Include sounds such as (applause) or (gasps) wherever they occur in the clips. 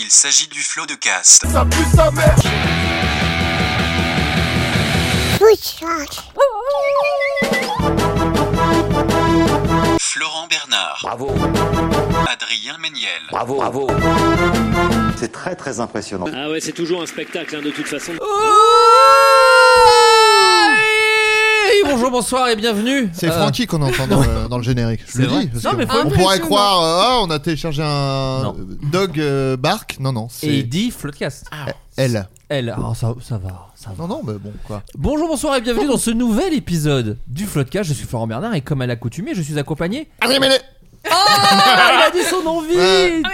Il s'agit du flot de cast. Florent Bernard. Bravo, Adrien Méniel. bravo, bravo. C'est très très impressionnant. Ah ouais, c'est toujours un spectacle hein, de toute façon. Hey, Bonjour, bonsoir et bienvenue. C'est Euh, Francky qu'on entend dans, le, dans le générique. Je C'est le vrai dis. parce Non, que mais on franchement- pourrait croire, euh, ah, on a téléchargé un Non. dog euh, bark. Non, non, Et c'est il dit Floodcast. elle. Elle, Ah, ça, ça va, ça va. Non, non, mais bon, quoi. Bonjour, bonsoir et bienvenue dans ce nouvel épisode du Floodcast. Je suis Florent Bernard et comme à l'accoutumée, je suis accompagné. Adrien Méniel Ah, il a dit son nom Ouais. vite.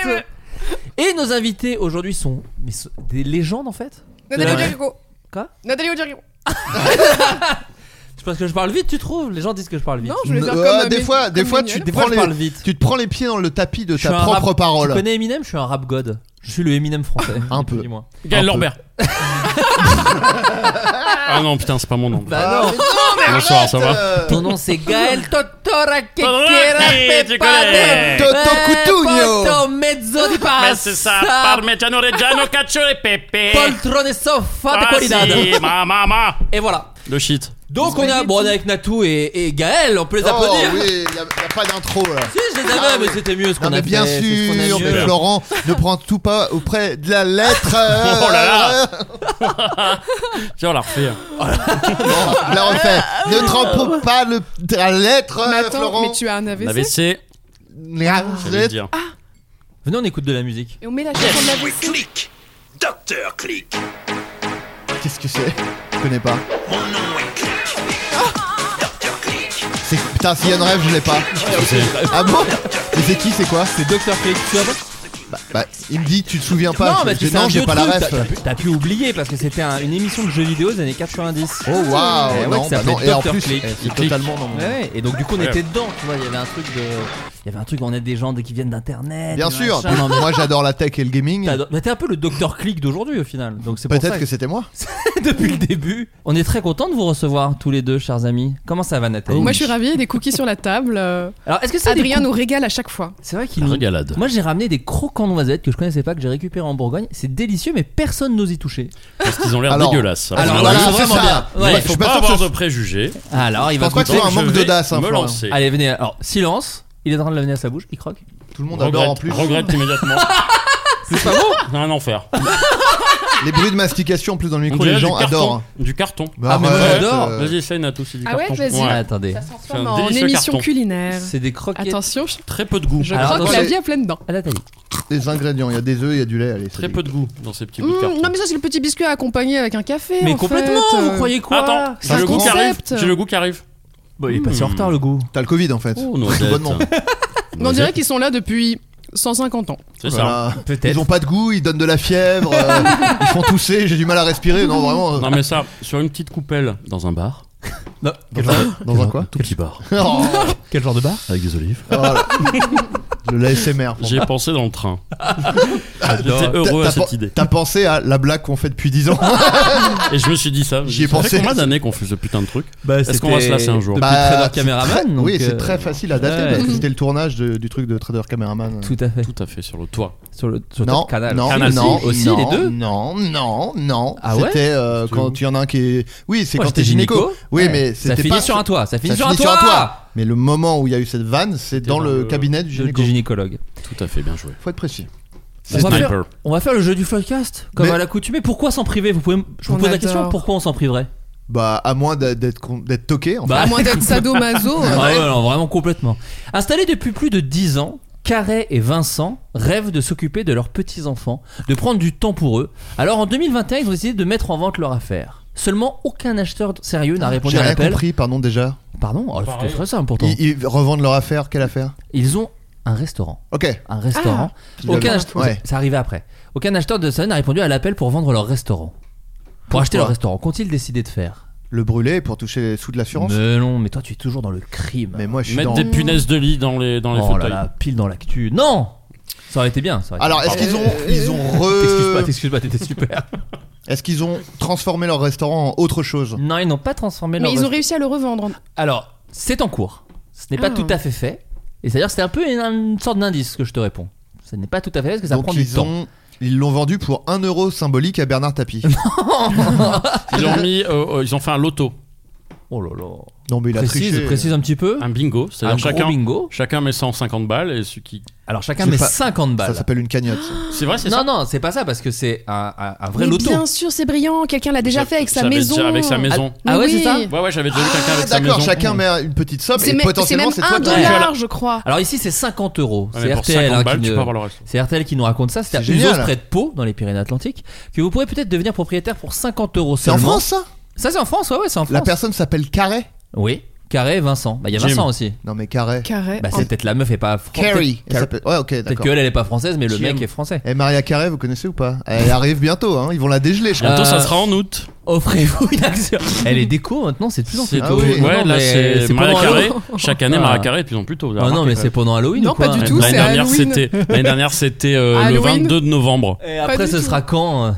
Et nos invités aujourd'hui sont mais ce- des légendes en fait. Ouais. Nathalie Ojarigo. Quoi Nathalie Ojarigo. C'est parce que je parle vite, tu trouves Les gens disent que je parle vite. Non, je voulais Euh, faire comme. des mais- fois, des comme fois, Méniel. tu te Des fois, prends je les, parle vite. tu te prends les pieds dans le tapis de Je suis ta un propre rap- parole. Tu connais Eminem Je suis un rap god. Je suis le Eminem français. (laughs) Un ni plus peu. ni moins. Un Gaël peu. Lambert. (laughs) ah non, putain, c'est pas mon nom. Bah Ah, non. Bonsoir, ça va Euh, Ton nom c'est Gaël Totora Totorakequera tu connais. Toto Cutugno. Toto mezzo di pasta Mais c'est ça, parmigiano reggiano cacio e pepe. Poltrone soffa de Ah qualidad. si, ma ma ma. Et voilà Le shit. Donc on a, bon, on est avec Natou et, et Gaël, on peut les Oh applaudir oui, y a, y a pas d'intro là. Si je les avais Ah mais oui. c'était mieux ce qu'on Non a mais fait bien c'est ce qu'on a sûr, mieux. mais Florent, ne prends tout pas auprès de (laughs) la lettre. euh, Oh là là. Tiens, on l'a refait. Bon, je la refais. Ne trempe pas le, la lettre, Mais euh, attends, Florent. mais tu as un AVC, L'AVC, La j'allais lettre. dire. Venez on écoute de la musique et on met la chanson de l'AVC. Clic. Docteur Clic. Qu'est-ce que c'est Je connais pas. Mon nom est Clic. Docteur Clic. C'est putain, s'il y a une rêve, je l'ai pas. Ah bon Mais c'est qui, c'est quoi C'est Dr Click, tu vois bah, bah, il me dit, tu te souviens pas Non Je mais dis, c'est Non, un j'ai vieux pas la truc, ref. t'as- t'as pu- T'as pu oublier parce que c'était un- une émission de jeux vidéo des années 90 Oh Eh ouais, waouh, qui non, bah s'appelait non, et en Dr. plus, Click. eh, Il c'est clique. totalement non. Ouais, ouais. Et donc du coup on Ouais. était dedans, tu vois, il y avait un truc de, il y avait un truc, on a des gens de- qui viennent d'internet. Bien des sûr, machins. Non, mais moi j'adore la tech et le gaming. t'as- bah, t'es un peu le docteur click d'aujourd'hui au final. Donc c'est pour Peut-être ça que c'était moi. que (laughs) depuis le début, on est très content de vous recevoir tous les deux, chers amis. Comment ça va Nathalie Oh, Moi, je suis ravie. Des cookies sur la table. euh, Alors est-ce que c'est des Adrien cou- nous régale à chaque fois. C'est vrai qu'il La nous. régalade. Moi j'ai ramené des croquants noisettes que je connaissais pas que j'ai récupéré en Bourgogne. C'est délicieux mais personne n'ose y toucher. Parce qu'ils ont l'air Alors- dégueulasses. Alors, Mais voilà, il c'est faut- vraiment ça. bien. Ouais. mais Ouais, il je faut suis pas pas avoir sûr de que préjugés. Alors il Je va pense pas que goûter. ce soit un je manque vais d'audace, hein, me Florent. lancer. Allez venez. Alors silence. Il est en train de l'amener à sa bouche. Il croque. Tout le monde adore en Regrette, plus. regrette (laughs) immédiatement. C'est pas bon. Un enfer. Les bruits de mastication en plus dans On le micro, dirait les du gens carton. adorent. Du carton. Bah, Ah, mais moi, arrête, j'adore. euh, Vas-y, essaye Natou, c'est du Ah ouais, carton. vas-y. Ouais, attendez. Ça se transforme C'est un en délicieux émission carton. culinaire. C'est des croquettes. Attention, je, Très peu de goût. je Alors, croque attention. la vie à pleines dents. À Nathalie. Les ingrédients, il y a des œufs, il y a du lait. Allez, Très salut. peu de goût dans ces petits bouts de Mmh, carton. non, mais ça, c'est le petit biscuit accompagné avec un café. Mais en complètement, fait, euh. vous croyez quoi Attends, c'est j'ai le un goût qui arrive. concept. J'ai le goût qui arrive. Bah, il est passé en Hmm. retard le goût. T'as le Covid en fait. Oh, noisette. Bonnement. Mais on dirait qu'ils sont là depuis 150 ans. C'est ça. Voilà. Peut-être. Ils ont pas de goût, ils donnent de la fièvre, euh, ils font tousser, j'ai du mal à respirer. Non, vraiment. euh, Non mais ça, sur une petite coupelle dans un bar. Non. Quel genre- Dans un quoi Tout petit bar. Oh, Quel genre de bar Avec des olives. voilà. De l'ASMR. pour J'ai moi. pensé dans le train. J'adore. J'étais heureux T'as- à t'as cette pen- idée. T'as pensé à la blague qu'on fait depuis 10 ans Et je me suis dit ça. J'y ai Ça fait pensé. combien d'années qu'on fait ce putain de truc (laughs) Bah, Est-ce qu'on va se lasser un jour Depuis Bah, Trader c'est très- Cameraman. Oui, donc, c'est euh, très facile à dater ouais. parce que c'était le tournage de- du truc de Trader Cameraman. Tout à fait. Tout à fait sur le toit. Sur le, sur non, le canal. non, Canal non, aussi, aussi, non, les deux. Non, non, non. Ah ouais C'était euh, C'était où quand il y en a un qui est. Oui, c'est Moi, quand j'étais t'es gynéco. gynéco. Oui, Ouais. mais Ça c'était finit pas sur un toit. Ça finit Ça sur finit un toit. Mais le moment où il y a eu cette vanne, c'est C'était dans dans le le- cabinet du Du gynéco. gynécologue. Tout à fait, bien joué. Faut être précis. On C'est va, sniper. faire, on va faire le jeu du floodcast, comme Mais- à l'accoutumée. Pourquoi s'en priver vous pouvez, Je vous On pose la adore. question, pourquoi on s'en priverait Bah, à moins d'a- d'être con- d'être toqué, en Bah, à moins d'être sadomaso. Oh, Ah euh, (laughs) ouais, non, vraiment complètement. Installés depuis plus de 10 ans, Carré et Vincent rêvent de s'occuper de leurs petits-enfants, de prendre du temps pour eux. Alors en 2021, ils ont décidé de mettre en vente leur affaire. Seulement aucun acheteur sérieux n'a fait. répondu Ah, J'ai à rien l'appel. compris, pardon déjà. Pardon, oh, c'était très simple pourtant. Ils, ils revendent leur affaire, quelle affaire Ils ont un restaurant. Ok. Un restaurant. l'avais- aucun acheteur. Ah, Ouais. Ça arrivait après. Aucun acheteur de ça n'a répondu à l'appel pour vendre leur restaurant. Pour acheter leur restaurant. Qu'ont-ils décidé de faire Le brûler pour toucher les sous de l'assurance Mais non, mais toi tu es toujours dans le crime. Mais moi, je suis Mettre dans. des punaises de lit dans les, dans les oh là fauteuils. là, pile dans l'actu. Non Ça aurait été bien. Ça aurait été Alors, bien. est-ce qu'ils ont, ils ont T'excuses pas, re... t'excuses pas, t'étais super. Est-ce qu'ils ont transformé leur restaurant en autre chose (laughs) non, ils n'ont pas transformé Mais leur. ils ont réussi à le revendre. Alors, c'est en cours. Ce n'est pas Ah. tout à fait fait. Et c'est-à-dire, que c'est un peu une, une sorte d'indice que je te réponds. Ce n'est pas tout à fait fait parce que ça Donc prend du ils temps. ont, ils l'ont vendu pour 1 euro symbolique à (laughs) Bernard Tapie. Ils ont mis, euh, euh, ils ont fait un loto, Oh là là. non mais il a Précise, triché. précise un petit peu. un bingo. Un C'est-à-dire gros chacun, bingo. chacun met 150 balles et celui qui. Alors chacun C'est met pas- 50 Ça balles. s'appelle une cagnotte. ça. C'est vrai, c'est ça. non, non, c'est pas ça parce que c'est un, un- un vrai Mais loto. bien sûr, c'est brillant. Quelqu'un l'a déjà J'a- fait avec sa j'avais maison. déjà- avec sa maison. Ah, ah ouais, Oui. c'est ça Ouais, ouais, j'avais déjà vu quelqu'un Ah, avec sa maison. D'accord, chacun met une petite somme C'est et même- c'est potentiellement même c'est toi un qui- dollar, je crois. Alors ici, c'est 50 euros. Ouais, mais c'est pour RTL. 50 hein, balles, qui tu ne- peux avoir le reste. C'est RTL qui nous raconte ça, c'est à C'est Usos génial. hein. près de Pau, dans les Pyrénées-Atlantiques, que vous pourrez peut-être devenir propriétaire pour 50 euros C'est en seulement. France ça Ça c'est en France, ouais, ouais, c'est en France. La personne s'appelle Carré Oui, Carré, Vincent. Bah il y a Jim. Vincent aussi. Non mais Carré. Carré. Bah c'est peut-être la meuf est pas française. Oh. Carrie. Elle s'appelle- Ouais, ok, Peut-être d'accord. qu'elle elle est pas française, mais le Jim. mec est français. Et Maria Carré, vous connaissez ou pas Elle arrive bientôt, hein. ils vont la dégeler, je crois. Bientôt, Euh, ça sera en août. Offrez-vous une action. Elle est déco maintenant, c'est de plus en plus. C'est Ah tout. oui. Non, Ouais, là, mais c'est Maria pendant Carré. Halloween. Chaque année, Ah. Maria Carré, de plus en plus tôt. vous avez Ah non, remarqué, mais quoi. c'est pendant Halloween. Non, ou quoi pas du Ouais, tout, L'année c'est dernière, Halloween. c'était- l'année dernière, c'était euh, le Halloween. 22 de novembre. Et Pas après, du ce tout. sera quand euh,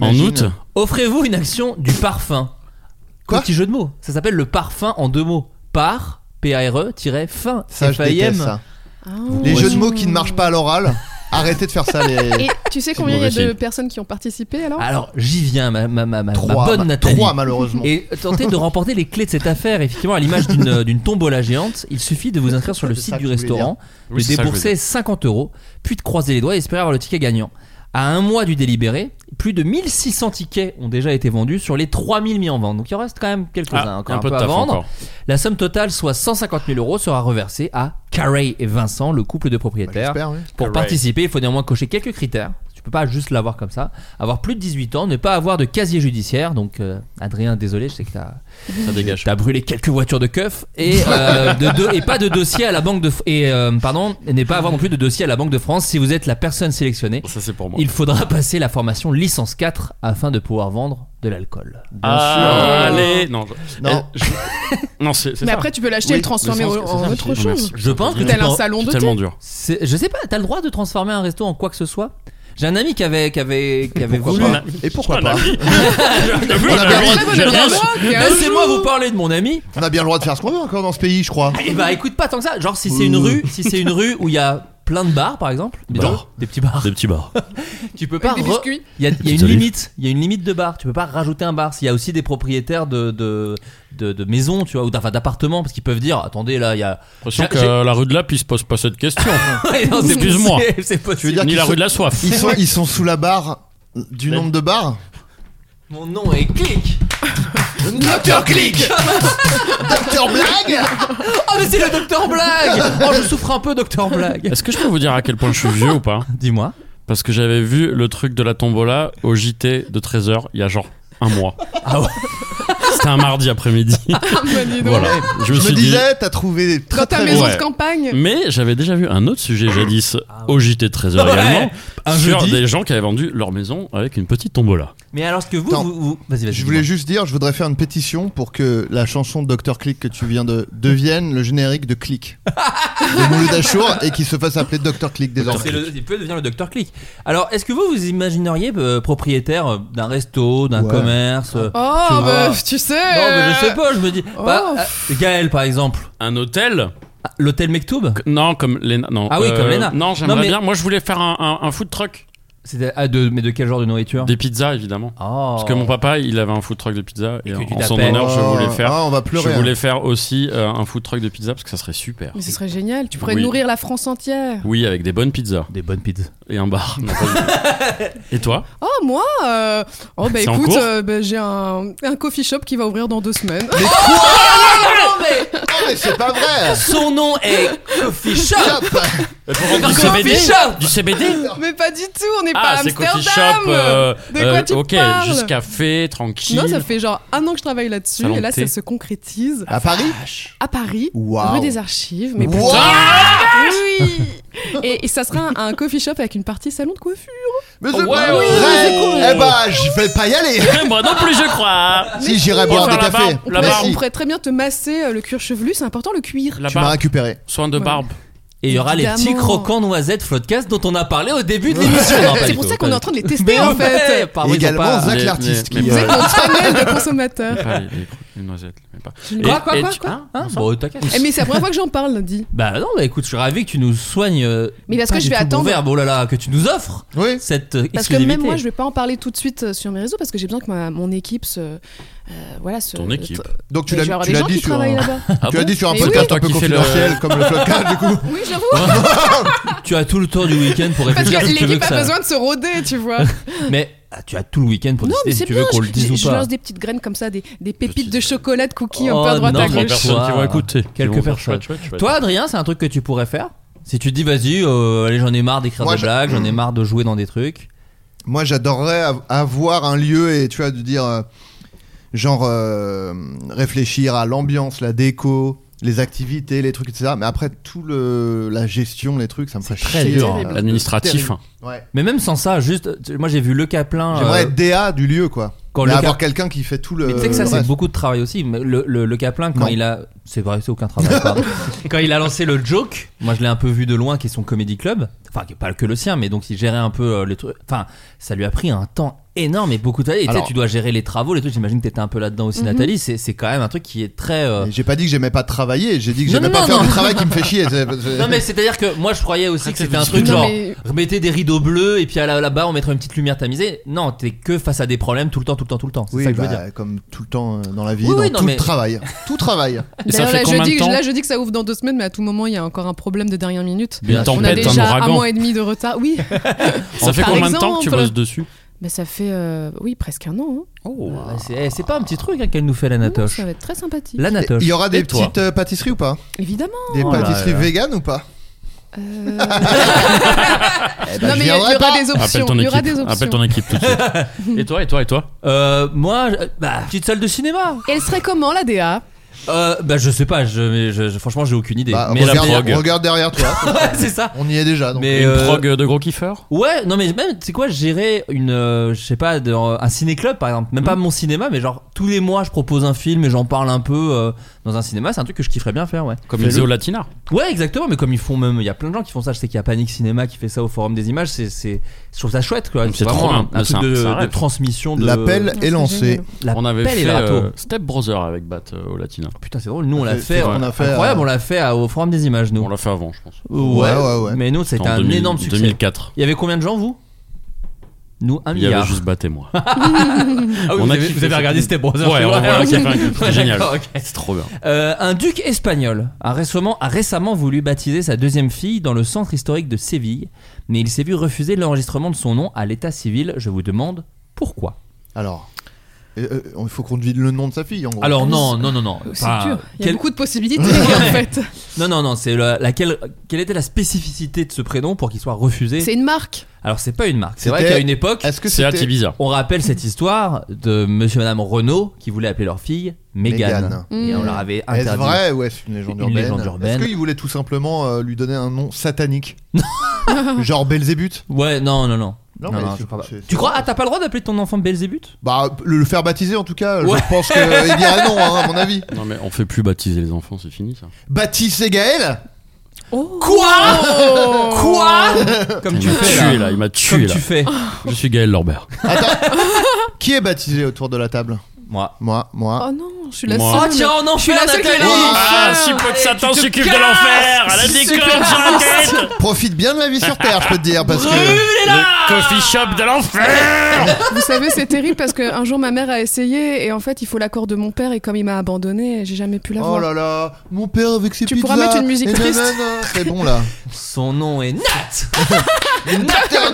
En Imagine. août Offrez-vous une action du parfum. Quoi Petit jeu de mots. Ça s'appelle le parfum en deux mots. Par, P-A-R-E, tiret, E, fin, Ça, je déteste F-I-M. ça. Les jeux de mots qui ne marchent pas à l'oral, arrêtez de faire ça les Et tu sais combien il y a mauvais de signe. personnes qui ont participé alors Alors, j'y viens, ma, ma, ma, ma- ma trois, Bah, bonne ma- Nathalie. trois malheureusement. Et (laughs) tenter de remporter les clés de cette affaire, effectivement, à l'image d'une euh, d'une tombola géante, il suffit de vous inscrire sur le C'est site ça du que je voulais restaurant, Oui, de c'est ça que je voulais débourser 50 euros, puis de croiser les doigts et espérer avoir le ticket gagnant. À un mois du délibéré, plus de 1600 tickets ont déjà été vendus sur les 3000 mis en vente. Donc il en reste quand même quelques-uns Ah, encore un, de peu, à taf vendre. encore. La somme totale, soit 150 000 euros, sera reversée à Carey et Vincent, le couple de Bah, propriétaires. J'espère, oui. Pour Correct. participer, il faut néanmoins cocher quelques critères. Tu peux pas juste l'avoir comme ça. Avoir plus de 18 ans, ne pas avoir de casier judiciaire. Donc, euh, Adrien, désolé, je sais que t'as, Ça dégage. t'as brûlé quelques voitures de keuf et, euh, de, do- et pas de dossier à la banque de F- et euh, pardon, et n'est pas avoir non plus de dossier à la banque de France si vous êtes la personne sélectionnée. Ça, c'est pour moi. Il faudra passer la formation licence 4 afin de pouvoir vendre de l'alcool. Ah. Allez Non, je- Non. Eh, je- non, c'est c'est Mais ça. après, tu peux l'acheter Oui, et le transformer mais en c'est- c'est ça, en je autre dis, chose. merci. Je pense que Tel tu un peux- salon C'est de tellement thé. dur. C'est- je sais pas, t'as le droit de transformer un resto en quoi que ce soit J'ai un ami qui avait, qui avait, qui avait Pourquoi voulu. pas Et pourquoi Voilà. pas J'avoue, On a bien j'avoue, le droit Très bonne j'avoue. blague, et un Laissez-moi jour- vous parler de mon ami. On a bien le droit de faire ce qu'on veut encore dans ce pays, je crois. Et bah écoute pas tant que ça. Genre si c'est une Ouh. rue, si c'est une rue où il y a plein de bars par exemple, des, Bars. des petits bars. Des petits bars. (laughs) Tu peux pas. Avec des re- biscuits. Il y a, il y a petites une olives. limite. Il y a une limite de bar. Tu peux pas rajouter un bar. S'il y a aussi des propriétaires de de, de, de maisons, tu vois, ou d'- enfin, d'appartements, parce qu'ils peuvent dire attendez là il y a. (laughs) L'impression J'ai- que euh, la rue de la pisse pose pas cette question. Ouais, non, c'est- Excuse-moi. c'est- C'est possible. dire Ni qu'ils la sont- rue de la soif. Ils sont, ils sont sous la barre du nombre de barres Mon nom est Click. Docteur Click (laughs) Docteur Blague Oh mais c'est le Docteur Blague. Oh je souffre un peu Docteur Blague. Est-ce que je peux vous dire à quel point je suis vieux ou pas Dis-moi. Parce que j'avais vu le truc de la tombola au JT de 13h il y a genre un mois. Ah ouais. Ah, C'était un mardi après-midi. Bah, (laughs) dis donc. voilà. Je me Je me suis dit. disais, t'as trouvé des Dans très ta très maison Ouais. de campagne. Mais j'avais déjà vu un autre sujet jadis Ah ouais. au JT de 13h Ouais. également. Un sur jeudi. des gens qui avaient vendu leur maison avec une petite tombola. Mais alors ce que vous, Attends. vous, vous- vas-y vas-y. Je voulais dis-moi. juste dire, je voudrais faire une pétition pour que la chanson de Dr. Click que tu viens de devienne le générique de Click de Mouloud Achour et qu'il se fasse appeler Dr. Click C'est désormais. le- il peut devenir le Dr Click. Alors, est-ce que vous vous imagineriez euh, propriétaire euh, d'un resto, d'un Ouais. commerce euh, Oh, tu vois bah, tu sais. Non, mais je sais pas, je me dis. Oh. Bah, euh, Gaël, par exemple, Un hôtel Ah, l'hôtel Mektoub Non, comme Léna. Non, Ah oui, comme Léna. Non, Non, j'aimerais mais- bien. Moi, je voulais faire un, un- un food truck. C'était ah, de, mais de quel genre de nourriture Ah. Des pizzas, évidemment. Parce que mon papa, il avait un food truck de pizza et, Oh. Et que tu en son t'appelles. Oh. honneur, je voulais faire. Ah, on va pleurer, Je hein. voulais faire aussi euh, un food truck de pizza parce que ça serait super. Mais ce serait génial, tu pourrais Oui. nourrir la France entière. Oui, avec des bonnes pizzas Des bonnes pizzas. et un bar. Non, pas du tout. (laughs) et toi Oh, moi euh, Oh, bah C'est en écoute, cours euh, bah, j'ai un, un coffee shop qui va ouvrir dans deux semaines. Ah, (laughs) Non, Ah, mais c'est pas vrai Son nom est Coffee Shop. Cap. du Coffee CBD Shop. Du CBD Mais pas du tout, on n'est pas à Ah, c'est Amsterdam coffee shop. euh, De quoi euh, tu ok, parles juste café, tranquille. (laughs) Non, ça fait genre un an que je travaille là-dessus Salon et là de thé. ça se concrétise À Paris à Paris, Waouh. rue des Archives. Mais Waouh. oui et, et ça sera un, un coffee shop avec une partie salon de coiffure. Mais c'est Ouais, pas ouais, vrai. ouais, ouais. Eh bah, je vais pas y aller Moi non plus, je crois. Si, j'irai boire Enfin, des là-bas, cafés. là-bas, Merci. On pourrait très bien te masser euh, le cuir chevelu, c'est important le cuir. La Tu m'as barbe. récupéré. Soin de Ouais. barbe. Et il y aura les petits Évidemment. croquants noisettes Floodcast dont on a parlé au début de l'émission. Non, pas C'est du pour tout, ça pas qu'on est du en train de les tout. tester Mais en ouais, fait. Ah pardon, ils ont Également, pas- Zach Mais- l'artiste mais- qui euh, mais- C'est Ouais. qu'on channel de consommateur. Pas les, les- les noisettes, mais pas. Et- Quoi, quoi, et quoi, tu- quoi Hein Hein Bon, t'inquiète. Eh, mais c'est la première fois que j'en parle, dit. Bah non, bah écoute, je suis ravi que tu nous soignes. euh, Mais parce pas que du je vais tout le bon attendre. Verbe, oh là là, que tu nous offres Oui. cette euh, Parce que exclusivité. même moi, je vais pas en parler tout de suite euh, sur mes réseaux parce que j'ai besoin que ma- mon équipe se. euh, voilà, se. Ton équipe. Donc tu Mais je vais l'as avoir tu des l'as gens dit qui sur travaillent un... là-bas. (laughs) Ah Tu bon l'as dit sur un Mais oui. podcast un peu Toi qui fais le- confidentiel comme le podcast du coup. Oui, j'avoue. (laughs) Tu as tout le temps du week-end (laughs) pour Parce réfléchir que si tu veux l'équipe que a ça. besoin de se roder, tu vois. Mais ah, tu as tout le week-end pour non, mais décider si c'est tu bien. veux qu'on le je- dise je ou pas. lance des petites graines comme ça, des, des pépites Petite- de chocolat de cookies un Oh, peu à droite non, à mais Quelques gauche. personnes qui vont écouter. Quelques Qui vont faire personnes. chouette, chouette, chouette. Toi, Adrien, c'est un truc que tu pourrais faire Si tu te dis, vas-y, euh, allez, j'en ai marre d'écrire Moi, des je- blagues, j'en ai marre de jouer dans des trucs. Moi, j'adorerais av- avoir un lieu et tu vois de dire euh, genre euh, réfléchir à l'ambiance, la déco, les activités, les trucs etc. Mais après tout le la gestion, les trucs, ça me ferait très chier. dur, Euh, hein. L'administratif. terrible. Ouais. Mais même sans ça, juste, tu- moi j'ai vu Le Caplin. J'aimerais euh, être DA du lieu quoi. quand Mais le avoir Cap- quelqu'un qui fait tout le. Mais tu sais que ça, le c'est reste. beaucoup de travail aussi. Mais Le, le, le Caplin, quand Euh, Non. il a. C'est vrai, c'est aucun travail. pardon. (laughs) quand il a lancé le Joke, moi je l'ai un peu vu de loin, qui est son comédie club. Enfin, qui est pas que le sien, mais donc il gérait un peu euh, les trucs. Enfin, ça lui a pris un temps énorme et beaucoup de travail. Et tu sais, Alors- tu dois gérer les travaux, les trucs. J'imagine que t'étais un peu là-dedans Mhm. aussi, Nathalie. C'est c'est quand même un truc qui est très. euh, Mais J'ai pas dit que j'aimais pas travailler, j'ai dit que Non, j'aimais non, pas non, faire non. du travail qui me fait chier. C'est- c'est- Non mais c'est-à-dire que moi je croyais aussi que c'était un truc Non, genre mais- remettez des rideaux bleus et puis à la- là-bas on mettra une petite lumière tamisée. Non, t'es que face à des problèmes tout le temps, tout le temps, tout le temps. C'est Oui, ça que je veux bah, dire. comme tout le temps euh, dans la vie, Oui, dans oui, non, tout mais- le travail, tout travail. Et ça D'ailleurs, fait là, je combien de dis que- temps là, je dis que ça ouvre dans deux semaines, mais à tout moment, il y a encore un problème de dernière minute. Bien Une sûr. On a tempête, déjà un un ouragan. mois et demi de retard. (laughs) Oui, Ça fait Par combien de temps que tu exemple. bosses dessus mais ça fait euh, oui presque un an. hein. Ouais, c'est eh, c'est pas un petit truc hein, qu'elle nous fait la Non, Natoche. ça va être très sympathique. La Natoche. Il y aura des Et toi petites euh, pâtisseries ou pas Évidemment. Des Oh là pâtisseries là. véganes ou pas euh, Ah, bah, Eh ben, non mais il y, a- je il y viendrai aura pas. des Appelle options. ton Il y aura équipe. des Appelle options. ton équipe tout de suite. Et toi, et toi, et toi Euh, moi, je- euh, bah, petite salle de cinéma. Et Elle serait comment la DA Euh, bah je sais pas, je, mais je- je- franchement j'ai aucune idée. Bah, mais la regarde, prog. regarde (laughs) derrière toi. (laughs) euh, Ouais, c'est ça. On y est déjà. donc. Mais Une euh, prog de gros kiffeur Ouais, non mais même, tu sais quoi, gérer une, euh, je sais pas, de- euh, un ciné-club par exemple, Mm. même pas mon cinéma, mais genre tous les mois je propose un film et j'en parle un peu euh, dans un cinéma, c'est un truc que je kifferais bien faire, ouais. Comme les au Latina. Ouais, exactement, mais comme ils font même, il y a plein de gens qui font ça, je sais qu'il y a Panic Cinéma qui fait ça au Forum des Images, c'est, c'est, je trouve ça chouette, quoi. C'est trop vraiment bien, un- un, mais c'est truc un- de, c'est un de rêve. transmission de... L'appel est c'est lancé. génial. La On avait pelle et fait le râteau. euh, Step Brother avec Bat euh, au Latina. Oh, Putain, c'est drôle, nous on l'a C'est- fait, c'est ce qu'on euh, a fait, incroyable, euh, on l'a fait à- au Forum des Images, nous. On l'a fait avant, je pense. Ouais, ouais, ouais. Mais nous, c'était En un 2000 énorme succès. 2004. Il y avait combien de gens, vous Nous, un Il y avait milliard. juste Bat et moi. Ah oui, On vous, a avez, kiffé vous avez cette- regardé Step Brothers Ouais, chez on moi. voilà, Ok. (laughs) qui a fait un clip. Ouais, C'est génial. d'accord, ok. C'est trop bien. Euh, un duc espagnol a récemment, a récemment voulu baptiser sa deuxième fille dans le centre historique de Séville, mais il s'est vu refuser l'enregistrement de son nom à l'état civil. Je vous demande pourquoi. Alors, euh, euh, il faut qu'on devine le nom de sa fille. En Oh, gros. Alors non, non, non, non. C'est pas- dur. Il y a quel- beaucoup de (laughs) possibilités en fait. Non, non, non. C'est la- laquelle Quelle était la spécificité de ce prénom pour qu'il soit refusé C'est une marque. Alors c'est pas une marque. C'est C'était- vrai qu'à une époque, Est-ce que C'est à c'était Tibisa. on rappelle cette histoire de Monsieur et Madame Renault qui voulaient appeler leur fille Mégane. Mégane. Et on leur avait est-ce interdit. vrai ou est-ce une légende Une urbaine légende urbaine. Est-ce qu'il voulait tout simplement euh, lui donner un (laughs) nom satanique Genre Belzébuth Ouais, non, non, non. Non, mais c'est- je crois pas. c'est- Tu crois Ah, t'as pas le droit d'appeler ton enfant Belzébuth Bah, le, le faire baptiser en tout cas, Ouais. je pense qu'il dirait non, hein, à mon avis. Non mais on fait plus baptiser les enfants, c'est fini ça. Ah, Baptiste et Gaël (laughs) Oh, Quoi Oh Quoi Comme Il tu m'a fais tué là. là, il m'a Comme tué là. tu fais. Je suis Gaël Lorbert. Attends, qui est baptisé autour de la table Moi. Moi, moi. Oh non, je suis la Moi. seule. Oh, tiens, en je suis enfer, la seule qui l'a Nathalie. dit. Ah, si Enfer. peu de Satan tu te s'occupe de casses. l'enfer Elle a des Super. cornes sur la tête Oh. Profite bien de la vie sur Terre, je peux te dire, parce que. Le coffee shop de l'enfer Vous savez, c'est terrible parce qu'un jour ma mère a essayé et en fait il faut l'accord de mon père et comme il m'a abandonné, j'ai jamais pu Oh l'avoir. là là, mon père avec ses Tu pizzas. Eh pourras mettre une musique et triste. nanana. C'est bon (laughs) là. Son nom est Nat Nat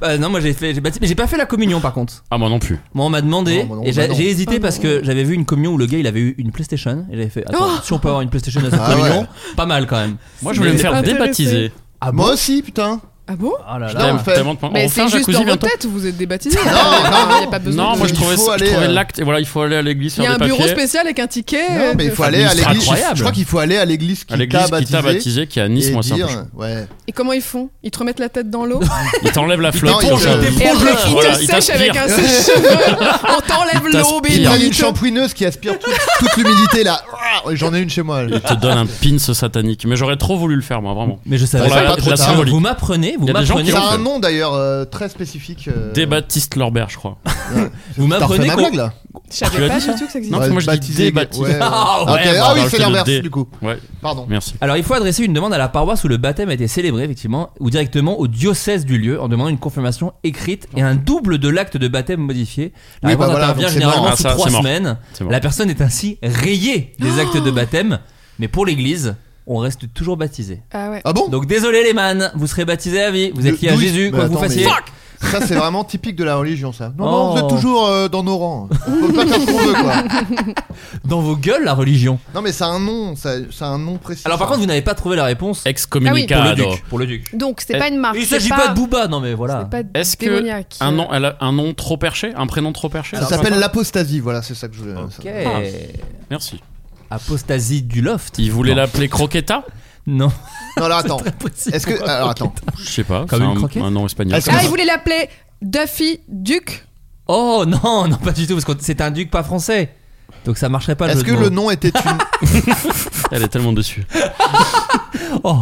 Bah non, moi j'ai fait, j'ai baptisé- mais j'ai pas fait la communion par contre. Ah, moi non plus. Moi on m'a demandé Non, bah non, et bah j'ai non. j'ai hésité Ah parce non. que j'avais vu une communion où le gars il avait eu une PlayStation et j'avais fait attends, Oh. si on peut avoir une PlayStation à cette Ah communion, ouais. pas mal quand même. Moi, je voulais Mais- me faire pas fait débaptiser. Ah bon Moi aussi, putain. Ah bon Oh là Je là. t'aime. T'aimes fait. tellement de points. Mais On fait c'est un juste dans jacuzzi vos bientôt têtes, vous êtes débaptisés. Non, Il n'y a non. pas besoin Non, de- moi je Il trouvais, faut je aller, trouvais euh, l'acte. Et voilà, il faut aller à l'église Il y faire a un des bureau papiers. spécial avec un ticket. euh, Non, mais il de- faut aller à administre l'église. incroyable. Je crois qu'il faut aller à l'église qui À l'église t'a qui t'a baptisé. baptisé, qui est à Et Nice, moi c'est un euh, peu dire, chaud. ouais. Et comment ils font Ils te remettent la tête dans l'eau Il t'enlève la Non, flotte. il te- euh, et après ils Voilà, te il sèchent avec t'aspire. un (laughs) sèche-cheveux. On t'enlève Il l'eau, t'aspire. Il baby. prend une shampouineuse qui aspire toute, toute l'humidité là. Ouais, J'en ai une chez moi. là. Il te donne un pins satanique. Mais j'aurais trop voulu le faire, moi, vraiment. Mais je savais Voilà, pas la- que- la symbolique. vous m'apprenez, vous Il y a des gens m'apprenez, qui Ça en a un fait. nom d'ailleurs euh, très spécifique. euh, Des Baptiste Lorbert, je crois. vous T'as refait m'apprenez ma qu'on- blague là Je Tu l'as savais pas dit, du ça tout que ça Non, existait. parce que moi, je dis des Baptisé, gay. baptisés. Ouais, ouais. Ah, ouais, Ok, bah, ah oui, alors, c'est je te le l'inverse dé. du coup. Ouais, Pardon. merci. Alors il faut adresser une demande à la paroisse où le baptême a été célébré effectivement ou directement au diocèse du lieu en demandant une confirmation écrite et un double de l'acte de baptême modifié. La Oui, réponse bah voilà, intervient donc c'est généralement mort. sous Ah, ça, trois c'est mort. semaines. C'est mort. La personne est ainsi rayée des actes de baptême, mais pour l'église, on reste toujours baptisé. Ah ouais. Ah bon Donc désolé les man, vous serez baptisé à vie, vous êtes De- lié à d'où- Jésus, mais quoi que vous attends, mais- fassiez. Fuck Ça, c'est vraiment typique de la religion, ça. Non, Oh. non, vous êtes toujours euh, dans nos rangs. On peut pas faire ce qu'on veut, (laughs) quoi. Dans vos gueules la religion. Non, mais ça a un nom, ça, ça a un nom précis. Alors par ça. contre, vous n'avez pas trouvé la réponse pour le Excommunicado. duc. Pour le duc. Donc c'est Eh, pas une marque. Il Ah, c'est s'agit pas de Booba, non mais c'est voilà. pas Est-ce que démoniaque. un nom, elle a un nom trop perché, un prénom trop perché. ça s'appelle l'apostasie, voilà, c'est ça que je voulais. Ok. ça- Ah, Merci. Apostasie du loft. Il voulait Non. l'appeler Croqueta. (laughs) Non. Non, (laughs) alors attends. possible. Est-ce que. Alors attends. Je sais pas. Comme c'est une un- croquette un, nom espagnol. Est-ce Ah, que- il voulait l'appeler Duffy Duke. Oh non, non, pas du tout, parce que c'est un duc pas français. Donc ça marcherait pas. Est-ce jeu que de mots. le nom était une. Elle est tellement déçue. Oh,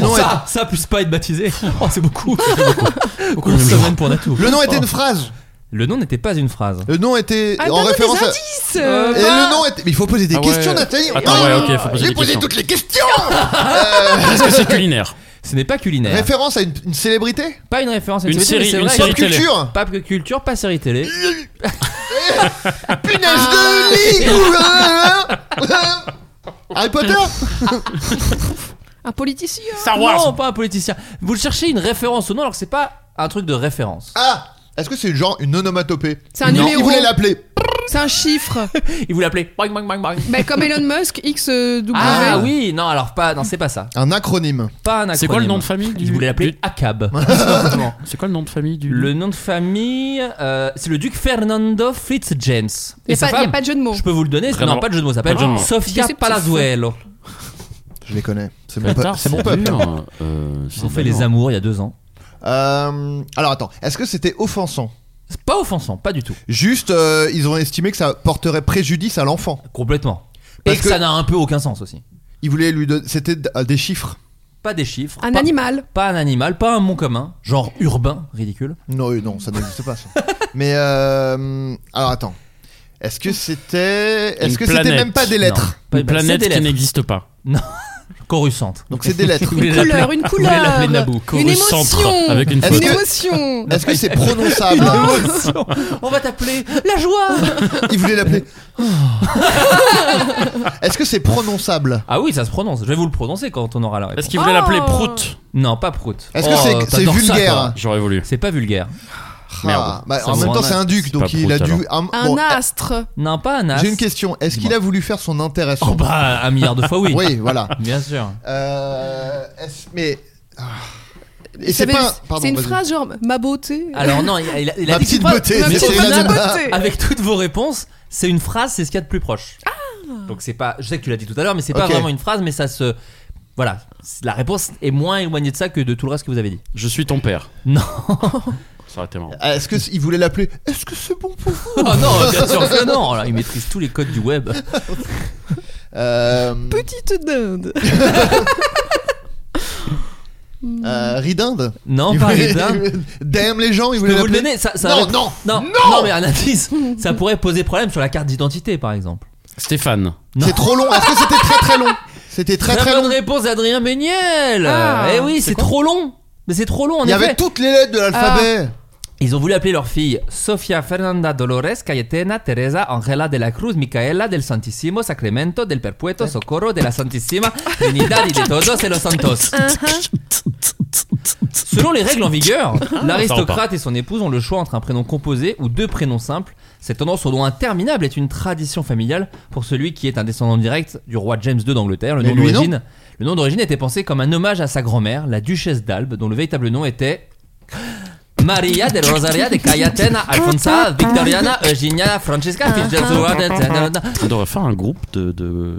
(laughs) nom, ça, ça plus pas être (laughs) baptisé. Oh, c'est beaucoup. c'est beaucoup. beaucoup de semaines pour Natou. est- le nom était Oh. une phrase. Le nom n'était pas une phrase. Le nom était Ah, en donne-nous référence des à. indices. euh, Et le nom était. Mais il faut poser des Ah ouais. questions, Nathalie. Ah, Attends, ouais, ok, faut poser J'ai des posé questions. toutes les questions (laughs) Euh, Est-ce (laughs) que (laughs) c'est culinaire Ce n'est pas culinaire. Référence à une, une célébrité Pas une référence. à Une société, mais série, c'est une vrai. série Pop télé. (laughs) culture Pas que culture, pas série télé. Eh, (laughs) Punaise Ah. de lit hein, Harry Potter (laughs) Un politicien. Star Non, Wars. pas un politicien. Vous cherchez une référence au nom alors que c'est pas un truc de référence. Ah Est-ce que c'est genre une onomatopée C'est un Non, numéro. Il voulait l'appeler. C'est un chiffre. Il vous l'appelait. Bang, bang, bang, bang. Ben, comme Elon Musk, euh, XW. Ah oui, non, alors pas, non, c'est pas ça. Un acronyme. Pas un acronyme. C'est quoi le nom de famille du Il voulait l'appeler du- (laughs) ACAB. tout simplement. C'est quoi le nom de famille du Le nom de famille, euh, c'est le duc Fernando Fitzjames. Il Et n'y sa a, femme, pas de jeu de mots. je peux vous le donner, Très non, bon. pas de jeu de mots, ça Pas de jeu de mots. s'appelle Sofia Parce que c'est- Palazuelo. Je les connais. C'est mon, peu- Bâtard, c'est mon peuple. dur. Euh, c'est Ils ont fait les vraiment- amours il y a deux ans. Euh, alors attends, est-ce que c'était offensant C'est pas offensant, pas du tout. Juste, euh, ils ont estimé que ça porterait préjudice à l'enfant. Complètement. Parce Et que, que- ça n'a un peu aucun sens aussi. Ils voulaient lui donner. C'était d- euh, des chiffres. Pas des chiffres. Un pas, animal. Pas un animal, pas un mont commun, genre urbain, ridicule. Non, euh, non, ça n'existe pas. Ça. Mais euh, alors attends, est-ce que c'était, Une est-ce que c'était planète. même pas des Non, lettres pas- Une c'est planète des qui lettres. n'existe pas. Coruscant. Donc c'est des lettres. Vous voulez Une l'appeler- couleur, une vous voulez couleur. l'appeler Naboo. Une Centre, émotion. avec une Est-ce faute. Une que- (laughs) émotion. Oh, Est-ce que c'est prononçable (laughs) On va t'appeler la joie. Ils voulaient l'appeler. Oh. Est-ce que c'est prononçable Ah oui, ça se prononce. Je vais vous le prononcer quand on aura la réponse. Est-ce qu'il voulait l'appeler Oh. Prout Non, pas prout. Est-ce Oh, que c'est- c'est t'adores ça, vulgaire toi. J'aurais voulu. C'est pas vulgaire. Merde. Ah, bah, Ça En me même rend temps, c'est mal. un duc, C'est donc pas il a brut, dû. Un bon, astre. Non, pas un as. J'ai une question. Est-ce qu'il a voulu faire son intéressant Oh bah, un milliard de fois oui. Oui, voilà. (laughs) Bien sûr. Euh, est-ce- mais. ah. Et Ça c'est veut- pas. pardon, c'est une vas-y. phrase genre ma beauté. Alors non, il a, il a- il a Ma dit que petite pas- beauté, ma mais petite c'est la banane, beauté. Avec toutes vos réponses, c'est une phrase, c'est ce qu'il y a de plus proche. Donc c'est pas. Je sais que tu l'as dit tout à l'heure, mais c'est pas Ah. Ok. vraiment une phrase, mais ça se. Voilà, C'est- la réponse est moins éloignée de ça que de tout le reste que vous avez dit. Je suis ton père. Non. (laughs) Ça aurait été marrant. Ah, Est-ce que c- il voulait l'appeler Est-ce que c'est bon (laughs) pour vous Oh non, bien sûr que non. Là, il maîtrise tous les codes du web. Euh, Petite dinde. Euh, Ridinde Non, Il pas voulait- Ridinde. (laughs) Damn les gens, ils Je peux voulaient vous le l'appeler- donner. Ça, ça non, aurait- non, non, non, mais un indice. (laughs) ça pourrait poser problème sur la carte d'identité, par exemple. Stéphane. Non. C'est trop long. Est-ce que c'était très très long (laughs) C'était très Très, très bonne long. réponse d'Adrien Méniel. Ah. eh oui, C'est c'est quoi trop long. Mais c'est trop long, en Il y effet. avait toutes les lettres de l'alphabet. Ah. Ils ont voulu appeler leur fille Sofia Fernanda Dolores Cayetana Teresa Angela de la Cruz Micaela del Santissimo Sacramento del Perpetuo Socorro de la Santissima Trinidad y de Todos et los Santos. Selon les règles en vigueur, l'aristocrate et son épouse ont le choix entre un prénom composé ou deux prénoms simples. Cette tendance au nom interminable est une tradition familiale pour celui qui est un descendant direct du roi James II d'Angleterre. Le Mais nom lui, non. d'origine, le nom d'origine était pensé comme un hommage à sa grand-mère, la duchesse d'Albe, dont le véritable nom était Maria de Rosaria de Cayetana Alfonsa Victoriana Eugenia Francesca Fitzgerald. On devrait faire un groupe de. de...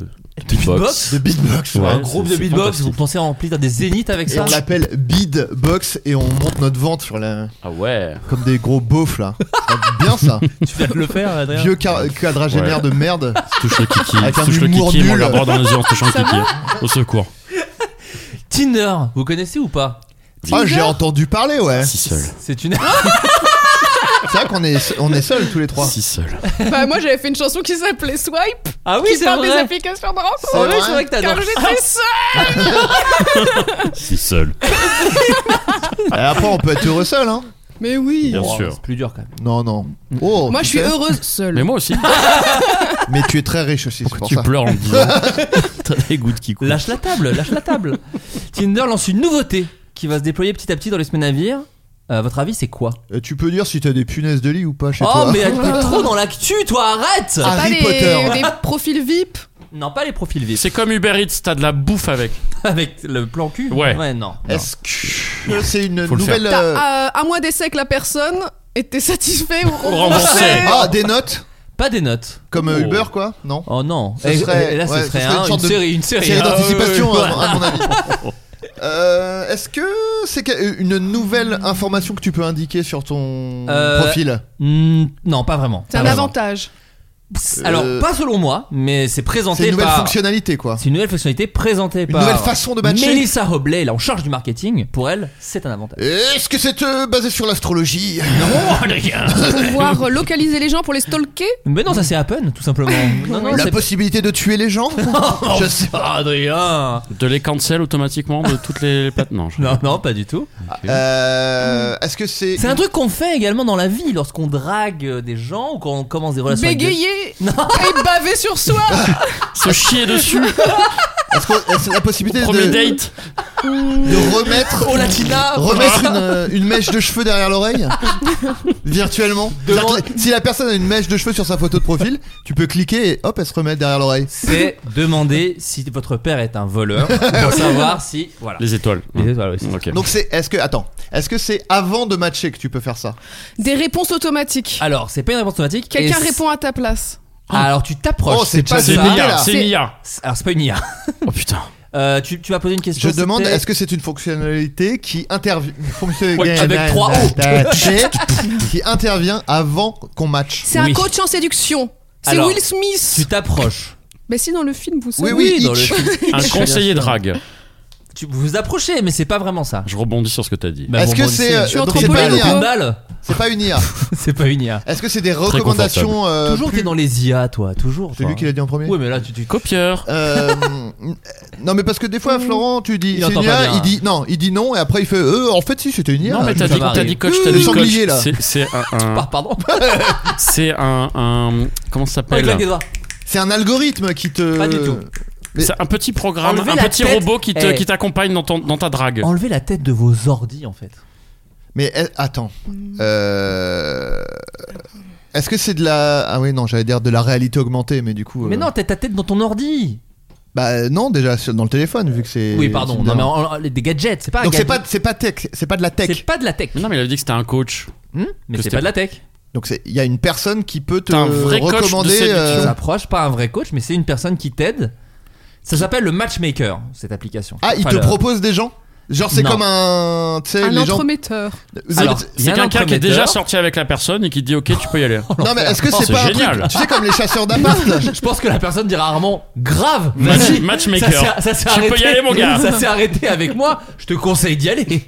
Beatbox. beatbox. De beatbox. Ouais, Un groupe de c'est beatbox, fantastique. vous pensez remplir des zéniths avec Et ça on l'appelle beatbox et on monte notre vente sur la... Ah ouais. comme des gros beaufs là. Ça va être (laughs) Bien ça. Tu viens de le faire, Adrien Vieux car- quadragénaire Ouais. (laughs) de merde. (laughs) Touche le kiki. Avec un Touche le humour kiki, nul. mon gars, bord dans (laughs) les yeux en touchant le kiki. Au secours. Tinder, vous connaissez ou pas Ah, Tinder j'ai entendu parler, ouais. Si seul. C'est une. Ah, C'est vrai qu'on est, on est seuls tous les trois. Si seul. Bah, moi, j'avais fait une chanson qui s'appelait Swipe, Ah qui parle des applications de rencontre. C'est Ah oui, vrai. c'est vrai que Car t'adores. j'étais seule. Si seul. Et après, on peut être heureux seul, hein. Mais oui. Bien Oh, sûr. C'est plus dur quand même. Non, non. Oh, Mm. Moi, tu je suis sais. heureuse seule. Mais moi aussi. Mais tu es très riche aussi, Ah, c'est pour tu ça. pleures en me disant. (laughs) T'as des gouttes qui coulent. Lâche la table, lâche la table. Tinder lance une nouveauté qui va se déployer petit à petit dans les semaines à venir. Euh, votre avis, c'est quoi Euh, tu peux dire si t'as des punaises de lit ou pas chez Oh, toi. mais elle est trop dans l'actu, toi, arrête Ah. Harry pas les- Potter. les profils VIP. Non, pas les profils vifs. C'est comme Uber Eats, t'as de la bouffe avec. (laughs) Avec le plan cul Ouais. non. Est-ce que c'est une Faut le faire. nouvelle. euh, T'as euh, un mois d'essai avec la personne et t'es satisfait ou Remboursé. remboursé. Ah, des notes Pas des notes. Comme euh, Oh. Uber, quoi Non Oh non. Ce et, serait- et là, ce ouais, ce serait, un- serait une une, sorte de- série. Une série. C'est Ah, d'anticipation, ouais, ouais, euh, ouais. à (laughs) mon avis. Euh, Est-ce que c'est que- euh, une nouvelle information que tu peux indiquer sur ton Euh, profil Hmm, non, pas vraiment. ah, C'est un Pas vraiment. avantage. Psst, Alors, pas selon moi, mais c'est présenté Euh, C'est une nouvelle par. fonctionnalité, quoi. C'est une nouvelle fonctionnalité présentée Une par. nouvelle façon de matcher. Melissa Hobley, là, en charge du marketing. Pour elle, c'est un avantage. Est-ce que c'est euh, basé sur l'astrologie Pouvoir localiser les gens pour les stalker. Mais non, ça c'est Happen, tout (laughs) simplement. Non, non, La c'est possibilité de tuer (laughs) les gens Je sais pas. pas Adrien. De les cancel automatiquement de toutes les plates. Non, je- Non, non, pas du tout. Euh, Est-ce que c'est. C'est un truc qu'on fait également dans la vie lorsqu'on drague euh, des gens ou quand on commence des relations. avec des- Bégayer et baver sur (laughs) soi. Se chier (laughs) dessus. Est-ce que est-ce la possibilité de, Premier date. de remettre. Oh, Latina Remettre une, euh, une mèche de cheveux (laughs) derrière l'oreille Virtuellement Devant- C'est-à-dire que Si la personne a une mèche de cheveux sur sa photo de profil, tu peux cliquer et hop, elle se remet derrière l'oreille. C'est demander si votre père est un (laughs) voleur pour savoir si. Voilà. Hein. Les étoiles. Les étoiles, oui, c'est ça. Ok. Donc c'est. Est-ce que. Attends. Est-ce que c'est avant de matcher que tu peux faire ça Des réponses automatiques. Alors, c'est pas une réponse automatique. Quelqu'un et c'est- répond à ta place. Alors, tu t'approches. Oh, c'est pas pas C'est ça. une ça. IA. C'est une C'est- IA. Alors, c'est pas une IA. Oh putain. Euh, tu, tu m'as posé une Je question. demande, c'était- est-ce que c'est une fonctionnalité qui intervient. Ouais, avec trois Qui intervient avant qu'on match. C'est Oui. un coach en séduction. C'est Alors, Will Smith. Tu t'approches. Mais si dans le film, vous savez. Oui, oui, dans le Hitch. film. (laughs) Un conseiller drague. Tu vous vous approchez, mais c'est pas vraiment ça. Je rebondis sur ce que t'as dit. Bah, Est-ce bon, que bon, c'est. c'est- euh, Je suis donc c'est anthropologue pas, une ou Au IA. quoi condal, C'est pas une IA. (laughs) c'est pas une IA. Est-ce que c'est des recommandations. euh, toujours plus- t'es dans les IA, toi. Toujours. C'est lui qui l'a dit en premier Oui, mais là tu, tu... Copieur. Euh, non mais parce que des fois Florent tu Mm. dis Il c'est une entend pas IA, bien, hein. il dit non il dit non et après il fait euh, en fait si c'était une IA Non mais t'as dit, ça va t'as arriver. dit coach, Ouh, t'as le dit coach. sanglier, là. C'est- C'est un, un- Ah, pardon. c'est un, un- comment ça Pas claque des s'appelle doigts. c'est un algorithme qui te Pas du tout. Mais- C'est un petit programme, Enlevez un la petit tête. robot qui te- Eh. qui t'accompagne dans ton- dans ta drague. Enlevez la tête de vos ordis en fait. mais eh, attends Euh, est-ce que c'est de la ah oui non j'allais dire de la réalité augmentée mais du coup euh, Mais non, t'as ta tête dans ton ordi. bah non déjà sur- dans le téléphone vu que c'est Oui, pardon. c'est Non, mais dedans. en- en- des gadgets, c'est pas. un donc c'est gadget. pas c'est pas tech c'est pas de la C'est tech Hmm. pas de la tech. Mais non mais il avait dit que c'était un coach. Hmm Que mais c'est c'était pas de la tech. donc c'est il y a une personne qui peut te T'as un vrai coach de recommander séduction. Tu euh, t'approches, pas un vrai coach, mais c'est une personne qui t'aide. Ça s'appelle le matchmaker cette application. ah il Enfin, te le- propose des gens Genre, c'est Non. comme un. Tu sais, Un les gens. entremetteur. Vous Alors, avez- c'est un quelqu'un qui est entremetteur. déjà sorti avec la personne et qui dit ok, tu peux y (laughs) aller. Non, mais est-ce que Oh, c'est c'est pas un génial. truc. Tu sais, comme les chasseurs d'appart, (laughs) là. Je pense que la personne dira rarement grave. Match- vas-y. matchmaker. Ça s'est- Ça s'est Tu peux arrêté. y aller, mon gars. Ça s'est arrêté avec moi. Je te conseille d'y aller.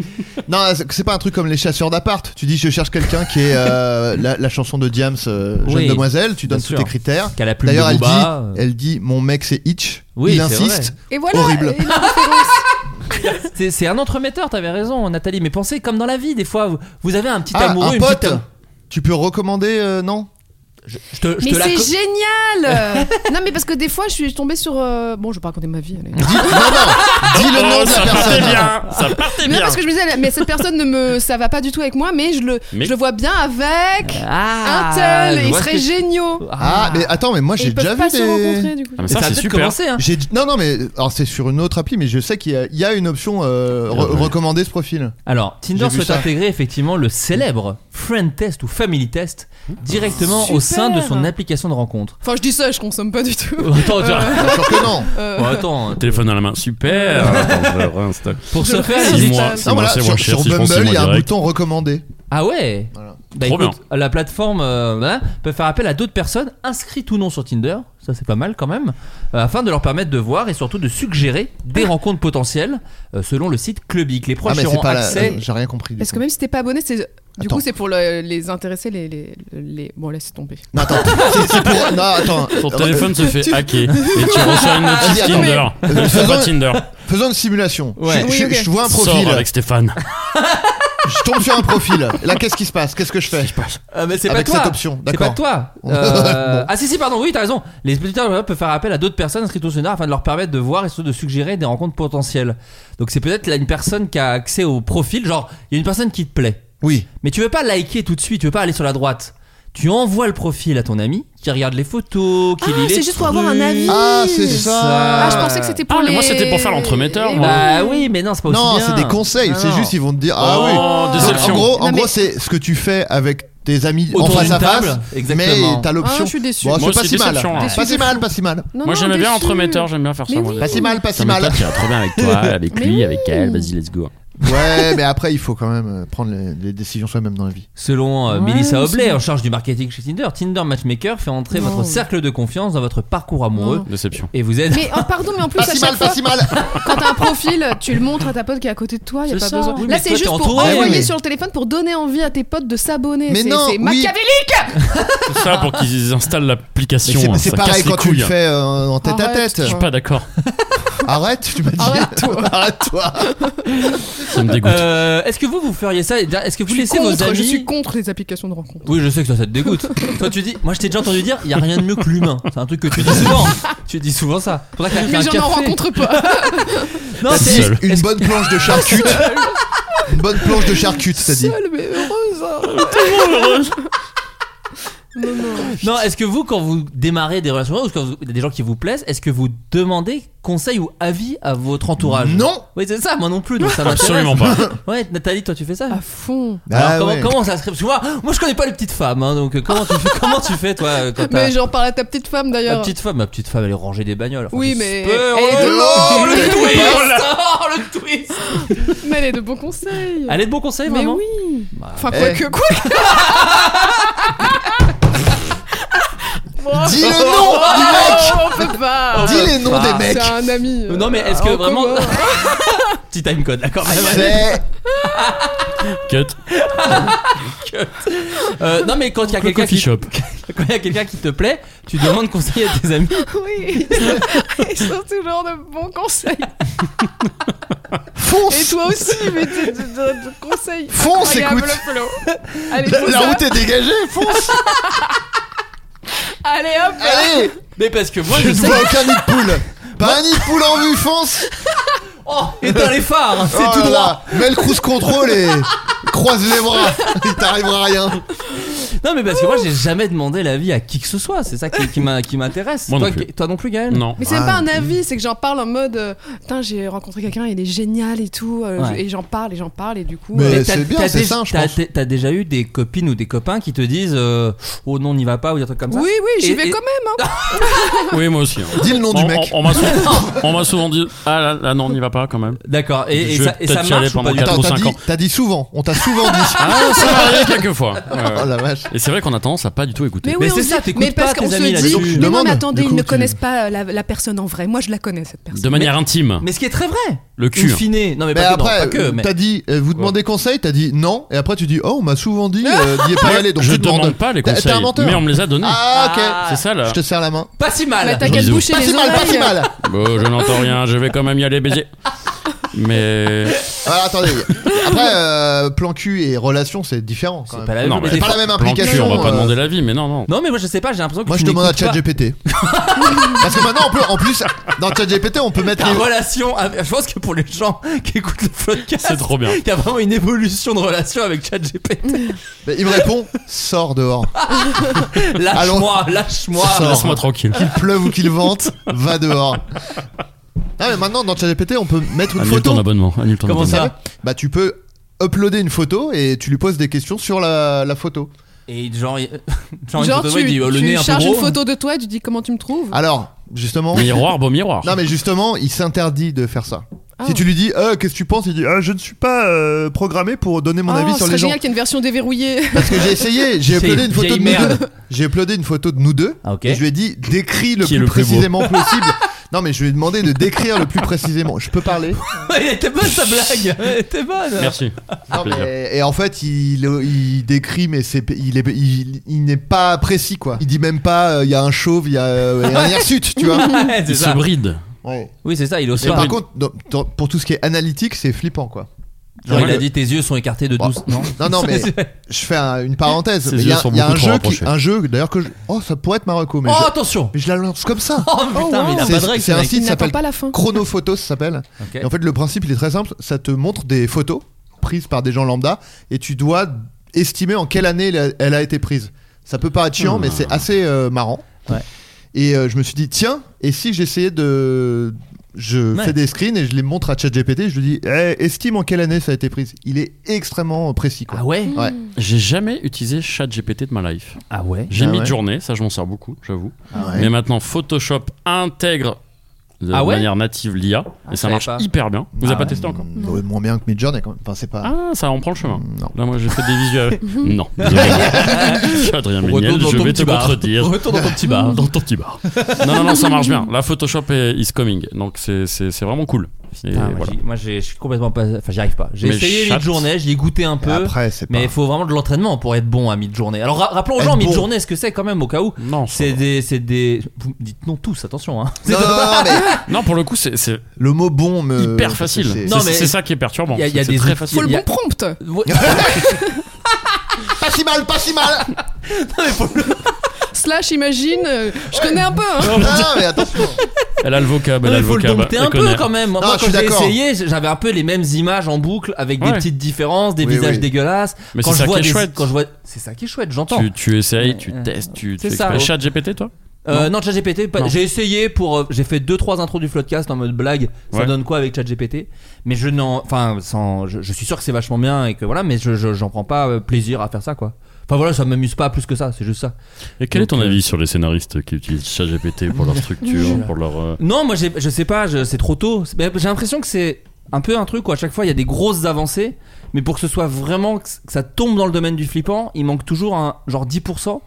Non, c'est c'est pas un truc comme les chasseurs d'appart. Tu dis, je cherche quelqu'un qui est (laughs) euh, la, la chanson de Diams, euh, jeune Oui, demoiselle. Tu donnes bien tous sûr. tes critères. Qu'à la plume D'ailleurs, de elle Booba. dit, elle dit, mon mec c'est Hitch. Oui, Il c'est insiste. Et voilà. Horrible. et la référence. C'est c'est un entremetteur. T'avais raison, Nathalie. Mais pensez comme dans la vie. Des fois, vous, vous avez un petit Ah, amoureux, un une petite pote. Tu peux recommander, euh, non (laughs) Je te, (laughs) je Mais te la c'est co- génial (laughs) Non mais parce que des fois je suis tombée sur... euh, Bon je vais pas raconter ma vie, allez. Dis, non, non, dis le nom Oh, de la ça partait personne. bien, (laughs) ça partait Non bien. parce que je me disais mais cette personne ne me ça va pas du tout avec moi mais je le Mais- je le vois bien avec Ah, un tel je et ils vois ce seraient que- géniaux. Ah, mais attends, mais moi Et j'ai ils peuvent déjà vu pas se des. rencontrer du coup. Ah, mais Et ça, ça, a c'est peut-être super. commencé. Hein. J'ai- Non, non, mais alors c'est sur une autre appli, mais je sais qu'il y a- il y, a une option euh, re- Ah, ouais. recommander ce profil. Alors, Tinder J'ai vu souhaite ça. intégrer effectivement le célèbre friend test ou family test directement au sein de Super. son application (laughs) de rencontre. Enfin je dis ça je consomme pas du tout. Attends, tu- Euh, Bien sûr que non. euh, Bon, attends, Téléphone dans la main, super. (laughs) Attends, je le réinstalle. pour Je ce le faire, ferai. ils Six utilisent- mois, six Non, mois, voilà, c'est sur, moins cher, sur six fois, c'est Bumble, il y moins a un direct. bouton recommander. Ah ouais Bah, Trop écoute, La plateforme euh, hein, peut faire appel à d'autres personnes inscrites ou non sur Tinder, ça c'est pas mal quand même, euh, afin de leur permettre de voir et surtout de suggérer (laughs) des rencontres potentielles euh, selon le site Clubic. Les Ah, proches mais auront c'est pas la. accès. J'ai rien compris. du Parce coup. que même si t'es pas abonné c'est du Attends. coup c'est pour le- les intéresser les, les, les- bon laisse tomber. Non, attends, (laughs) c'est- c'est pour. Non, attends. Ton téléphone (laughs) se fait hacker et tu reçois une notice Ah, Vas-y, attends, Tinder. mais- Ils sont pas Faisons- Tinder. Faisons une simulation. Ouais. euh, Je, Oui, je- ok. je vois un profil. Sors avec Stéphane. Je tombe sur un profil. Là, qu'est-ce qui se passe Qu'est-ce que je fais Ah, mais c'est pas Avec toi. cette option, C'est pas d'accord. (laughs) toi. Bon. Euh, Ah si si pardon, oui t'as raison. Les spectateurs peuvent faire appel à d'autres personnes inscrites au scénar afin de leur permettre de voir et surtout de suggérer des rencontres potentielles. Donc c'est peut-être là une personne qui a accès au profil, genre il y a une personne qui te plaît, Oui. mais tu veux pas liker tout de suite, tu veux pas aller sur la droite. Tu envoies le profil à ton ami qui regarde les photos, qui Ah, lit les c'est juste pour avoir un trucs. avis. Ah, c'est C'est ça. ça. Ah je pensais que c'était pour Ah, mais les- Eh moi, c'était pour faire l'entremetteur, les- moi. Bah oui, mais non, c'est pas aussi Non, bien. c'est des conseils. Ah, c'est non. juste, ils vont te dire Ah oui. Oh, Donc, déception. En gros, en Non, gros, mais- c'est ce que tu fais avec tes amis Autour en face d'une à face. table, exactement. Mais t'as l'option. Ah, je suis déçu. Bon, Moi c'est pas aussi, si mal. déception, hein. Pas si Déçu. mal, pas si mal. Non, Moi, non, j'aimais bien déçu. entremetteur, j'aime bien faire ça. Mais moi, oui. Pas si mal, pas si Putain, mais mal. toi, tu vas trop bien avec (laughs) toi, (laughs) avec Mais lui, oui. avec elle. Vas-y, let's go. Ouais, mais après, il faut quand même euh, prendre les, les décisions soi-même dans la vie. Selon Ouais, euh, Melissa aussi. Oblet, en charge du marketing chez Tinder, Tinder Matchmaker fait entrer Non. votre cercle de confiance dans votre parcours amoureux Non. Déception. et vous aide. Mais oh, pardon, mais en plus, Pas à si chaque mal, fois, pas si mal. quand t'as un profil, tu le montres à ta pote qui est à côté de toi, y a C'est pas ça. besoin. Oui, mais Là, toi, c'est t'es juste pour entouré. envoyer Oui. sur le téléphone pour donner envie à tes potes de s'abonner. Mais C'est- non, c'est oui. machiavélique Tout ça pour qu'ils installent Mais l'application. c'est- hein, C'est ça pareil casse les quand tu le couilles. fais euh, en tête à Arrête. Je tête. suis pas d'accord. Arrête, tu m'as dit. Arrête-toi. Arrête-toi. Ça me dégoûte. Euh, Est-ce que vous vous feriez ça Est-ce que vous Je suis laissez vos contre, amis je suis contre les applications de rencontre. Oui, je sais que ça, ça (laughs) te dégoûte. Toi, tu dis, moi, je t'ai déjà entendu dire, il y a rien de mieux que l'humain. C'est un truc que (laughs) tu dis souvent. tu dis souvent ça. Pour ça que t'as fait Mais un j'en café. en rencontre pas. Non, T'as c'est- dit- Une bonne planche de charcute. Une bonne planche de charcute, (laughs) t'as dit. Seule, mais heureuse. hein. Non, non. non. Est-ce que vous, quand vous démarrez des relations ou quand vous- il y a des gens qui vous plaisent, est-ce que vous demandez conseil ou avis à votre entourage Non. Oui, c'est ça. Moi non plus. Donc ça m'intéresse. (laughs) Absolument pas. Ouais, Nathalie, toi, tu fais ça À fond. Alors, Ah comment, ouais. comment ça se crée Tu vois, moi je connais pas les petites femmes, hein, donc euh, comment tu (laughs) fais, comment tu fais toi euh, quand t'as Mais j'en parle à ta petite femme ma d'ailleurs. petite femme, ma petite femme elle est rangée des bagnoles. Enfin, Oui, j'ai mais- peur. elle est de- Oh, le elle est de- twist Oh Oh, le twist Mais elle est de bons conseils. Elle est Bah, de bons conseils, Mais maman oui. euh, Enfin, eh. quoi que, quoi que. (laughs) Dis le nom Ah, du mec Oh, On (laughs) peut pas. Dis les noms des mecs C'est un ami. euh, Non, mais est-ce que en vraiment- commun. (laughs) Ah, Petit time code, d'accord C'est Cut. Euh, Non, mais quand il y a Le quelqu'un coffee qui... shop. quand il y a quelqu'un qui te plaît, tu demandes conseil à tes amis. (laughs) Oui. Ils sont toujours de bons conseils. Et fonce toi aussi, mais de, de, de- de conseils. Fonce, incroyables, écoute. Flo. Allez, La, fonce, la hop. route est dégagée, (laughs) fonce Allez hop. Allez Mais parce que moi Tu je ne sais. vois aucun nid de poule Pas un nid de poule en vue, fonce Oh, éteins les phares, hein, c'est Oh tout là droit. là. Mets le cruise control et croise les bras Il t'arrivera rien Non, mais parce que moi, j'ai jamais demandé l'avis à qui que ce soit. C'est ça qui, qui m'a- qui m'intéresse. Moi non Toi, plus. qui- toi non plus, Gaël Non. Mais c'est même Ouais. pas un avis, c'est que j'en parle en mode euh, Putain, j'ai rencontré quelqu'un, il est génial et tout. euh, Ouais. je- Et j'en parle et j'en parle et du coup. Mais- euh, Mais t'as- c'est bien, t'as c'est déjà- sain, je t'as- pense. t'as- T'as déjà eu des copines ou des copains qui te disent euh, Oh non, n'y va pas ou des trucs comme ça Oui, oui, j'y Et- vais et- quand même. hein. (laughs) Oui, moi aussi. hein. Dis le nom On, du mec. on- on m'a souvent, (laughs) on m'a souvent dit Ah là, là non, on n'y va pas quand même. D'accord. Et, et Je vais ça, et ça peut-être y aller marche ou pendant pas du quatre tout Attends, ou t'as cinq dit, ans. t'as dit souvent. On t'a souvent dit. Ah, ça m'est arrivé quelques fois. Ouais, ouais. Oh la vache. Et c'est vrai qu'on a tendance à pas du tout écouter. Mais, Mais oui, on c'est se ça, dit- t'écoutes mais pas parce tes qu'on se amis dit, là-dessus. mais Tu non, demandes, mais attendez, du ils coup, ne tu- connaissent pas euh, la, la personne en vrai. Moi, je la connais, cette personne. De manière intime, Mais ce qui est très vrai. le In cul. hein. fine. Non, mais, Mais pas, que, non, après, pas que, mais- t'as dit, euh, vous demandez conseil, t'as dit non, et après tu dis, oh, on m'a souvent dit, euh, d'y pas aller, donc je tu demandes. demande pas les T'es- t'es conseils, un menteur. mais on me les a donnés. Ah, ok. C'est ça là. Je te serre la main. Pas si mal. Mais t'as qu'à te Bisous. boucher Pas les si mal, pas si oreilles. mal. Bon, je n'entends rien, je vais quand même y aller baiser. Mais. Alors, attendez. Après, euh, plan cul et relation, c'est différent. quand C'est même. pas la même Non, chose, mais mais pas des- la même plan cul, application, on va pas euh, demander l'avis, mais non, non. Non, mais moi je sais pas, j'ai l'impression que Moi, tu je demande à n'écoutes pas ChatGPT. Parce que maintenant, on peut, en plus, dans ChatGPT, on peut mettre Ta les. relation avec- Je pense que pour les gens (laughs) qui écoutent le podcast, C'est trop bien. Il y a vraiment une évolution de relation avec (laughs) ChatGPT. Mais il me répond, sors dehors. Lâche-moi, lâche-moi. Sors. Laisse-moi tranquille. Qu'il pleuve ou qu'il vente, va dehors. Ah, mais maintenant, dans ChatGPT, on peut mettre une Annule ton photo. abonnement. Annule ton Comment abonnement. ça Bah, tu peux uploader une photo et tu lui poses des questions sur la, la photo. Et genre, il- genre, une Genre, photo de moi, il dit, oh, le tu, nez tu un peu charges une gros. photo de toi et tu dis comment tu me trouves. Alors, justement. Miroir, beau miroir. Non mais justement, il s'interdit de faire ça. Ah. Si tu lui dis Euh, qu'est-ce que tu penses, il dit Ah, je ne suis pas euh, programmé pour donner mon Oh, avis ce sur serait les gens. Bah, génial qu'il y ait une version déverrouillée. Parce que j'ai essayé, j'ai C'est uploadé une une photo vieille de nous merde. deux. J'ai uploadé une photo de nous deux Ah, ok. et je lui ai dit décris le Qui est plus le plus beau précisément possible. Non mais je lui ai demandé de décrire le plus précisément. Je peux parler (laughs) Elle était bonne sa blague. Elle était bonne. Merci. Non, Ah, plaisir. mais- Et en fait, il, il décrit, mais c'est, il est- il- il n'est pas précis quoi. Il dit même pas euh, il y a un chauve, il y a euh, il y a (laughs) un hirsute, tu vois. Ouais, c'est Il se ça. bride. Ouais. Oui, c'est ça, il ose Mais pas. par contre, dans- dans- pour tout ce qui est analytique, c'est flippant quoi. Genre, il a Ouais. dit tes yeux sont écartés de Bon. 12. Non. euh, bah, Non, (laughs) non, mais je fais un- une parenthèse. Ces mais Il y a, yeux sont il y a un, beaucoup trop jeu rapprochés. qui, un jeu, d'ailleurs, que je. Oh, ça pourrait être Marocco, mais, Oh, je, attention. mais je la lance (laughs) comme ça. Oh putain, mais il a C'est- pas de règles. c'est ce un mec. site Il qui n'attend s'appelle pas la fin. Chronophotos, ça s'appelle. Ok. Et en fait, le principe, il est très simple. Ça te montre des photos prises par des gens lambda et tu dois estimer en quelle année elle a, elle a été prise. Ça peut paraître chiant, Hmm. mais c'est assez euh, marrant. Ouais. Et euh, je me suis dit, tiens, et si j'essayais de. Je Ouais. fais des screens et je les montre à ChatGPT. Je lui dis, Eh, estime en quelle année ça a été prise. Il est extrêmement précis. Quoi. Ah ouais ouais. J'ai jamais utilisé ChatGPT de ma life. Ah ouais J'ai Ah mis ouais. journée, ça je m'en sers beaucoup, j'avoue. Ah ouais. Mais maintenant Photoshop intègre de Ah ouais manière native l'IA Ah, et je ça marche savais pas. hyper bien. Vous Ah avez pas ouais. testé encore Mm, ouais, moins bien que Midjourney quand même. Enfin, c'est pas. Ah, ça on prend le chemin. Mm, Non. Là moi j'ai fait des visuels (laughs) avec. non. (laughs) désolé. Adrien Méniel, je vais te contredire. Retourne dans ton petit bar. Dans ton petit bar. (laughs) non non non, ça marche bien. Là Photoshop est is coming, donc c'est c'est c'est vraiment cool. Et Putain, moi, voilà. j'y- moi j'ai- je suis complètement pas. Enfin, j'y arrive pas. J'ai Mais essayé chat- mid-journée, j'y ai goûté un peu. Après, c'est mais pas. il faut vraiment de l'entraînement pour être bon à mid-journée. Alors ra- rappelons aux Être gens bon. mid-journée ce que c'est quand même au cas où. Non, ça C'est va. des, c'est des. Vous me dites non tous, attention. Hein. Non, (laughs) non, non, mais non pour le coup c'est c'est le mot bon me. hyper facile. c'est- Euh, Non, C'est mais- c'est ça qui est perturbant. Il y a- il y a C'est des- très facile. Faut le Il y bon a- prompt. Ouais. (laughs) Pas si mal, pas si mal Slash, imagine. euh, Je connais un peu. hein. Non, non, Ah, mais attention Elle a le vocable, Non, elle a mais le faut le vocable. dompter elle un peu connaît. quand même. Moi, Non, moi, je quand suis j'ai d'accord. essayé, j'avais un peu les mêmes images en boucle avec des Ouais. petites différences, des Oui, visages oui. dégueulasses. Mais quand c'est je ça vois qui est des- chouette. Quand je vois, c'est ça qui est chouette, j'entends. Tu, tu essayes, tu Euh, testes, tu c'est tu ça, expérimentes. ouais. Chat GPT, toi Euh, non, ChatGPT, pas- Non. j'ai essayé pour. euh, j'ai fait 2-3 intros du Floodcast en mode blague, ça Ouais. donne quoi avec ChatGPT Mais je n'en. Enfin, sans, je, je suis sûr que c'est vachement bien et que voilà, mais je, je- j'en prends pas euh, plaisir à faire ça quoi. Enfin voilà, ça m'amuse pas plus que ça, c'est juste ça. Et quel est ton Donc, euh, avis sur les scénaristes qui utilisent ChatGPT pour leur (laughs) structure, pour leur. euh, Non, moi j'ai- je sais pas, je- c'est trop tôt. C'est- mais J'ai l'impression que c'est un peu un truc où à chaque fois il y a des grosses avancées, mais pour que ce soit vraiment que c- que ça tombe dans le domaine du flippant, il manque toujours un genre 10%.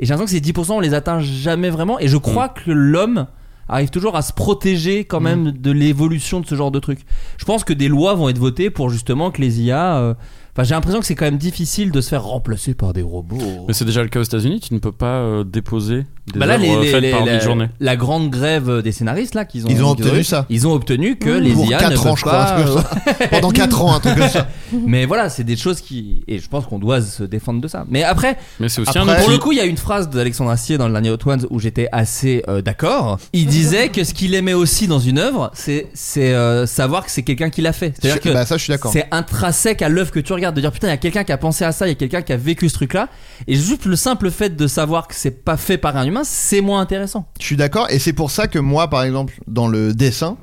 Et j'ai l'impression que ces 10%, on les atteint jamais vraiment. Et je crois que l'homme arrive toujours à se protéger quand même de l'évolution de ce genre de truc. Je pense que des lois vont être votées pour justement que les IA. euh, Enfin, j'ai l'impression que c'est quand même difficile de se faire remplacer par des robots. Mais c'est déjà le cas aux États-Unis, tu ne peux pas euh, déposer des Bah là, les- œuvres les- faites les- par la, une journée. la grande grève des scénaristes là qu'ils ont, Ils ont qu'ils obtenu eu, ça. Mmh. Ils ont obtenu que les Pour IA 4 ne ans, peuvent je crois. un pas, truc comme (laughs) ça. Pendant 4 ans, un truc comme ça. euh, mais voilà, c'est des choses qui et je pense qu'on doit se défendre de ça. Mais après, Mais c'est aussi Après- un pour outil. le coup, il y a une phrase d'Alexandre Astier dans le dernier Hot Ones où j'étais assez euh, d'accord. (laughs) Il disait que ce qu'il aimait aussi dans une œuvre, c'est c'est euh, savoir que c'est quelqu'un qui l'a fait. (laughs) C'est-à-dire Je- que bah, ça, je suis d'accord. c'est intrinsèque à l'œuvre que tu regarde de dire putain, il y a quelqu'un qui a pensé à ça, il y a quelqu'un qui a vécu ce truc-là. Et juste le simple fait de savoir que c'est pas fait par un humain, c'est moins intéressant. Je suis d'accord, et c'est pour ça que moi, par exemple, dans le dessin,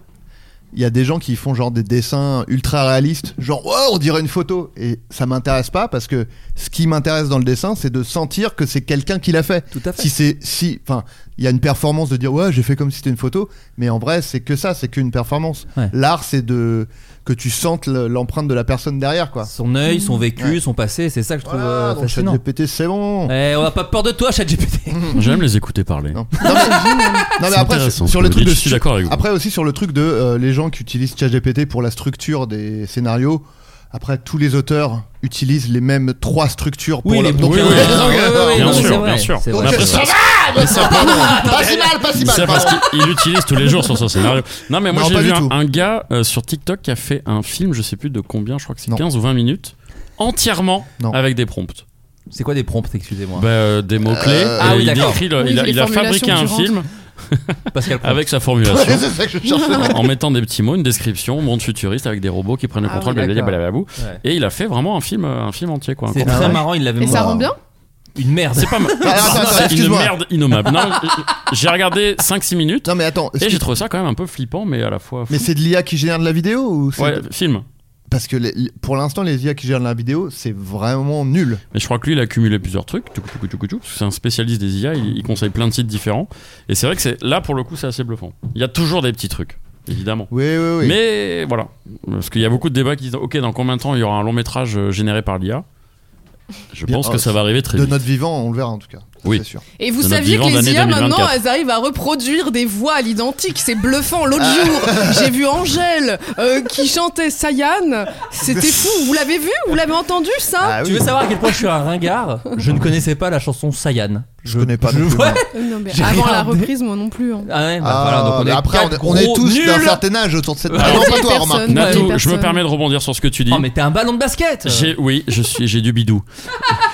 il y a des gens qui font genre des dessins ultra réalistes, genre wow, on dirait une photo, et ça m'intéresse pas parce que ce qui m'intéresse dans le dessin, c'est de sentir que c'est quelqu'un qui l'a fait. Tout à fait. Si c'est si, enfin, il y a une performance de dire ouais, j'ai fait comme si c'était une photo, mais en vrai, c'est que ça, c'est qu'une performance. Ouais. L'art, c'est de que tu sentes le- l'empreinte de la personne derrière, quoi. Son œil, son vécu, Ouais. son passé, c'est ça que je trouve Voilà, euh, donc fascinant. ChatGPT, c'est bon. Eh, on a pas peur de toi, ChatGPT. (laughs) J'aime les écouter parler. Non. Non, mais, non, mais après, intéressant, sur ce le que truc vous dites, de je suis d'accord avec vous. Après aussi sur le truc de euh, les gens qui utilisent ChatGPT pour la structure des scénarios. Après, tous les auteurs utilisent les mêmes trois structures pour Oui, les leur- donc, bouquins. oui, euh, oui, ouais, ouais, ouais, Bien non, mais sûr, c'est vrai, bien sûr. c'est Mais vrai. après, Ça ça- va, mais ça va, pas si mal, pas si mal, C'est parce pardon. qu'il l'utilise tous les jours sur son scénario. Non, mais moi Non, j'ai pas vu du un, tout. un gars euh, sur TikTok qui a fait un film, je sais plus de combien, je crois que c'est Non. 15 ou 20 minutes, entièrement Non. avec des prompts. C'est quoi des prompts, excusez-moi Bah, euh, des mots-clés. Euh, et ah oui, il, d'accord. décrit le- Oui, il a, les il a formulations fabriqué que un tu rentres. film Pascal Prompt. Bah, avec sa formulation. Ah. C'est ça que je cherche. en mettant des petits mots, une description, monde futuriste avec des robots qui prennent le Ah contrôle, oui, blablabla, d'accord. blablabou. Ouais. Et il a fait vraiment un film, euh, un film entier, quoi. un C'est complet. très ouais. marrant, il l'avait Et ça moi. rend bien Une merde. C'est pas mal. Ah, attends, attends, C'est une excuse-moi. merde innommable. (laughs) Non, j'ai regardé 5-6 minutes Non mais attends, est-ce et que- j'ai trouvé ça quand même un peu flippant, mais à la fois. fou. mais c'est de l'IA qui génère de la vidéo ou c'est- Ouais, film. parce que les- les- pour l'instant les IA qui génèrent de la vidéo c'est vraiment nul. Mais je crois que lui, il a cumulé plusieurs trucs, tout, tout, tout, tout, tout, parce que c'est un spécialiste des IA, il, il conseille plein de sites différents. Et c'est vrai que c'est là, pour le coup, c'est assez bluffant. Il y a toujours des petits trucs, évidemment. Oui oui oui. Mais voilà, parce qu'il y a beaucoup de débats qui disent, ok, dans combien de temps il y aura un long métrage euh, généré par l'IA Je Bien, pense euh, que ça va arriver très de vite. notre vivant on le verra en tout cas. Ça, Oui. C'est sûr. Et vous De notre saviez que vivant les d'année IA maintenant 2024. elles arrivent à reproduire des voix à l'identique, c'est bluffant. L'autre Ah. (laughs) jour, j'ai vu Angèle euh, qui chantait Sayan, c'était fou. Vous l'avez vu Vous l'avez entendu ça Ah (laughs) Tu veux oui. savoir à quel point je suis un ringard Je ne connaissais pas la chanson Sayan. Je connais (laughs) pas non plus, Ouais. moi. Euh, Non mais J'ai avant la regardé. reprise, moi non plus. hein. Ah ouais, bah Ah, voilà, donc on mais est après on est, quatre on est gros tous d'un nuls. certain âge autour de cette Ouais. Ah, non, pas Personne. toi remarque. Ouais, Natou, personne. je me permets de rebondir sur ce que tu dis. Ah, Oh, mais t'es un ballon de basket J'ai, oui, je suis, j'ai du (laughs) bidou.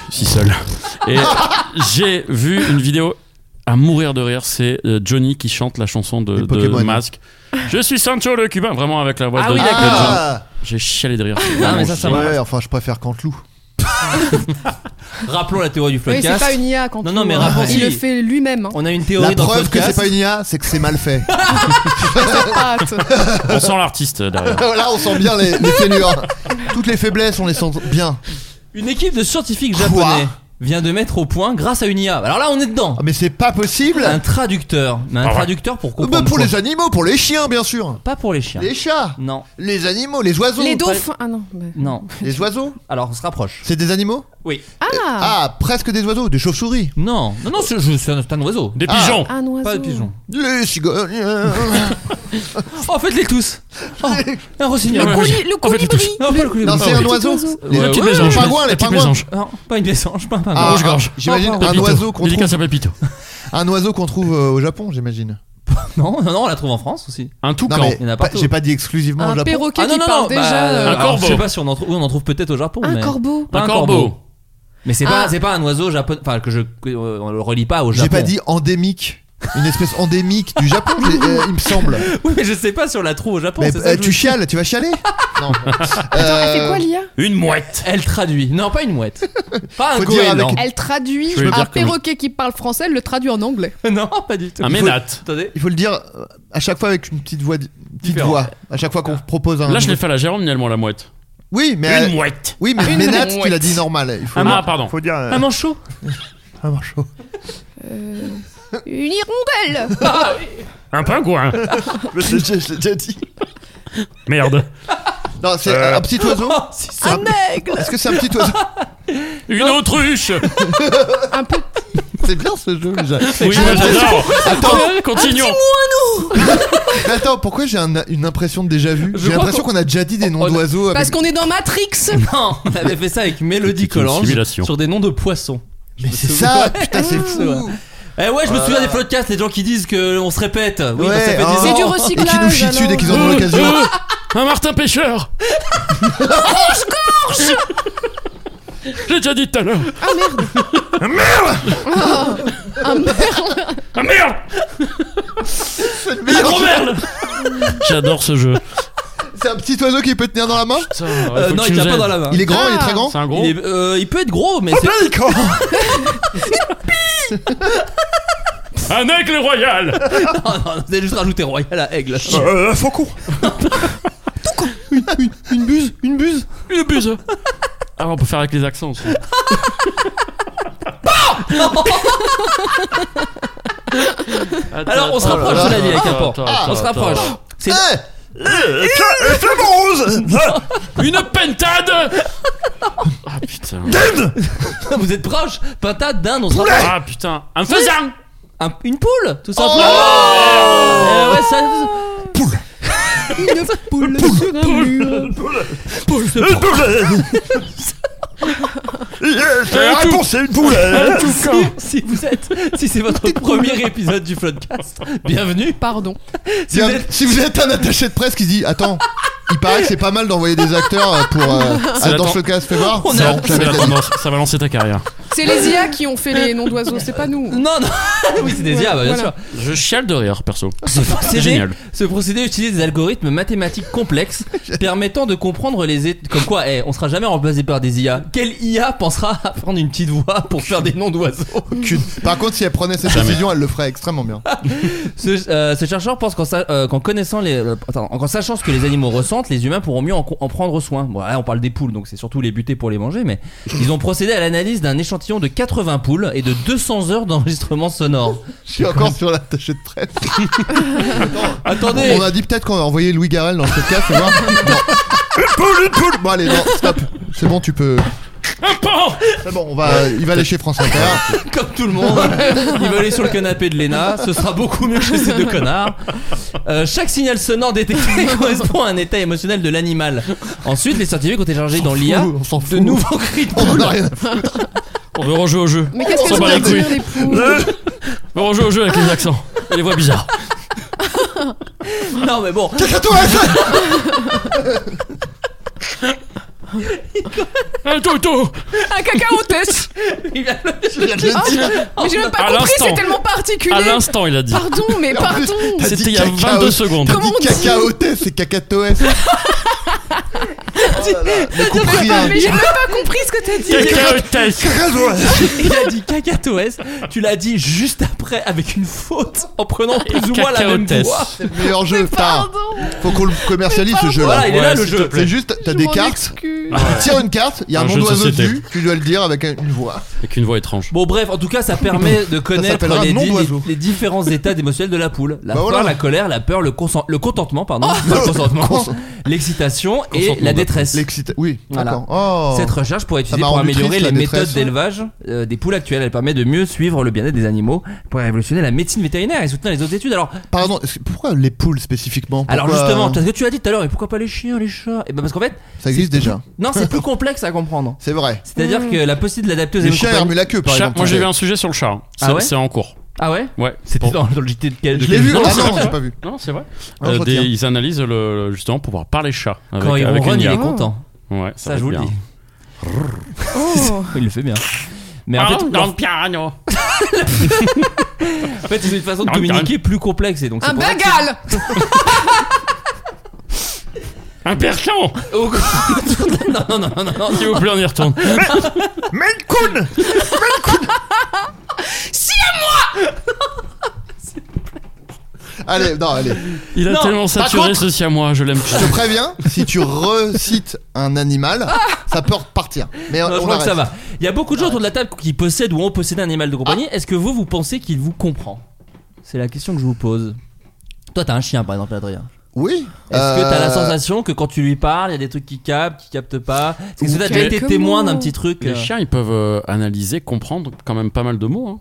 si seul. Et j'ai vu une vidéo à mourir de rire. C'est euh, Johnny qui chante la chanson de, Les de Pokémon. Masque. Je suis Sancho le Cubain, vraiment avec la voix Ah de, oui, de d'accord. Johnny. Ah, J'ai chialé de rire. mais ça, ça J'ai- va. ouais, enfin je préfère Canteloup. Rappelons la théorie du Oui, podcast. c'est pas une IA quand Non, tu non, mais vois. rappelons- il le fait lui-même. hein. On a une La théorie dans le preuve que c'est podcast. pas une IA, c'est que c'est (laughs) mal fait. Ah, t- On sent l'artiste derrière. Là, on sent bien les, les fêlures. Toutes les faiblesses, on les sent bien. Une équipe de scientifiques Quoi japonais vient de mettre au point, grâce à une IA. Alors là, on est dedans. Ah, mais c'est pas possible. Un traducteur. Mais un Ah ouais. traducteur pour Bah, comprendre. pour quoi. les animaux, pour les chiens, bien sûr. Pas pour les chiens. Les chats, Non. les animaux, les oiseaux. les dauphins. Ah non. mais- Non. Les oiseaux Alors, on se rapproche. C'est des animaux Oui. Ah, Ah, presque des oiseaux, des chauves-souris. Non, non, non, c'est c'est un, c'est un oiseau. Des Ah. pigeons. un oiseau. Pas de pigeon. (laughs) Les cigognes. Oh, faites-les tous. Oh, un rossignol. Le couli- le En fait, il touche. Non, pas le coulis. non, c'est un oui. oiseau. Oiseau. Les La Ouais, petite ouais, mésange. les pingouins, les La petite pingouins. mésange. Non, pas une descente, pas un pingouin. Ah, Rouge gorge. J'imagine Ah, un Pépito. oiseau qu'on trouve, Dédicace à Pépito. un oiseau qu'on trouve euh, au Japon, j'imagine. Non, non, non, on la trouve en France aussi. Un toucan. Non mais Il y en a pas- partout. j'ai pas dit exclusivement au Un Japon. perroquet ah non, qui non, parle non, déjà. bah, euh, Un alors, corbeau. Je sais pas si on en trouve, oui, on en trouve peut-être au Japon. un mais- corbeau. Pas Un corbeau. Mais c'est pas, Ah. c'est pas un oiseau japonais, enfin que je, que, euh, on le relie pas au Japon. J'ai pas dit endémique. Une espèce endémique du Japon, j'ai- euh, il me semble. (laughs) Oui, mais je sais pas si on la trouve au Japon. Mais, c'est ça euh, que je- tu chiales, tu (laughs) vas chialer Non. Elle fait Ah, Euh, quoi l'IA Une mouette. Elle traduit. Non, pas une (laughs) mouette. Pas un Faut dire goéland. avec- Elle traduit Je veux un dire que- perroquet qui parle français, elle le traduit en anglais. (laughs) Non, pas du tout. Un Il faut- ménate. Attendez. Il faut le dire euh, à chaque fois avec une petite voix, di- petite Différent. Ah. voix. À chaque fois qu'on propose un. Là, je l'ai fait à la Jérôme, finalement, la mouette. Oui, mais euh, Une mouette. oui, mais Une Ménat, tu mouette. l'as dit normal. Il faut, Ah, non, pardon. faut dire euh, Un manchot. un manchot. Euh, Une (laughs) hirondelle Un pingouin. je je- je l'ai déjà dit. (laughs) Merde. Non, c'est un petit oiseau. Oh, si, si. Un aigle Est-ce que c'est un petit oiseau Une (laughs) autruche. Un peu C'est bien ce jeu. déjà. Oui, moi j'adore. Attends, Ah, Continuons. mais attends, pourquoi j'ai un- une impression de déjà vu Je J'ai crois l'impression qu'on a déjà dit des noms on- d'oiseaux. Parce Avec... qu'on est dans Matrix Non, on avait fait ça avec Mélodie C'était une Collange simulation. sur des noms de poissons. Mais c'est ça, putain, c'est C'est vrai. fou. Eh ouais, je me souviens des podcasts, les gens qui disent que on se répète. Oui, bah, ça fait des Ouais, oh. C'est du Et qui nous recyclage, chient dessus dès alors. qu'ils en ont l'occasion. Euh, Euh, Un Martin pêcheur. gorge. J'ai déjà dit tout à l'heure. Ah merde Ah merde Ah merde. Une gros merde. J'adore ce jeu. C'est un petit oiseau qui peut tenir dans la main Ah, Euh, non, il tient pas dans la main. Il est Ah, grand, il est très grand C'est un gros. Il, est- euh, il peut être gros, mais c'est. Un aigle royal Non, non, (laughs) vous allez juste rajouter royal à Ah, aigle. Faucon Une buse, une buse. Une buse Ah, on peut faire avec les accents aussi. Attends, (laughs) Alors, on se attends, rapproche de la vie avec un attends, pan. attends, On se attends, rapproche. (laughs) attends. C'est Une pentade Ah putain. vous êtes proche. Pintade, dinde, on se rapproche. Ah putain. Un faisan Un- une poule, tout Oh. simplement. Euh, ouais, ça- (laughs) Une poule sur un mur. Poule. La réponse c'est une poule (laughs) Si, si vous êtes, si c'est votre premier épisode du podcast, bienvenue. Pardon. Si vous êtes- Si vous êtes un attaché de presse qui dit Attends, il paraît que c'est pas mal d'envoyer des acteurs euh, pour. Euh, C'est la dans ten- ce cas, fais voir On a- Non, C'est la jamais de la vie. tendance, ça va lancer ta carrière. C'est les IA qui ont fait les noms d'oiseaux, c'est pas nous. Non, non. (laughs) Oui, c'est des IA, bah, bien Voilà. sûr. Je chiale de rire, (laughs) perso. Ce procédé, génial. ce procédé utilise des algorithmes mathématiques (laughs) complexes permettant de comprendre les états. Comme quoi, eh, on sera jamais remplacé par des IA. Quelle IA pensera à prendre une petite voix pour faire des noms d'oiseaux Aucune. Par contre, si elle prenait cette décision, elle le ferait extrêmement bien. ce, euh, ce chercheur pense qu'en sa- euh, qu'en connaissant les, euh, attends, en sachant ce que les animaux ressentent, les humains pourront mieux en, co- en prendre soin. Bon, là, on parle des poules, donc c'est surtout les buter pour les manger, mais ils ont procédé à l'analyse d'un échantillon de 80 poules et de 200 heures d'enregistrement sonore. Je suis encore sur l'attaché de presse. Attendez, On a dit peut-être qu'on a envoyé Louis Garel dans ce podcast, fais voir. Non. Une poule, une poule Bon, allez, non, stop. C'est bon, tu peux. Un pan C'est bon, on va, il va aller chez France Inter. comme tout le monde, il va aller sur le canapé de Lena. Ce sera beaucoup mieux que ces deux connards. Euh, chaque signal sonore détecté correspond à un état émotionnel de l'animal. Ensuite, les scientifiques ont téléchargé dans l'IA Ouh, on s'en de fout. nouveaux cris de On en poules. a rien à On veut rejouer au jeu. Mais qu'est-ce On que s'en ça bat veut les couilles. dire les poules On veut rejouer au jeu avec les accents et les voix bizarres. Non mais bon, Eh, Un toto Un cacao test il vient de le- (laughs) Oh, Mais j'ai même À pas compris, l'instant. c'est tellement À particulier l'instant, il a dit. Pardon, mais En plus, pardon t'as C'était dit il y a cacao- 22 secondes. T'as Comment dit on dit cacaoté, c'est cacatoès. Mais j'ai compris, hein. mais j'ai même pas compris ce que t'as dit Quelqu'un test il a dit cacatoès, tu l'as dit juste après avec une faute en prenant plus ou moins la même Cacaotès. voix. C'est le meilleur jeu, putain. Pardon Faut qu'on le commercialise ce jeu Voilà, là. il est là Ouais, le s'il te jeu. plaît. C'est juste, t'as Je des m'en cartes, excuse. Ah, tu tires une carte, il y a un, Un nom jeu de d'oiseau société. dessus, tu dois le dire avec une voix. Avec une voix étrange. Bon bref, en tout cas, ça permet de connaître s'appellera les, nom di- d'oiseau. les différents états émotionnels de la poule. La Bah peur, voilà. Ah. la colère, la peur, le, consen- le contentement, pardon, pas (laughs) le consentement, Consen- l'excitation et Consentement, la d'accord. détresse. L'excita- Oui, Voilà. d'accord. Oh. Cette recherche pourrait être Ça utilisée pour m'a rendu améliorer triste, les la méthodes détresse. d'élevage euh, des poules actuelles. Elle permet de mieux suivre le bien-être des animaux, pour révolutionner la médecine vétérinaire et soutenir les autres études. Alors, Pardon, est-ce que- pourquoi les poules spécifiquement alors Pourquoi, justement, euh, parce que tu as dit tout à l'heure, mais pourquoi pas les chiens, les chats Et ben parce qu'en fait, ça existe déjà. non, c'est plus complexe à comprendre. (laughs) C'est vrai. C'est-à-dire que la possibilité de l'adapter aux Hmm. Les animaux chiens compagnies- hermulent la queue, par Chat- exemple. moi j'ai vu un sujet sur le chat. hein. Ah C'est- ouais C'est en cours. Ah ouais Ouais. C'était Bon. dans, dans le JT de quel Je l'ai (laughs) vu, Non, ah c'est- non, j'ai pas vu. Non, c'est vrai. Un Euh, entretien. des- ils analysent le, le- justement pour pouvoir parler chat. Avec, Quand il avec ronronne, une il est IA. content. Ouais, ça, Ça, je vous le dis. Oh. (laughs) Il le fait bien. Mais en En fait, dans le piano. en fait, c'est une façon de Ah, quand même. communiquer plus complexe et donc c'est Un pour ça que c'est- bagal Un perchon Oh, non, non, non, non, non. (laughs) S'il vous plaît, on y retourne. Melkoun Allez, non, allez. Il a Non, tellement saturé contre- ce siamois, je l'aime (laughs) plus. Je te préviens, si tu recites un animal, ça peut repartir. Mais Bah, Non, je on crois que arrête. ça va. Il y a beaucoup de gens autour de la table qui possèdent ou ont possédé un animal de Ah. compagnie. Est-ce que vous, vous pensez qu'il vous comprend C'est la question que je vous pose. Toi, t'as un chien, par exemple, Adrien. Oui. Est-ce que t'as la Euh, sensation que quand tu lui parles, il y a des trucs qui captent, qui captent pas Est-ce que t'as déjà été Quelques témoin mots. d'un petit truc Les euh, chiens, ils peuvent euh, analyser, comprendre quand même pas mal de mots. hein.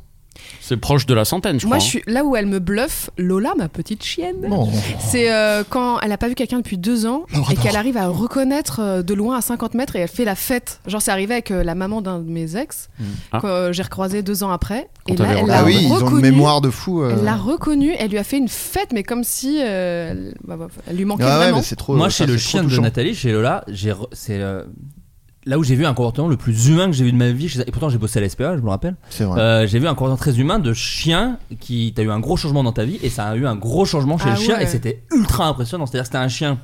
C'est proche de la centaine, je Moi, crois. hein. je suis là où elle me bluffe, Lola, ma petite chienne. Non. C'est euh, quand elle a pas vu quelqu'un depuis deux ans et qu'elle arrive à reconnaître euh, de loin à 50 mètres et elle fait la fête. Genre, c'est arrivé avec euh, la maman d'un de mes ex Mm. Ah. que euh, j'ai recroisé deux ans après. Quand et là, t'avais elle regardé. l'a Ah oui, ils ont une reconnue. mémoire de fou. euh. Elle l'a reconnue, elle lui a fait une fête, mais comme si euh, elle- bah, bah, elle lui manquait Ah ouais, vraiment. mais c'est trop. Moi, ça, chez le c'est trop chien de touchant. Nathalie, chez Lola, j'ai re- c'est euh, là où j'ai vu un comportement le plus humain que j'ai vu de ma vie. chez- Et pourtant, j'ai bossé à l'SPA, je me rappelle. C'est vrai. Euh, j'ai vu un comportement très humain de chien qui t'as eu un gros changement dans ta vie et ça a eu un gros changement chez Ah le chien ouais. et c'était ultra impressionnant. C'est-à-dire que c'était un chien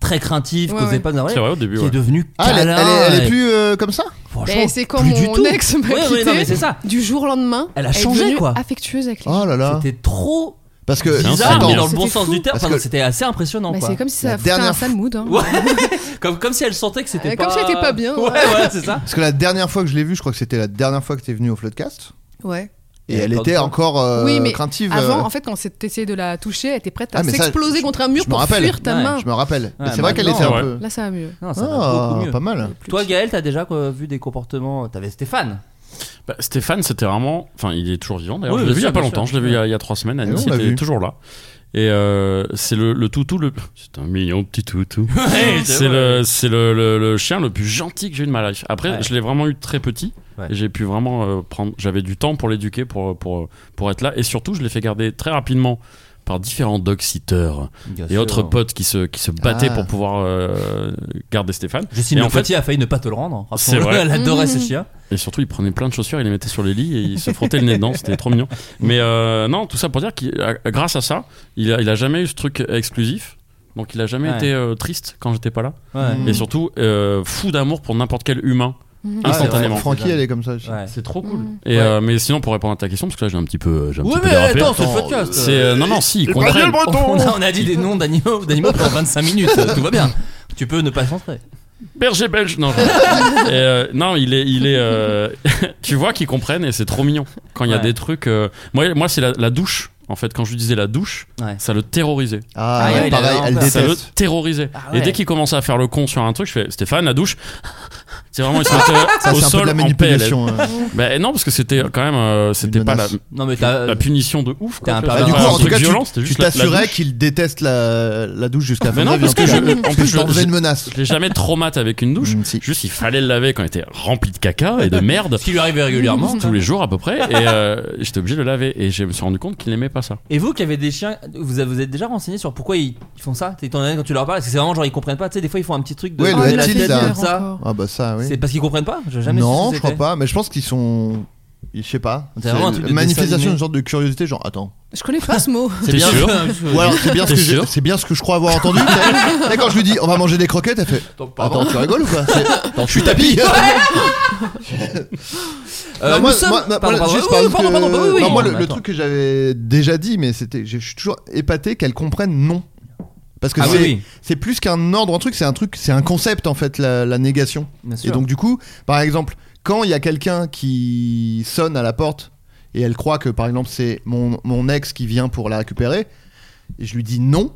très craintive, Ouais, causait ouais. pas de C'est vrai, au début, qui est ouais. devenue Ah, elle, est- câlin. elle est- elle est et- plus euh, comme ça franchement, Mais c'est quand plus du mon tout. ex m'a Ouais, ouais, quitté, non, mais c'est ça. du jour au lendemain, Elle a est changé, devenue quoi. affectueuse avec les gens. Oh là là. C'était trop Parce que C'est bizarre, mais incroyable. dans le bon C'était sens fou. du terme. Parce Enfin, que- C'était assez impressionnant. Mais quoi. c'est comme si La ça foutait un dernière sale mood. hein. Ouais. comme, comme si elle sentait que c'était Ouais, pas. Euh, comme si elle était pas bien, Ouais, ouais. voilà, c'est ça. Parce que la dernière fois que je l'ai vue, je crois que c'était la dernière fois que t'es venu au Floodcast. Ouais. Et Et elle encore était une fois. encore euh, Oui, mais craintive. Avant, euh, en fait, quand c'est- t'essayais de la toucher, elle était prête à Ah, mais ça, s'exploser je- contre un mur je me pour rappelle. fuir ta Ouais. main. je me rappelle. Mais Ouais, c'est vrai qu'elle était maintenant, un ouais. peu. Là, ça va mieux. Non, ça va Ah, beaucoup mieux. pas mal. Toi, Gaël, t'as déjà quoi, vu des comportements. T'avais (laughs) Stéphane. Bah, Stéphane, c'était vraiment. Enfin, il est toujours vivant d'ailleurs. Oui, je l'ai bien vu il y sûr, a pas bien longtemps. sûr. Je l'ai vu il y a- il y, a trois semaines. oui, Annie, on l'a c'était vu. toujours là. Et euh, c'est le, le toutou le. C'est un mignon petit (laughs) toutou. Ouais, c'est le, c'est le, le- le chien le plus gentil que j'ai eu de ma life. Après, Ouais. je l'ai vraiment eu très petit. Ouais. Et j'ai pu vraiment euh, prendre. J'avais du temps pour l'éduquer, pour, pour, pour être là. Et surtout, je l'ai fait garder très rapidement par différents dog sitters Bien et sûr. autres potes qui se, qui se battaient Ah. pour pouvoir euh, garder Stéphane. Justine Et en Le Potier a failli ne pas te le rendre. C'est Rappelons-le, vrai. Elle adorait ce chien. Et surtout, il prenait plein de chaussures, il les mettait sur les lits et il se frottait le nez dedans. C'était trop mignon. Mais euh, non, tout ça pour dire que grâce à ça, il a, il a jamais eu ce truc exclusif. Donc, il a jamais Ouais. Mmh. été euh, triste quand j'étais pas là. Ouais. Et surtout, euh, fou d'amour pour n'importe quel humain. Ah, Instantanément. Francky, elle est comme ça. aussi. Ouais. C'est trop cool. Et Ouais. euh, mais sinon, pour répondre à ta question, parce que là, j'ai un petit peu, euh, j'ai un petit peu mais dérapé. attends, c'est le podcast. Oh, C'est euh, non, non, si, ils comprennent. (laughs) On a, on a dit des noms d'animaux d'animaux pendant 25 (laughs) minutes, euh, tout va bien. Tu peux ne pas centrer. Berger belge, non. je- Et, euh, non, il est, il est. euh, (laughs) tu vois qu'ils comprennent et c'est trop mignon. Quand il y a Ouais. des trucs, euh, moi, moi, c'est la, la douche. En fait, quand je lui disais la douche, Ouais. ça le terrorisait. Ah, Ah, ouais, ouais, il a pareil, vraiment elle peur. Ça le déteste. terrorisait. Ah ouais. Et dès qu'il commençait à faire le con sur un truc, je fais Stéphane, la douche. (laughs) C'est vraiment, ils se mettaient Ça, au c'est un peu sol de la en PLS. manipulation. hein. Bah, non, parce que c'était quand même, euh, c'était Une pas la, menace. Non, mais t'as. la punition de ouf. T'es quoi. un Tu vois, pervers. Bah, du pas coup, Ah, un en tout truc cas, tu- violent, c'était tu juste la- la t'assurais douche. qu'il déteste la, la douche jusqu'à Mais fin non, avis, parce en que tout cas. je- en plus, je t'en je- faisais je- une menace. Je l'ai jamais traumatisé avec une douche. Mm, si. Juste, il fallait le laver quand il était rempli de caca et de merde. Ce qui lui arrivait (laughs) régulièrement. tous les jours à peu près et euh, j'étais obligé de le laver et je me suis rendu compte qu'il n'aimait pas ça Et vous qui avez des chiens, vous avez- vous êtes déjà renseigné sur pourquoi ils ils font ça Étant donné quand tu leur parles, parce que c'est vraiment genre ils comprennent pas. Tu sais, des fois ils font un petit truc de. Oh, Ouais, le Ah, head la tilt, tête, là. comme ça. Ah bah ça, oui. C'est parce qu'ils comprennent pas J'ai jamais su ce non, que je crois c'était. pas, mais je pense qu'ils sont. Je sais pas. C'est vraiment un truc de dessin manifestation animé. d'une genre de curiosité, genre attends. Je connais pas ce mot. T'es bien. (laughs) sûr Ou alors c'est bien, ce T'es que j'ai- sûr c'est bien ce que je crois avoir entendu. t'as- t'as, quand je lui dis on va manger des croquettes, elle fait Attends, tu rigoles ou quoi C'est- Je suis tapis Euh, Non, moi, nous sommes- moi- moi, pardon, pardon, juste, oui, par oui, exemple, pardon, pardon, que- oui, oui, Ah, non, oui. moi, le, Non, le attends. truc que j'avais déjà dit, mais c'était, je suis toujours épaté qu'elle comprenne non. Parce que Ah c'est, oui, oui. c'est plus qu'un ordre, un truc, c'est un truc, c'est un concept en fait, la, la négation. Bien Et sûr. donc du coup, par exemple, quand il y a quelqu'un qui sonne à la porte et elle croit que par exemple c'est mon, mon ex qui vient pour la récupérer, et je lui dis non,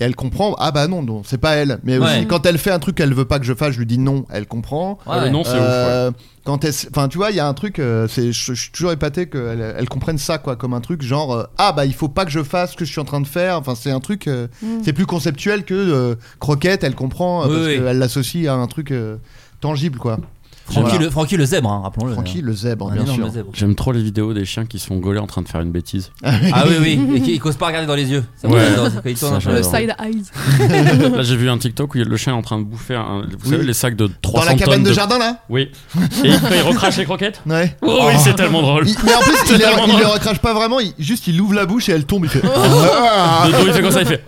et elle comprend, ah bah non, non c'est pas elle. Mais aussi, Ouais. quand elle fait un truc qu'elle veut pas que je fasse, je lui dis non, elle comprend. Ouais, ouais. non c'est ouf ouais. Euh, quand elle, s- enfin tu vois, il y a un truc, euh, c'est, je, je suis toujours épaté qu'elle elle comprenne ça quoi, comme un truc genre euh, ah bah il faut pas que je fasse ce que je suis en train de faire. Enfin c'est un truc, euh, c'est plus conceptuel que euh, croquette, elle comprend euh, Oui, parce oui. qu'elle l'associe à un truc euh, tangible quoi. Francky, Voilà. le, Francky le zèbre, hein, rappelons-le. Francky le zèbre Un bien énorme sûr. (laughs) zèbre. j'aime trop les vidéos des chiens qui se font gauler en train de faire une bêtise Ah oui, oui, et qui- il cause pas regarder dans les yeux. Ça, Ouais. moi, j'adore, c'est quand il tourne Ça, un peu. Le j'adore. Euh, side eyes. là j'ai vu un TikTok où le chien est en train de bouffer un- vous Oui. savez les sacs de 300 Dans la cabane tonnes de... jardin là. oui et il, quand il recrache les (laughs) croquettes Ouais. oh, oui c'est tellement drôle Il- (laughs) mais en plus, il, les- Totalement il les drôle. recrache pas vraiment, il- juste il ouvre la bouche et elle tombe. (laughs) Il fait. Ah. Le dos, il fait comme ça il (laughs) fait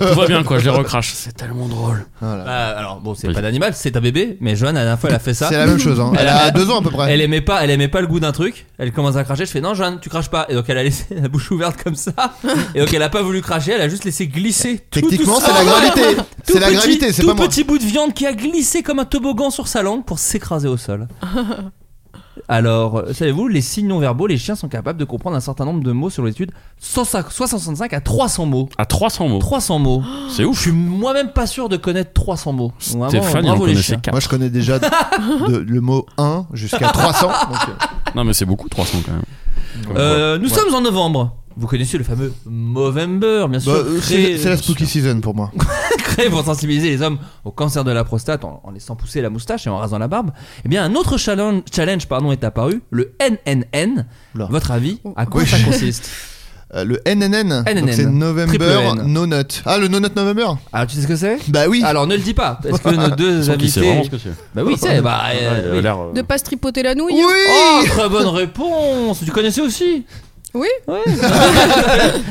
tout va bien quoi je les recrache c'est tellement drôle Voilà. Bah, alors, bon, c'est Oui. pas d'animal, c'est un bébé, mais Joanne, la dernière fois, elle a fait ça. C'est la (laughs) même chose. hein. Elle a deux ans à peu près. Elle aimait pas, elle aimait pas le goût d'un truc. Elle commence à cracher. Je fais non, Joanne, tu craches pas. Et donc elle a laissé (laughs) la bouche ouverte comme ça. Et donc elle a pas voulu cracher. Elle a juste laissé glisser. tout- Techniquement, tout c'est la ça. gravité. Tout C'est la petit- gravité, c'est tout pas moi. petit bout de viande qui a glissé comme un toboggan sur sa langue pour s'écraser au (laughs) sol. Alors, euh, savez-vous, les signes non verbaux, les chiens sont capables de comprendre un certain nombre de mots selon l'étude, 105 65 à 300 mots. à 300 mots 300 mots. Oh. c'est Je ouf suis moi-même pas sûr de connaître 300 mots. Vraiment, Stéphane il en bravo les connaissait chiens. 4 Moi, je connais déjà de- le mot 1 jusqu'à 300. donc, euh, non mais c'est beaucoup 300 quand même Comme quoi. Euh, nous sommes en novembre. Vous connaissez le fameux Movember, bien sûr. bah, euh, créé- c'est c'est la spooky season pour moi. (laughs) créé pour sensibiliser les hommes au cancer de la prostate en, en laissant pousser la moustache et en rasant la barbe, eh bien un autre challenge, challenge pardon, est apparu, le NNN. Oula. Votre avis, à quoi Oui, ça (laughs) je- consiste Euh, le NNN, NNN. donc c'est November Triple N. No Nut. Ah, le No Nut November Alors tu sais ce que c'est Bah oui. Alors ne le dis pas, est-ce que nos deux (laughs) Sans qu'il sait invités... vraiment ce que c'est. Bah oui, c'est... Bah, Ah, Ouais, il euh, a oui. l'air, euh, De pas se tripoter la nouille. oui Oh, très bonne réponse Tu connaissais aussi Oui.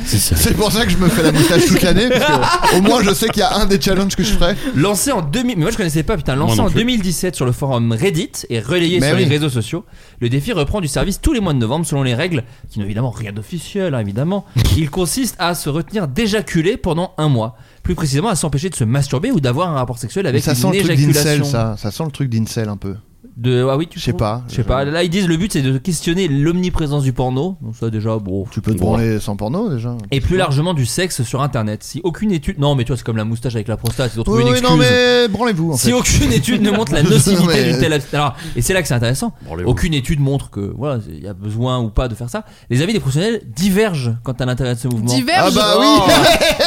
C'est pour ça que je me fais la moustache toute l'année. parce que Au moins, je sais qu'il y a un des challenges que je ferai. Lancé en 2000, mais moi je connaissais pas, putain, lancé Moi non en plus. 2017 sur le forum Reddit et relayé Mais sur oui. les réseaux sociaux, le défi reprend du service tous les mois de novembre selon les règles qui n'ont évidemment rien d'officiel, hein, (laughs) évidemment. Il consiste à se retenir d'éjaculer pendant un mois, plus précisément à s'empêcher de se masturber ou d'avoir un rapport sexuel avec ça sent une le truc d'incel, éjaculation. ça. Ça sent le truc d'incel un peu. De ah oui, tu Je sais trouves pas. Je sais pas. Là ils disent le but c'est de questionner l'omniprésence du porno. Donc ça déjà bon. Tu peux te bon. branler sans porno déjà. Et plus largement du sexe sur internet. Si aucune étude. Non, mais tu vois, c'est comme la moustache avec la prostate, ils ont trouvé Oui, une oui, excuse. non mais branlez-vous. En Si fait. aucune étude ne (laughs) montre la nocivité Non, mais- d'une telle abst- alors et c'est là que c'est intéressant. Branlez-vous. Aucune étude montre que voilà, il y a besoin ou pas de faire ça. Les avis des professionnels divergent quant à l'intérêt de ce mouvement. Ah Diverge. bah oui. (laughs)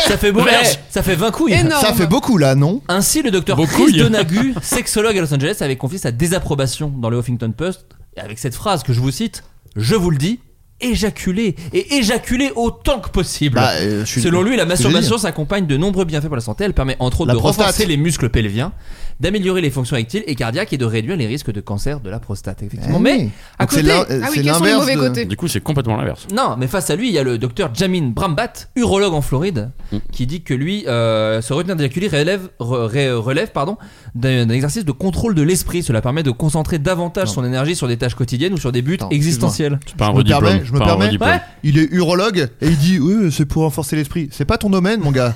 ça fait beau, Divergent. Eh, ça fait 20 couilles. Énorme. Ça fait beaucoup là, non Ainsi, le docteur Beau Chris couille. Donaghy, sexologue à Los Angeles, avait confié sa désapprobation dans le Huffington Post avec cette phrase que je vous cite "Je vous le dis, éjaculez et éjaculez autant que possible." Bah, euh, je suis- Selon lui, la c'est masturbation s'accompagne de nombreux bienfaits pour la santé. Elle permet entre autres La de prostate. renforcer les muscles pelviens, d'améliorer les fonctions actiles et cardiaques et de réduire les risques de cancer de la prostate. Effectivement, Eh mais oui. à Donc c'est côté, l'in- euh, Ah oui, c'est quels sont les l'inverse mauvais de- côtés Du coup, c'est complètement l'inverse. non, mais face à lui, il y a le docteur Jamin Brambat, urologue en Floride, qui dit que lui, euh, se retenir d'éjaculer relève, re- re- relève pardon, d'un d'un exercice de contrôle de l'esprit. Cela permet de concentrer davantage Non. son énergie sur des tâches quotidiennes ou sur des buts Attends, existentiels. C'est pas un Je me permets, rediplôme. je me pas un permets. rediplôme. Ouais. Il est urologue et il dit oui, c'est pour renforcer l'esprit. C'est pas ton domaine, (laughs) mon gars.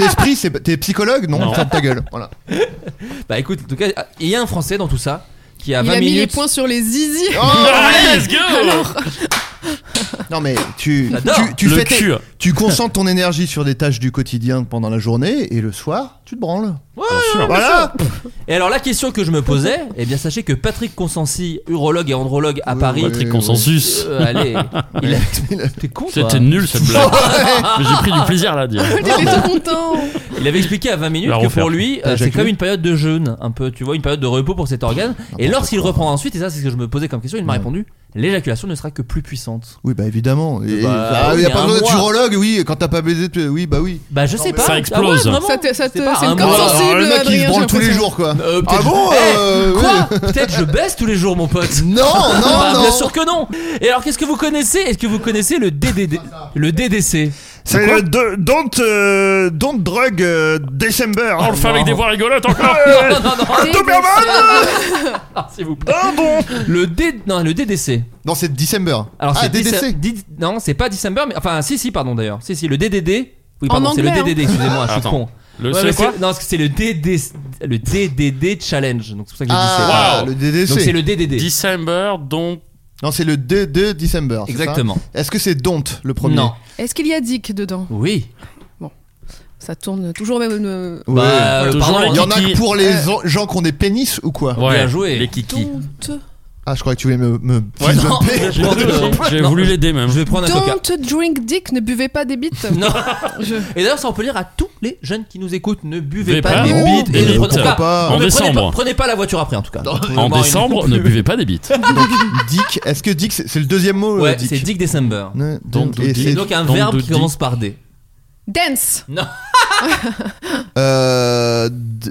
l'esprit, c'est t'es psychologue, non, Non. Ferme ta gueule. Voilà. Bah écoute, en tout cas, il y a un Français dans tout ça qui a Il 20 a mis les minutes. points sur les zizi. (laughs) Oh. Ah, let's go Non mais tu J'adore. tu, tu Le fais tes- cul. tu concentres ton énergie sur des tâches du quotidien pendant la journée et le soir tu te branles. Bien sûr. Voilà. Et alors la question que je me posais, (laughs) eh bien sachez que Patrick Consensi, urologue et andrologue à Paris, Patrick Patrick bah, Consensus. Euh, allez, (laughs) il a- T'es con, toi. C'était nul cette (laughs) blague. Mais J'ai pris du plaisir là à dire. J'étais tout content. Il avait expliqué à 20 minutes La que refaire. pour lui, euh, T'as c'est éjaculé comme une période de jeûne, un peu, tu vois, une période de repos pour cet organe. Et lorsqu'il reprend ensuite, et ça c'est ce que je me posais comme question, il m'a répondu, l'éjaculation ne sera que plus puissante. Oui bah évidemment. Et- Bah, ah, oui, y a il y pas a un besoin d'être mois. urologue, oui. Quand t'as pas baisé, tu- oui bah oui. Bah je sais pas. ça Ah ouais, explose. Oh. vraiment Ça te- ça te- C'est pas c'est un une mois. Comme Alors, sensible, le mec il Adrien, se j'ai branle tous les l'impression. jours quoi. Euh, ah peut-être- bon Eh, euh, Quoi oui. (laughs) Peut-être je baisse tous les jours mon pote Non Bah, non non. Bien sûr que non Et alors qu'est-ce que vous connaissez Est-ce que vous connaissez le DDD Le DDC C'est le de- don't, euh, don't drug euh, December. Ah, On le fait avec des voix rigolotes encore. Non, non, non, Des- Ah, s'il vous plaît. Le D, non, le DDC. Non c'est December. Alors ah c'est DDC. Dece- Did- Non, c'est pas December, mais enfin si si pardon d'ailleurs. Si si le DDD. Oui En pardon, c'est le anglais, hein. DDD. Excusez-moi, je suis Attends. con. Le Ouais, mais c'est quoi Non, c'est c'est le DDC, le DDD challenge. Donc c'est pour ça que j'ai Ah Wow. le dit ça. Donc c'est DDC. le DDD. December dont Non c'est le DD December. c'est ça Exactement. Est-ce que c'est Don't le premier Non. Est-ce qu'il y a Dick dedans Oui. Ça tourne toujours au même. euh, Ouais. Bah, Eh. euh, Toujours pardon, les Il y en a Kiki. que pour les en- gens qui ont des pénis ou quoi Bien joué. les kikis. Don't, Ah, je crois que tu voulais me. me Ouais, me non. payer. Je pense que- J'ai Non. voulu l'aider même. Je vais prendre un coca. don't drink dick, ne buvez pas des bites. Non. Je- Et d'ailleurs, ça on peut lire à tous les jeunes qui nous écoutent ne buvez Buvez pas pas. des Non, bites. des Et ne Ah, bites. prenez- Pourquoi en tout cas, pas En ne prenez décembre. pas- Prenez pas la voiture après en tout cas. En Vraiment, décembre, ne buvez pas des (laughs) bites. Dick. Est-ce que Dick, c'est c'est le deuxième mot une- euh, Ouais, Dick c'est Dick December. Ne- Don't do et Dick. Et c'est- donc un Don't verbe do qui dick. commence par D. Dance. Non. Euh. d-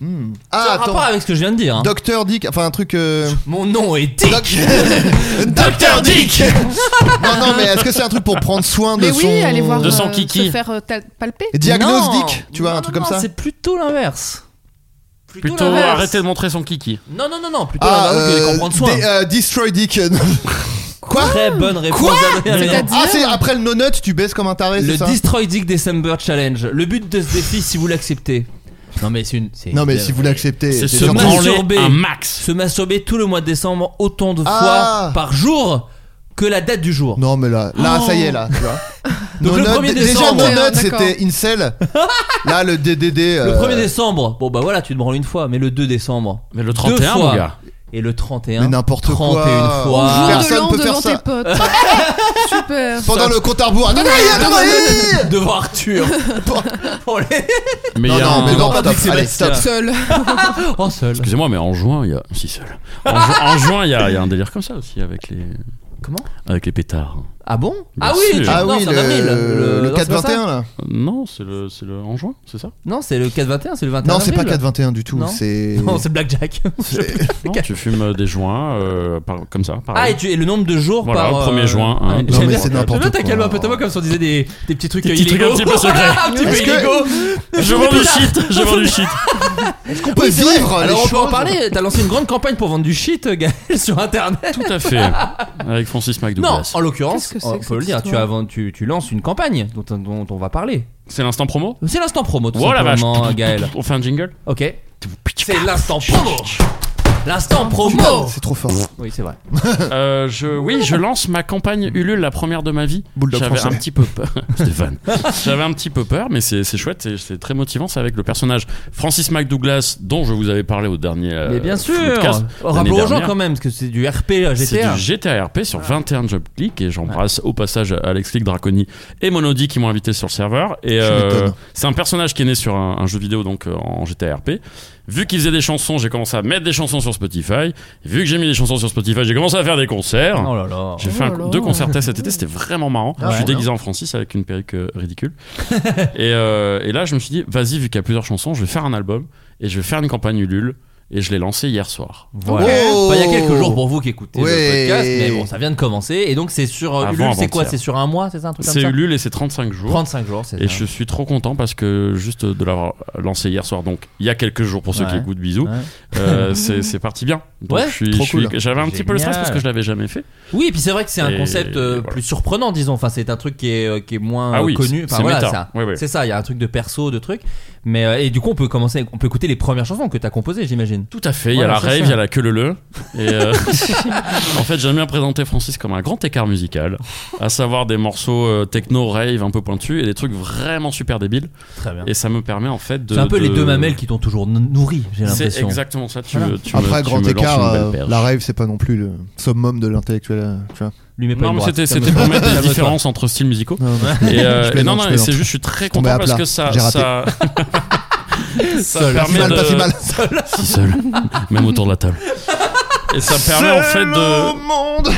hmm. Ça a Ah, rapport attends. avec ce que je viens de dire. hein. Docteur Dick, enfin un truc. euh, Mon nom est Dick. (laughs) Doc- Docteur Dick (laughs) Non, non, mais est-ce que c'est un truc pour prendre soin de Mais son. oui, allez voir. de son euh, kiki. Se faire euh, tal- palper. Diagnose Non. Dick, tu vois, Non, un truc non, comme non, ça. C'est plutôt l'inverse. Plutôt l'inverse. arrêtez de montrer son kiki. Non, non, non, non, plutôt Ah, l'inverse que euh, les comprendre soin. dé- euh, (laughs) Destroy Dick. Quoi Très bonne réponse. d'Adrien Ménion. C'est-à-dire Ah, c'est après le no-nut, tu baisses comme un taré, le c'est ça Destroy Dick December Challenge. Le but de ce défi, si vous l'acceptez. Non, mais c'est une. c'est Non, mais une- si vous l'acceptez, C'est se sur- surtout- branler Absorber. un max. Se masturber tout le mois de décembre autant de Ah. fois par jour que la date du jour. Non mais là, là ça y est là, tu vois. Oh. (laughs) Donc le Note- 1er déjà décembre. No Note, Ouais, d'accord. (laughs) c'était Incel. là le DDD. Le euh, 1er décembre, bon bah voilà, tu te branles une fois, mais le 2 décembre Mais le deux 31, fois. mon gars. et le 31. Mais n'importe quoi. 31 Au fois. jour Ah. Personne de l'an peut faire devant ça. tes (laughs) potes. Super. Pendant le compte à Ah, rebours. Attendez, (laughs) attendez devant (laughs) Arthur. Pour les- Mais Non il y a non un- mais non, pas stop, Dick allez, Sébastien. (laughs) stop. Seul. En seul. Excusez-moi, mais en juin, il y a. Si, seul. En, ju- en juin, il y, a il y a un délire comme ça aussi avec les. Comment Avec les pétards. Ah bon Bien Ah sûr. oui, tu- non, c'est en avril. non, c'est pas ça. Non, c'est le, c'est le en juin, c'est ça Non, c'est le 4-21, c'est le 21 Non, c'est pas avril. 4-21 du tout, (laughs) Non. c'est. Non, c'est (laughs) Blackjack. Non, tu fumes euh, des joints euh, par- comme ça. Ah, pareil. et, tu- et le nombre de jours Voilà, par. euh, 1er juin, hein. ouais. Non, J'aime mais bien- c'est n'importe j'aime bien, t'as quoi. calmé un peu ta voix comme si on disait des, des petits trucs euh, Des petits trucs illégaux. un petit peu secrets. (laughs) un petit peu Est-ce que- illégaux. Je vends du shit, je vends (laughs) du shit. Est-ce qu'on peut vivre les Alors on peut en choses parler. T'as lancé une grande campagne pour vendre du shit, euh, Gaël, sur internet. Tout à fait. Avec Francis Non, McDouglas. en l'occurrence, Qu'est-ce que c'est on que peut le cette dire, tu, histoire avant- tu, tu lances une campagne dont, dont on va parler. C'est l'instant promo C'est l'instant promo, tout Oh la vache. simplement, Gaël. (laughs) On fait un jingle Ok. C'est l'instant promo. L'instant Oh promo. Oh C'est trop fort. Oui, c'est vrai. Euh, je, oui, je lance ma campagne Ulule, la première de ma vie. Bulldog J'avais un français. petit peu peur. Stéphane. (laughs) J'avais un petit peu peur, mais c'est c'est chouette, c'est- c'est très motivant. C'est avec le personnage Francis McDouglas, dont je vous avais parlé au dernier. euh, Mais bien sûr. podcast l'année Rappelons aux gens dernière. quand même, parce que c'est du RP euh, C'est GTA. du GTRP sur Ah. 21 job click et j'embrasse au passage Alex Click, Draconi et Monody qui m'ont invité sur le serveur. Et euh, m'étonnes. c'est un personnage qui est né sur un, un jeu vidéo donc euh, en GTRP. Vu qu'il faisait des chansons, j'ai commencé à mettre des chansons sur Spotify. Vu que j'ai mis des chansons sur Spotify, j'ai commencé à faire des concerts. Oh là là. J'ai fait un- Oh là là. deux concerts test cet été, c'était vraiment marrant. Ah je suis ouais. déguisé en Francis avec une perruque euh, (laughs) ridicule. et, euh, et là, je me suis dit, vas-y, vu qu'il y a plusieurs chansons, je vais faire un album et je vais faire une campagne Ulule. Et je l'ai lancé hier soir. Voilà. Oh. Enfin, il y a quelques jours pour vous qui écoutez Ouais. le podcast, mais bon, ça vient de commencer. Et donc, c'est sur euh, Avant, Ulule, c'est avant-hier. quoi C'est sur un mois, c'est ça un truc comme C'est ça Ulule et c'est 35 jours. 35 jours, c'est Et ça. je suis trop content parce que juste de l'avoir lancé hier soir, donc il y a quelques jours pour ceux qui Ouais. écoutent, bisous, Ouais. euh, c'est c'est parti bien. Donc Ouais, je suis- trop je suis- cool. J'avais un petit peu le stress Génial. parce que je l'avais jamais fait. Oui, et puis c'est vrai que c'est un Et concept euh, voilà. plus surprenant, disons. Enfin, c'est un truc qui est, euh, qui est moins Ah euh, oui, connu. c'est Enfin, voilà, méta. ça. Ouais, ouais. C'est ça, il y a un truc de perso, de truc. Mais, euh, et du coup, on peut commencer, on peut écouter les premières chansons que t'as composées, j'imagine. Tout à fait, il y a la rave, il y a la queue le le. Et (laughs) euh, en fait, j'aime bien présenter Francis comme un grand écart musical, à savoir des morceaux euh, techno, rave un peu pointus et des trucs vraiment super débiles. Très bien. Et ça me permet en fait de. C'est un peu les de- deux mamelles qui t'ont toujours n- nourri, j'ai C'est l'impression. exactement ça. Tu, Voilà. me- tu me- Après, tu grand me lances écart, une belle euh, perche. la rêve, c'est pas non plus le summum de l'intellectuel. euh, Tu vois. Lui, mais pas Non, une mais droite, c'était comme- c'était pour (laughs) mettre des Calme-toi. différences entre styles musicaux. Non, non. (laughs) Et, euh, Je et plaisante, non, je non, et plaisante. c'est juste, je suis très Je tombais content à parce plat. que ça. J'ai raté. ça- ça Seul. permet Si mal, de- pas (laughs) si mal. Si seul, même autour de la table. Et ça permet en fait de. monde (laughs)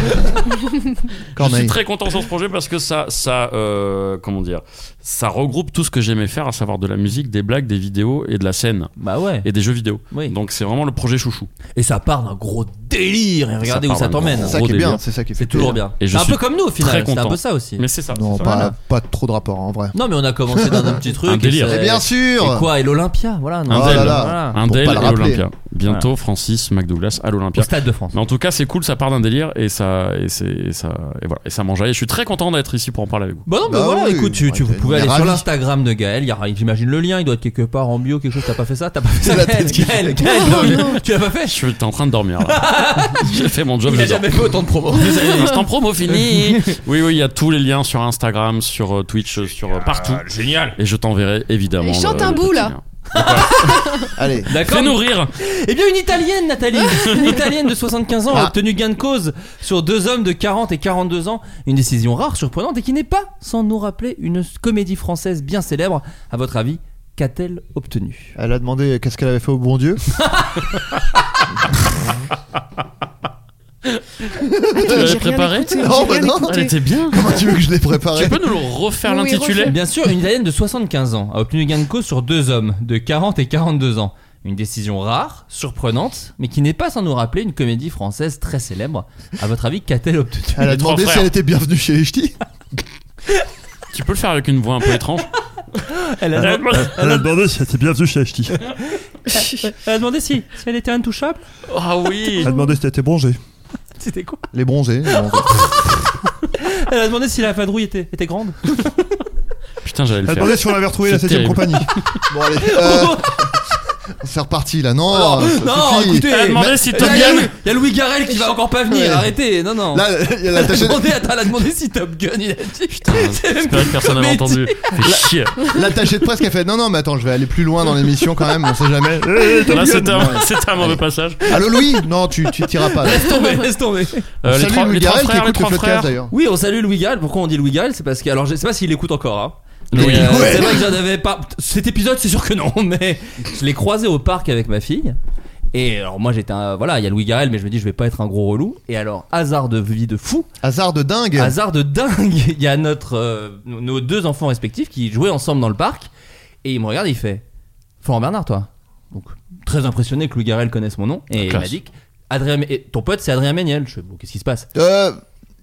Je suis Corneille. très content sur ce projet parce que ça, ça, euh, comment dire, ça regroupe tout ce que j'aimais faire, à savoir de la musique, des blagues, des vidéos et de la scène Bah ouais. et des jeux vidéo. Oui. Donc c'est vraiment le projet chouchou. Et ça part d'un gros délire. Et regardez part où ça d'un t'emmène. C'est ça gros qui est bien, délire. c'est ça qui est C'est toujours bien. Et je C'est un suis peu comme nous au très final. C'est un content. peu ça aussi. Mais c'est ça. Non, c'est Euh, ça. pas, pas trop de rapport en vrai. Non, mais on a commencé dans un petit (laughs) truc. Un et délire. c'est- Mais Eh bien sûr Et quoi Et l'Olympia, voilà. non, Un Oh DEL, là là. voilà. un Pour DEL pas le et rappeler. l'Olympia. Bientôt Francis McDouglas à Au l'Olympia. Stade de France. Mais en tout cas, c'est cool, ça part d'un délire et ça, et c'est, et ça, et voilà, et ça m'enjaille. Et Je suis très content d'être ici pour en parler avec vous. Bon, non, bah Bah voilà, oui, écoute, tu, ouais, tu- vous on pouvez est aller sur ravis. l'Instagram de Gaël, il y aura- j'imagine le lien, il doit être quelque part en bio, quelque chose, t'as pas fait ça T'as pas fait C'est ça (laughs) la Gaël, tête qui- Gaël, Gaël, Non, Gaël, non. Tu l'as pas fait Je suis en train de dormir. là. J'ai fait mon job. Il a je dors. jamais fait autant de promos. (laughs) Instant promo fini. Oui, oui, il y a tous les liens sur Instagram, sur euh, Twitch, sur euh, partout. Génial. Et je t'enverrai évidemment. Et chante le- un le bout, petit là. lien. Allez, D'accord Fais-nous rire. Eh bien, une italienne, (laughs) Nathalie Une italienne de 75 ans Ah. a obtenu gain de cause sur deux hommes de 40 et 42 ans. Une décision rare, surprenante et qui n'est pas sans nous rappeler une comédie française bien célèbre. À votre avis, qu'a-t-elle obtenu elle a demandé euh, qu'est-ce qu'elle avait fait au (laughs) bon Dieu. Tu l'avais Euh, préparé Non, bah non. (laughs) Elle était bien. Comment tu veux que je l'ai préparé Tu peux nous le refaire Oui, oui, l'intitulé Bien sûr, une Italienne de 75 ans a obtenu gain de cause sur deux hommes de 40 et 42 ans. Une décision rare, surprenante, mais qui n'est pas sans nous rappeler une comédie française très célèbre. À votre avis, qu'a-t-elle obtenu Elle a Les trois demandé si frères. elle était bienvenue chez Echti. Tu peux le faire avec une voix un peu étrange (laughs) elle Euh, a, Elle a demandé si c'était bienvenue chez HT. elle a demandé si, si elle était intouchable. Ah oui. Elle a demandé si t'étais bronzé. C'était quoi Les bronzés. les bronzés. Elle a demandé si la vadrouille était, était grande. Putain, j'allais le Elle a faire. demandé si on avait retrouvé la C'est 7ème terrible. compagnie. (laughs) bon, allez. euh, c'est reparti là. Non, euh, ça non, suffit. écoutez, Elle a demandé mais- si il y a Top (laughs) Louis- Gun- Il y a Louis Garrel qui va encore pas venir, Ouais. arrêtez, non, non. Là, il y a elle, a l'attaché- demandé, attends, elle a demandé si Top Gun il a dit. (laughs) Putain, J'espère que personne n'avait entendu. Fais chier. l'attaché de presse qui a fait Non, non, mais attends, je vais aller plus loin dans l'émission quand même, on (laughs) sait jamais. Eh, t'as Là, bien. c'était un, c'était un mauvais passage. Allô Louis Non, tu tu tiras pas. là. Laisse tomber, laisse tomber. Euh, les Salut trois, Louis les trois Garrel qui frères, les écoute le trois podcast, frères. d'ailleurs. Oui, on salue Louis Gall. Pourquoi on dit Louis Gall C'est parce que. Alors, je sais pas s'il écoute encore. Hein. Mais, Louis. euh, (laughs) Ouais. C'est vrai que j'en avais pas. Cet épisode, c'est sûr que non, mais je l'ai croisé au parc avec ma fille. Et alors moi j'étais un- voilà, il y a Louis Garrel mais je me dis je vais pas être un gros relou et alors hasard de vie de fou, hasard de dingue. Hasard de dingue, (laughs) il y a notre euh, nos- nos deux enfants respectifs qui jouaient ensemble dans le parc et il me regarde et il fait Florent Bernard toi. Donc très impressionné que Louis Garrel connaisse mon nom et il Classe. m'a dit que Adrien et ton pote c'est Adrien Méniel. Je fais bon, qu'est-ce qui se passe Euh,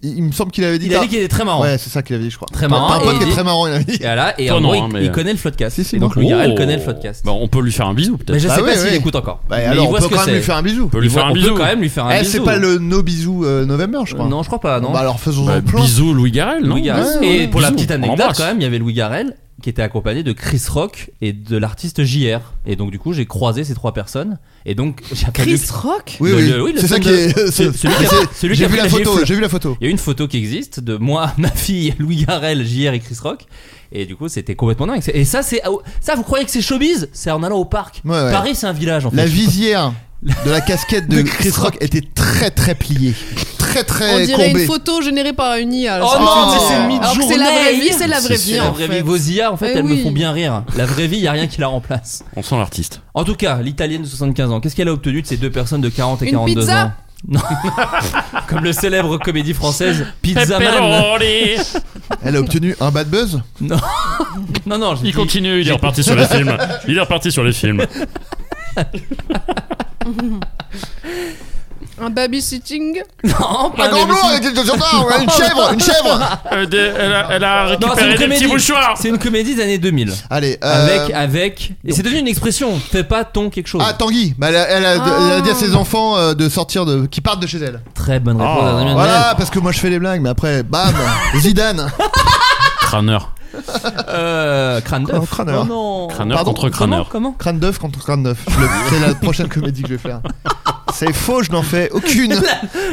il il me semble qu'il avait dit. Il a t'as- dit qu'il était très marrant. Ouais, c'est ça qu'il avait dit, je crois. Très T'as- marrant. T'as un et pote qui est dit- très marrant, il avait dit. Voilà, et Toi, en non, gros, il- hein, mais- il, connaît le podcast. si, et donc bon. Louis Garrel Oh. connaît le podcast. Bah, on peut lui faire un bisou peut-être. Mais je sais Bah pas oui, s'il oui. écoute encore. Bah, Mais alors, il on voit peut ce que quand même c'est. lui faire un bisou. On peut lui Il faire voit- un on peut bisou. quand même lui faire un Eh, bisou. c'est pas le no bisou euh, november, je crois. Non, je crois pas, non. Bah alors faisons Bah, un plan. bisous Louis Garrel, non Louis Garrel. Ouais, et ouais, pour la bisous. petite On anecdote, l'embrasse. quand même, il y avait Louis Garrel qui était accompagné de Chris Rock et de l'artiste JR. Et donc, du coup, j'ai croisé ces trois personnes. Et donc, j'ai fallu- Chris Rock Oui, Le- oui. le- oui, le c'est ça film qui de- est. ce- c'est- celui qui a- c'est- celui qui J'ai a vu fait la la photo. gifle. J'ai vu la photo. Il y a une photo qui existe de moi, (laughs) ma fille, Louis Garrel, JR et Chris Rock. Et du coup, c'était complètement dingue. Et ça, c'est ça. Vous croyez que c'est showbiz C'est en allant au parc. Ouais, ouais. Paris, c'est un village en fait. La visière de la casquette de Chris Rock était très très pliée, très On très dirait une courbée. photo générée par une IA. là, Oh ça, non, tu mais dis. c'est Alors que c'est la vraie vie, c'est la vraie C'est vie. La en vraie fait. vie, vos IA, en fait, Eh elles me oui. font bien rire. La vraie vie, il y a rien qui la remplace. On sent l'artiste. En tout cas, l'italienne de 75 ans, qu'est-ce qu'elle a obtenu de ces deux personnes de 40 et Une 42 pizza ans Non. (laughs) Comme le célèbre comédie française Pizza Man. Pepperoni. Elle a obtenu un (laughs) bad buzz. Non, non, j'ai Il dit- continue, il est reparti sur les films. Il est reparti sur les films. Un babysitting Non, Ah, pas Un grand blanc avec des gendarmes, une chèvre, (laughs) une chèvre. Euh, elle, a, Non, récupéré c'est une des petits comédie. mouchoirs. C'est une comédie des années 2000. Allez. euh, Avec, avec. Et c'est devenu une expression. Fais pas ton quelque chose. Ah Tanguy, Bah, elle, a, elle a- Ah. elle a dit à ses enfants euh, de sortir de, qui partent de chez elle. Très bonne réponse, Oh. Adrien Voilà, parce que moi je fais les blagues, mais après, bam, (laughs) Zidane. Crâneur. Méniel. Euh, crâne d'œuf. Oh, crâneur. Oh non. Crâneur Pardon, contre Comment, crâneur. comment Crâne d'œuf contre crâne d'œuf. Je le- C'est la prochaine comédie que je vais faire. C'est faux, je n'en fais (laughs) aucune.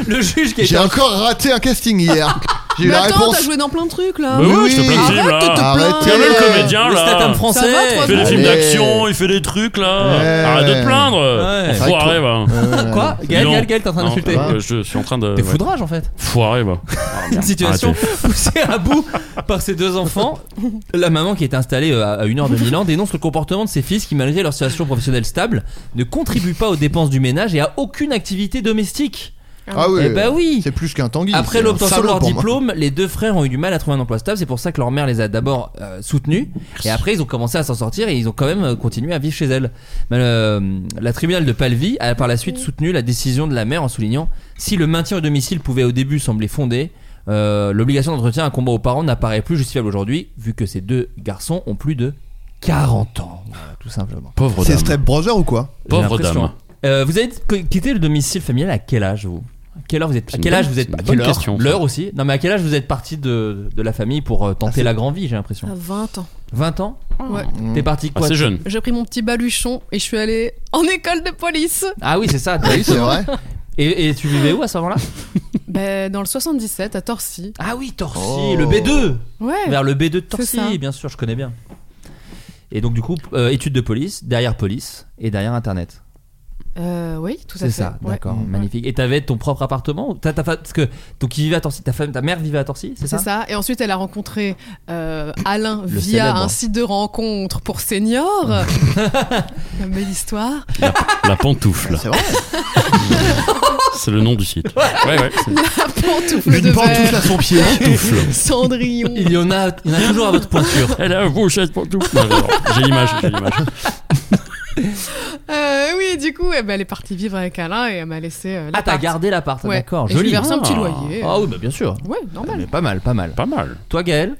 Le juge qui a été J'ai encore raté un casting hier. J'ai eu Mais la attends, réponse. t'as joué dans plein de trucs là. Mais oui, oui, je te plains de arrête films de te là. Arrêtez. Regarde le comédien le là. Statham va, français. toi, Il fait des films Allez. d'action, il fait des trucs là. Ouais. Arrête de te plaindre. Ouais. Foiré, (laughs) va. Euh, Quoi Gaël, Non. Gaël, Gaël, t'es en train Non, d'insulter. euh, Je suis en train de. T'es ouais. foudrage en fait. Foiré, va. une situation Ah, poussée à bout par ses deux enfants. La maman qui est installée euh, à à une heure de Milan dénonce le comportement de ses fils qui, malgré leur situation professionnelle stable, ne contribuent pas aux dépenses du ménage et à aucune activité domestique. Ah oui. Eh bah oui C'est plus qu'un Tanguy. après c'est un l'obtention de salaud leur pour moi. diplôme, les deux frères ont eu du mal à trouver un emploi stable. C'est pour ça que leur mère les a d'abord euh, soutenus. Et après, ils ont commencé à s'en sortir et ils ont quand même euh, continué à vivre chez elle. Mais, euh, la tribunale de Palvi a par la suite soutenu la décision de la mère en soulignant si le maintien au domicile pouvait au début sembler fondé. euh, L'obligation d'entretien à combat aux parents n'apparaît plus justifiable aujourd'hui, vu que ces deux garçons ont plus de 40 ans, Voilà, tout simplement. Pauvre C'est dame. Step Brother ou quoi J'ai Pauvre l'impression. dame. Euh, vous avez qu- quitté le domicile familial à quel âge vous À quelle heure vous êtes C'est À une quel âge bonne- vous c'est êtes une à bonne quelle heure question, ça. Ah, L'heure aussi. Non mais à quel âge vous êtes parti de, de la famille pour euh, tenter la grande vie, j'ai l'impression. À 20 ans. 20 ans Mmh. Ouais. T'es parti quoi Assez jeune. J'ai pris mon petit baluchon et je suis allée en école de police. Ah oui, c'est ça. t'as Oui, eu c'est ça. vrai. Et, et tu vivais où à ce moment-là (laughs) Ben, dans le 77 à Torcy. Ah oui, Torcy, Oh. le B2 Ouais. Vers le B2 de C'est ça. Torcy, bien sûr, je connais bien. Et donc du coup, euh, études de police, derrière police et derrière internet. Euh, oui, tout à fait. C'est ça, ouais. Mmh. d'accord, Ouais. magnifique. Et t'avais ton propre appartement ou t'as- ta fa- parce que donc il vivait à Torcy, ta femme, ta mère vivait à Torcy, c'est C'est ça ça. Et ensuite, elle a rencontré euh, Alain via célèbre. un site de rencontre pour (laughs) seniors. Une Belle histoire. La, la (laughs) pantoufle. C'est vrai. C'est le nom du site. Ouais, ouais. (laughs) c'est- La pantoufle de Une pantoufle verre. à son pied. Cendrillon. (laughs) Il y en a, il y en a toujours à votre pointure. Elle a un beau chat de pantoufle. Non, j'adore. J'ai l'image, j'ai l'image. Euh, oui, du coup, eh ben, elle est partie vivre avec Alain et elle m'a laissé euh, Ah, t'as l'appart. gardé l'appart, Ouais. d'accord, Et je lui ai joli. versé un petit Ah. loyer. Ah oui, bah bien sûr. Ouais, normal. Mais pas mal, pas mal. Pas mal. Toi, Gaël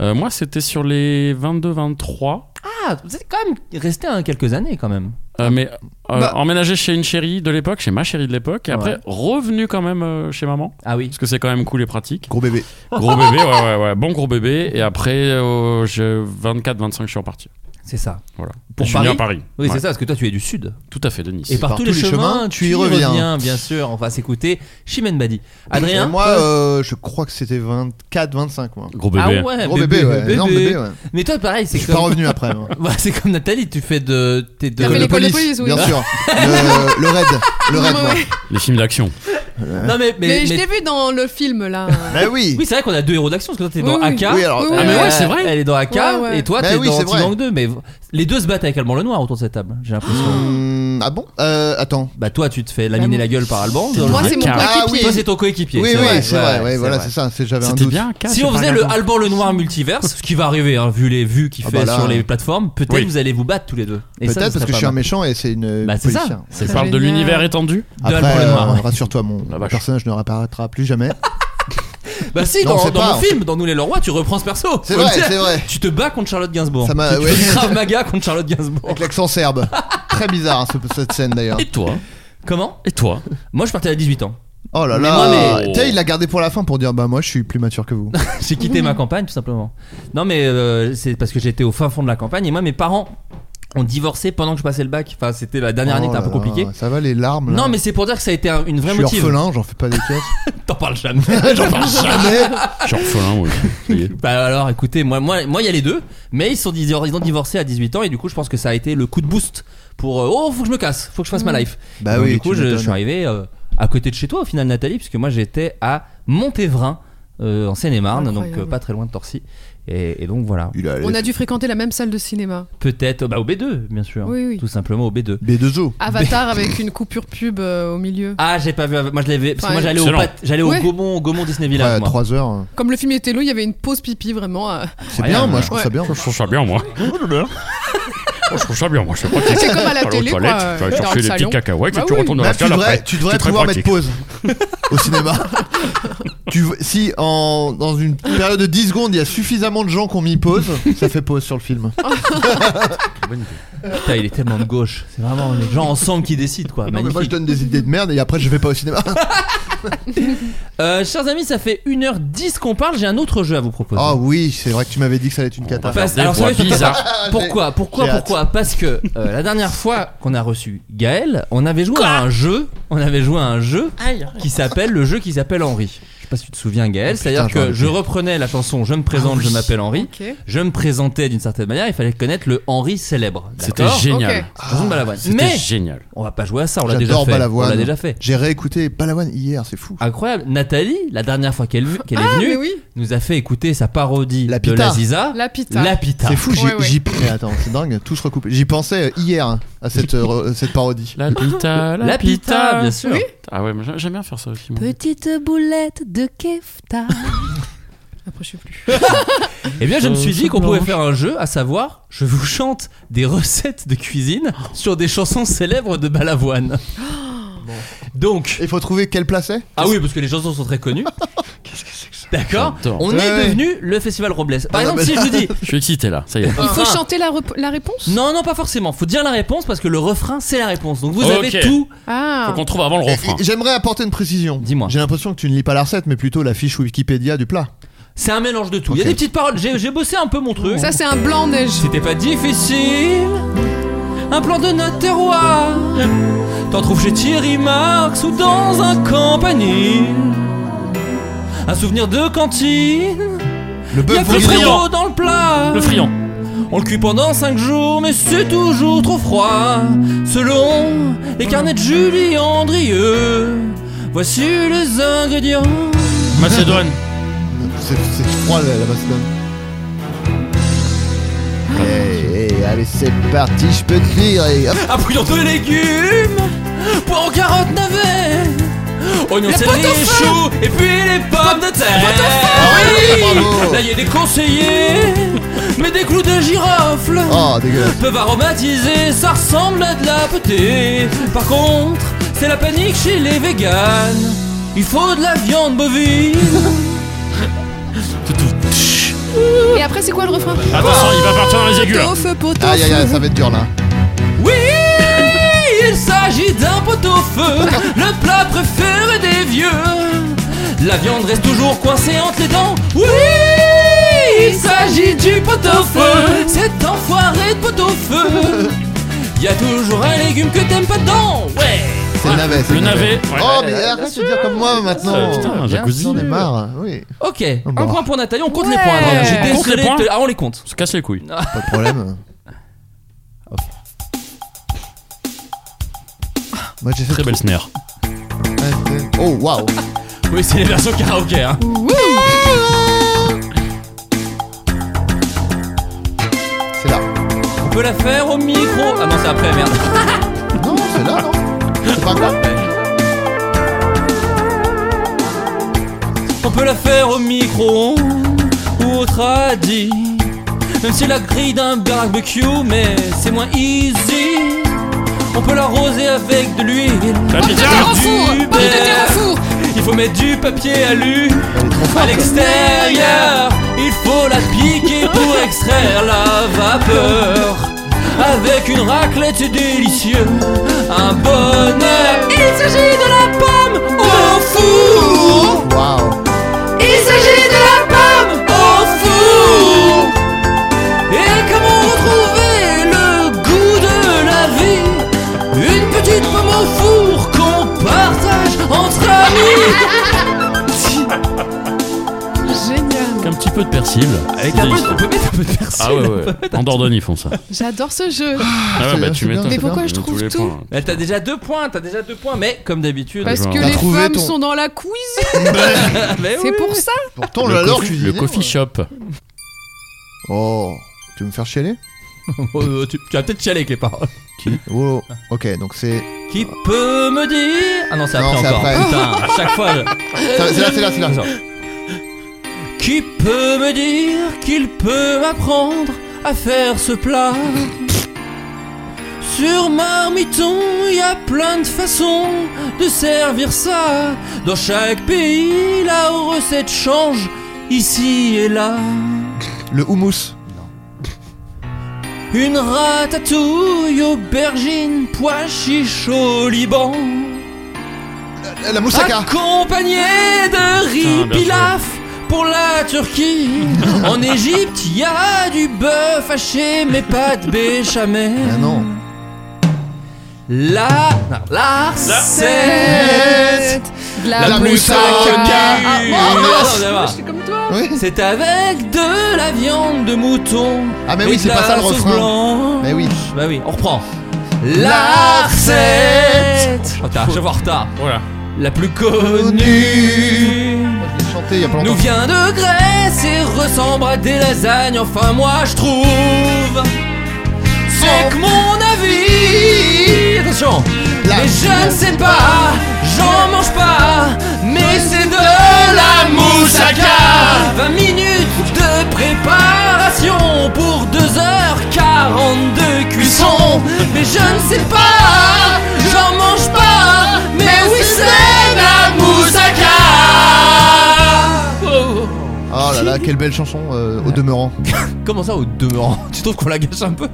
Euh, moi, c'était sur les 22-23. Ah, vous êtes quand même resté un quelques années quand même. Euh, mais euh, Bah- emménagé chez une chérie de l'époque, chez ma chérie de l'époque, et après Ouais. revenu quand même euh, chez maman, Ah oui. parce que c'est quand même cool et pratique. Gros bébé. Gros bébé, ouais, ouais, ouais, bon gros bébé, et après, euh, je- 24-25, je suis reparti. C'est ça. Voilà. Pour je suis venu à Paris Paris. Oui, Ouais. c'est ça, parce que toi, tu es du sud. Tout à fait, Denis. Et par, tous les, chemins, tu y reviens. bien sûr. On va s'écouter Chimène Badi. Adrien Et Moi, toi euh, je crois que c'était 24, 25. Moi. Gros Ah bébé. ouais, Gros bébé, ouais. Énorme bébé, ouais. Mais toi, pareil, Je c'est suis (laughs) pas comme... revenu après. moi. Bah, c'est comme Nathalie, tu fais de. T'es de... T'as fait Le (laughs) l'école de police, oui. bien sûr. Le, le raid. Le raid, Ouais, moi. ouais. Les films d'action. Non, mais, mais, je mais- t'ai vu dans le film (laughs) là. Ben oui. Oui, c'est vrai qu'on a deux héros d'action parce que toi t'es Oui, dans oui. AK. Oui, alors, Oui, elle- oui. elle- Ah, ouais, c'est vrai. Elle est dans AK Ouais, ouais. et toi Bah t'es oui, dans c'est Team vrai. Gang 2. Mais v- les deux se battent avec Alban Lenoir autour de cette table, j'ai l'impression. ah bon Attends. Bah toi tu te fais laminer la gueule par Alban. Moi, dans le- c'est mon Ah coéquipier. oui. Toi c'est ton coéquipier. Oui, c'est oui, vrai, c'est vrai, ouais, voilà, c'est ça, c'est- j'avais un C'était doute. bien, AK, Si c'est on pas faisait le regardant. Alban Lenoir multiverse, ce qui va arriver hein, vu les vues qu'il Ah fait bah là, sur les euh, plateformes, peut-être oui. vous allez vous battre tous les deux. Et ça, ça Peut-être serait parce que pas je suis un mal. méchant et c'est une Bah, c'est ça. policière. Ça C'est parle de génial. l'univers étendu De Après, Alban Lenoir, euh, ouais. rassure-toi, mon mon personnage ne réapparaîtra (laughs) plus jamais. Bah si, Non, on dans, sait dans pas, mon on film, dans Nous les Leroy, tu reprends ce perso. C'est Faut le vrai, dire. c'est vrai. Tu te bats contre Charlotte Gainsbourg. Ça m'a- Tu ouais. fais Krav Maga contre Charlotte Gainsbourg. Avec l'accent serbe. (laughs) Très bizarre hein, ce- cette scène d'ailleurs. Et toi Comment Et toi Moi je partais à 18 ans. Oh là Mais là. moi, mais- Tiens, il l'a gardé pour la fin pour dire bah moi je suis plus mature que vous. J'ai quitté ma campagne tout simplement. Non mais euh, c'est parce que j'étais au fin fond de la campagne et moi mes parents ont divorcé pendant que je passais le bac. Enfin c'était la dernière année qui Oh était un peu là là, compliquée. Ça va les larmes. là. Non mais c'est pour dire que ça a été un- une je vraie suis motive. orphelin, j'en fais pas des (laughs) caisses. T'en parles jamais. J'en parle jamais. Ah. Je suis orphelin, oui. Ça y est. Bah alors écoutez, moi moi moi il y a les deux, mais ils se sont dis- ils ont divorcé à 18 ans et du coup je pense que ça a été le coup de boost pour euh, oh faut que je me casse, faut que je fasse ma life. Bah Et donc, oui, du coup tu je, je m'étonnes. suis arrivé euh, à côté de chez toi au final Nathalie puisque moi j'étais à Montévrain euh, en Seine-et-Marne donc Incroyable. euh, pas très loin de Torcy et, et donc voilà. On a dû fréquenter la même salle de cinéma. Peut-être bah, au B2 bien sûr, Oui, oui. tout simplement au B2. B2O. Ah. Avatar avec une coupure pub euh, au milieu. Ah, j'ai pas vu. Moi, je l'avais. Parce que Ouais. moi, j'allais au, Excellent. Pat- j'allais au Ouais. Gaumont, au Gaumont Disney Ouais, Village. à moi. 3 heures. hein. Comme le film était long, il y avait une pause pipi vraiment. euh, C'est Rien, bien, moi ouais. je trouve ça bien. Je trouve ça bien, moi. Moi, je trouve ça bien, moi. Je sais pas C'est comme à la T'as télé, aux quoi, toilettes, euh, tu vas dans chercher le des salon. petites cacahuètes Bah et tu oui. retournes dans Bah, la tu salle devrais, après. tu devrais C'est très pouvoir pratique. mettre pause (laughs) au cinéma. tu, v- si en, dans une période de 10 secondes, il y a suffisamment de gens qui ont mis pause, ça fait pause sur le film. Ah, Putain, il est tellement de gauche. C'est vraiment les gens ensemble qui décident, quoi. Non, mais moi je Magnifique. donne des idées de merde et après je vais pas au cinéma. Euh, chers amis, ça fait 1h10 qu'on parle. J'ai un autre jeu à vous proposer. Ah oui, c'est vrai que tu m'avais dit que ça allait être une cata. Parce- des alors, ça voix va être une bizarres. cata. (laughs) Pourquoi Pourquoi J'ai hâte. Pourquoi Parce que euh, la dernière fois qu'on a reçu Gaël, on avait joué à un jeu. On avait joué à un jeu qui s'appelle le jeu qui s'appelle Henri. Je sais pas si tu te souviens, Gaël. Oh, C'est-à-dire j'aurais que je reprenais la chanson Ah Je me présente, je m'appelle Henri. Ok. Je me présentais d'une certaine manière. Il fallait connaître le Henri célèbre. C'était D'accord génial. Chanson de Balavoine. C'était Mais génial. on va pas jouer à ça. On l'a déjà Ah, J'adore fait. On Balavoine. l'a déjà fait. Ah, J'ai réécouté Balavoine hier, c'est fou. Incroyable. Nathalie, la dernière fois qu'elle qu'elle Ah, est mais venue, oui, nous a fait écouter sa parodie La de Pita. l'Aziza. la pita. La Pita. C'est fou, j'y- Ouais, ouais. j'y mais attends, c'est dingue, tout se recoupe. J'y pensais hier à cette, euh, re- cette parodie. (laughs) La pita, La Pita, bien sûr. Ah ouais, mais j'aime- j'aime bien faire ça aussi. moi. Petite boulette de kefta. Après, je sais plus. Eh bien, je me suis Euh, dit qu'on blanche. pouvait faire un jeu, à savoir, je vous chante des recettes de cuisine sur des chansons célèbres (gasps) de Balavoine. Donc, Il faut trouver quelle place c'est ah oui, parce que les chansons sont très connues. D'accord J'adore. On Ouais, est ouais. devenu le Festival Robles. Par Ah, non, exemple, mais si je là- vous dis. Je suis excité là, ça y est. Il faut Ah. chanter la, rep- la réponse Non, non, pas forcément. Faut dire la réponse parce que le refrain, c'est la réponse. Donc vous avez Ok. tout. Ah Faut qu'on trouve avant le refrain. Et- et J'aimerais apporter une précision. Dis-moi. J'ai l'impression que tu ne lis pas la recette, mais plutôt la fiche Wikipédia du plat. C'est un mélange de tout. Il y a Ok. des petites paroles. J'ai j'ai bossé un peu mon truc. Ça, c'est un blanc neige. C'était pas difficile, un plan de notre terroir. T'en trouves chez Thierry Marx ou dans un campanile. Un souvenir de cantine, y Le a bœuf que le bourguignon. frigo dans le plat. Le friand. On le cuit pendant 5 jours, mais c'est toujours trop froid. Selon les carnets de Julie Andrieux, voici les ingrédients. Macédoine. C'est c'est froid la, la Macédoine. Hey, hey, Eh, allez, c'est parti, je peux te dire. eh. Et hop, Appuyons de légumes, poireaux, carottes, navets, oignons, céleri et choux, et puis les pommes de terre. Ah oui, bravo. Là, il y a des conseillers, mais des clous de girofle oh, dégueulasse. peuvent aromatiser, ça ressemble à de la potée. Par contre, c'est la panique chez les véganes. Il faut de la viande bovine. Et après, c'est quoi le refrain Attention, il va partir dans les aigus là. Au feu, poteau. Aïe, aïe, aïe, ça va être dur là. Oui, il s'agit d'un pot-au-feu, le plat préféré des vieux. La viande reste toujours coincée entre les dents. Oui, il s'agit du pot-au-feu, cet enfoiré de pot-au-feu. Y a toujours un légume que t'aimes pas dedans. Ouais. C'est le navet. c'est Le navet. ouais. Oh, mais arrête de dire comme moi maintenant. Euh, putain, un jacuzzi. J'en ai marre. Oui, Ok, un Bon. point pour Nathalie, on compte les Ouais. points. Adrien. On compte désolé les points de te- Ah, on les compte. On se casse les couilles. Ah. pas de problème. Moi, j'ai fait Très belle snare. Ouais, ouais. Oh waouh Oui, c'est les versions karaoké. Hein. C'est là. On peut la faire au micro Ah non, c'est après, merde. Non, c'est là, non C'est pas grave. On peut la faire au micro ou au tradi. Même si la grille d'un barbecue, mais c'est moins easy. On peut l'arroser avec de l'huile. La pizza. Du Four, pommes de terre au beurre. four. Il faut mettre du papier alu à l'extérieur. Il faut la piquer pour extraire la vapeur. Avec une raclette délicieuse, un bonheur. Il s'agit de la pomme au four. Oh. Waouh (laughs) Il s'agit de la pomme au four. Et comment retrouver le goût de la vie Une petite pomme au four qu'on partage entre amis. Génial. Avec un petit peu de persil. (laughs) Avec C'est un peu, délicieux. on peut mettre un peu de persil. Ah ouais, ouais. En Dordogne, ils font ça. Ah, J'adore ce jeu. Ah ouais, c'est bah bien, tu c'est bien, m'étonnes. c'est Mais pourquoi Tous je trouve les tout points. Mais t'as déjà deux points, t'as déjà deux points, mais comme d'habitude. Parce que T'as les trouvé femmes ton- Eh sont dans la cuisine. Mais C'est oui. pour ça. Pourtant, Le alors, coffee- tu le coffee shop. Oh, tu veux me faire chialer Oh, euh, tu, tu vas peut-être chialer avec les paroles. Oh, ok, donc c'est. Qui peut me dire Ah non, c'est Non, après c'est encore. après. Putain, chaque fois. je- C'est là, c'est là, c'est là, c'est là. Attends. Qui peut me dire qu'il peut m'apprendre à faire ce plat Sur Marmiton, il y a plein de façons de servir ça. Dans chaque pays, la recette change ici et là. Le houmous. Une ratatouille, aubergine, pois chiche au Liban. La, la Ah, moussaka. Accompagné de riz Putain, bien pilaf pour la Turquie. (laughs) en Égypte, il y a du bœuf haché, mais pas de béchamel. Ah non. La, non, la recette. De La moussaka. oh, Ah, du- bon, Non, mince. non, ça va. Je suis comme toi. Oui. C'est avec de la viande de mouton. Ah, mais et oui, de c'est la pas ça le sauce refrain. blanche. Mais oui. Bah oui, on reprend. La recette. Oh, t'as- je vois en retard. Voilà. La plus connue Moi, je l'ai chanté il y a pas longtemps. nous vient de Grèce et ressemble à des lasagnes. Enfin, moi je trouve. C'est que mon avis. Attention. La- Mais je ne sais pas, j'en mange pas, mais c'est de la moussaka. 20 minutes de préparation pour 2h40 de cuisson. Mais je ne sais pas, j'en mange pas, mais oui, c'est de la moussaka. Oh. Oh là là, quelle belle chanson euh, au demeurant. Comment ça, au demeurant (laughs) Tu trouves qu'on la gâche un peu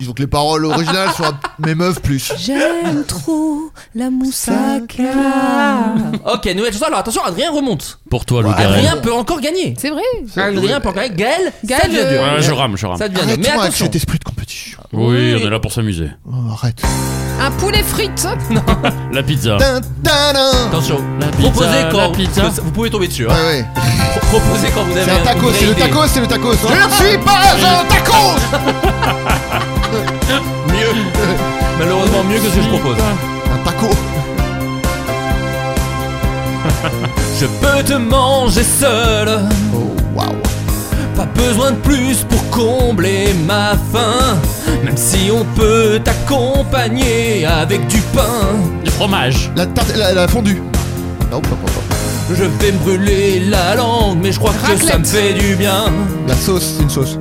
Ils ont que les paroles originales sur mes meufs plus. J'aime trop la moussaka. (laughs) Ok, nouvelle chose. Alors attention, Adrien remonte. Pour toi, Lou Garel. Adrien peut encore gagner. C'est vrai. Adrien peut encore gagner. Gaël, ça Gaël, devient dur. Ouais, je rame, euh, je rame. Ça devient dur. Arrête-moi Mais avec attention. cet esprit de compétition. Oui, on est là pour s'amuser. Oh, arrête. Un poulet frites. La pizza. Tin, tin, tin. Attention. La pizza, Proposez quand la pizza. vous pouvez tomber dessus. Ouais, Hein. ouais. Pro- Proposez quand vous avez. C'est un vous tacos, avez c'est le idée. tacos, c'est le tacos. Je ne suis pas un tacos Mieux Malheureusement mieux que ce que je propose. Un taco Je peux te manger seul. Oh waouh Pas besoin de plus pour combler ma faim. Même si on peut t'accompagner avec du pain. Du fromage. La tarte, la, la fondue Non, pas, pas, pas. Je vais me brûler la langue, mais je crois que ça me Raclette. fait du bien. La sauce, c'est une sauce.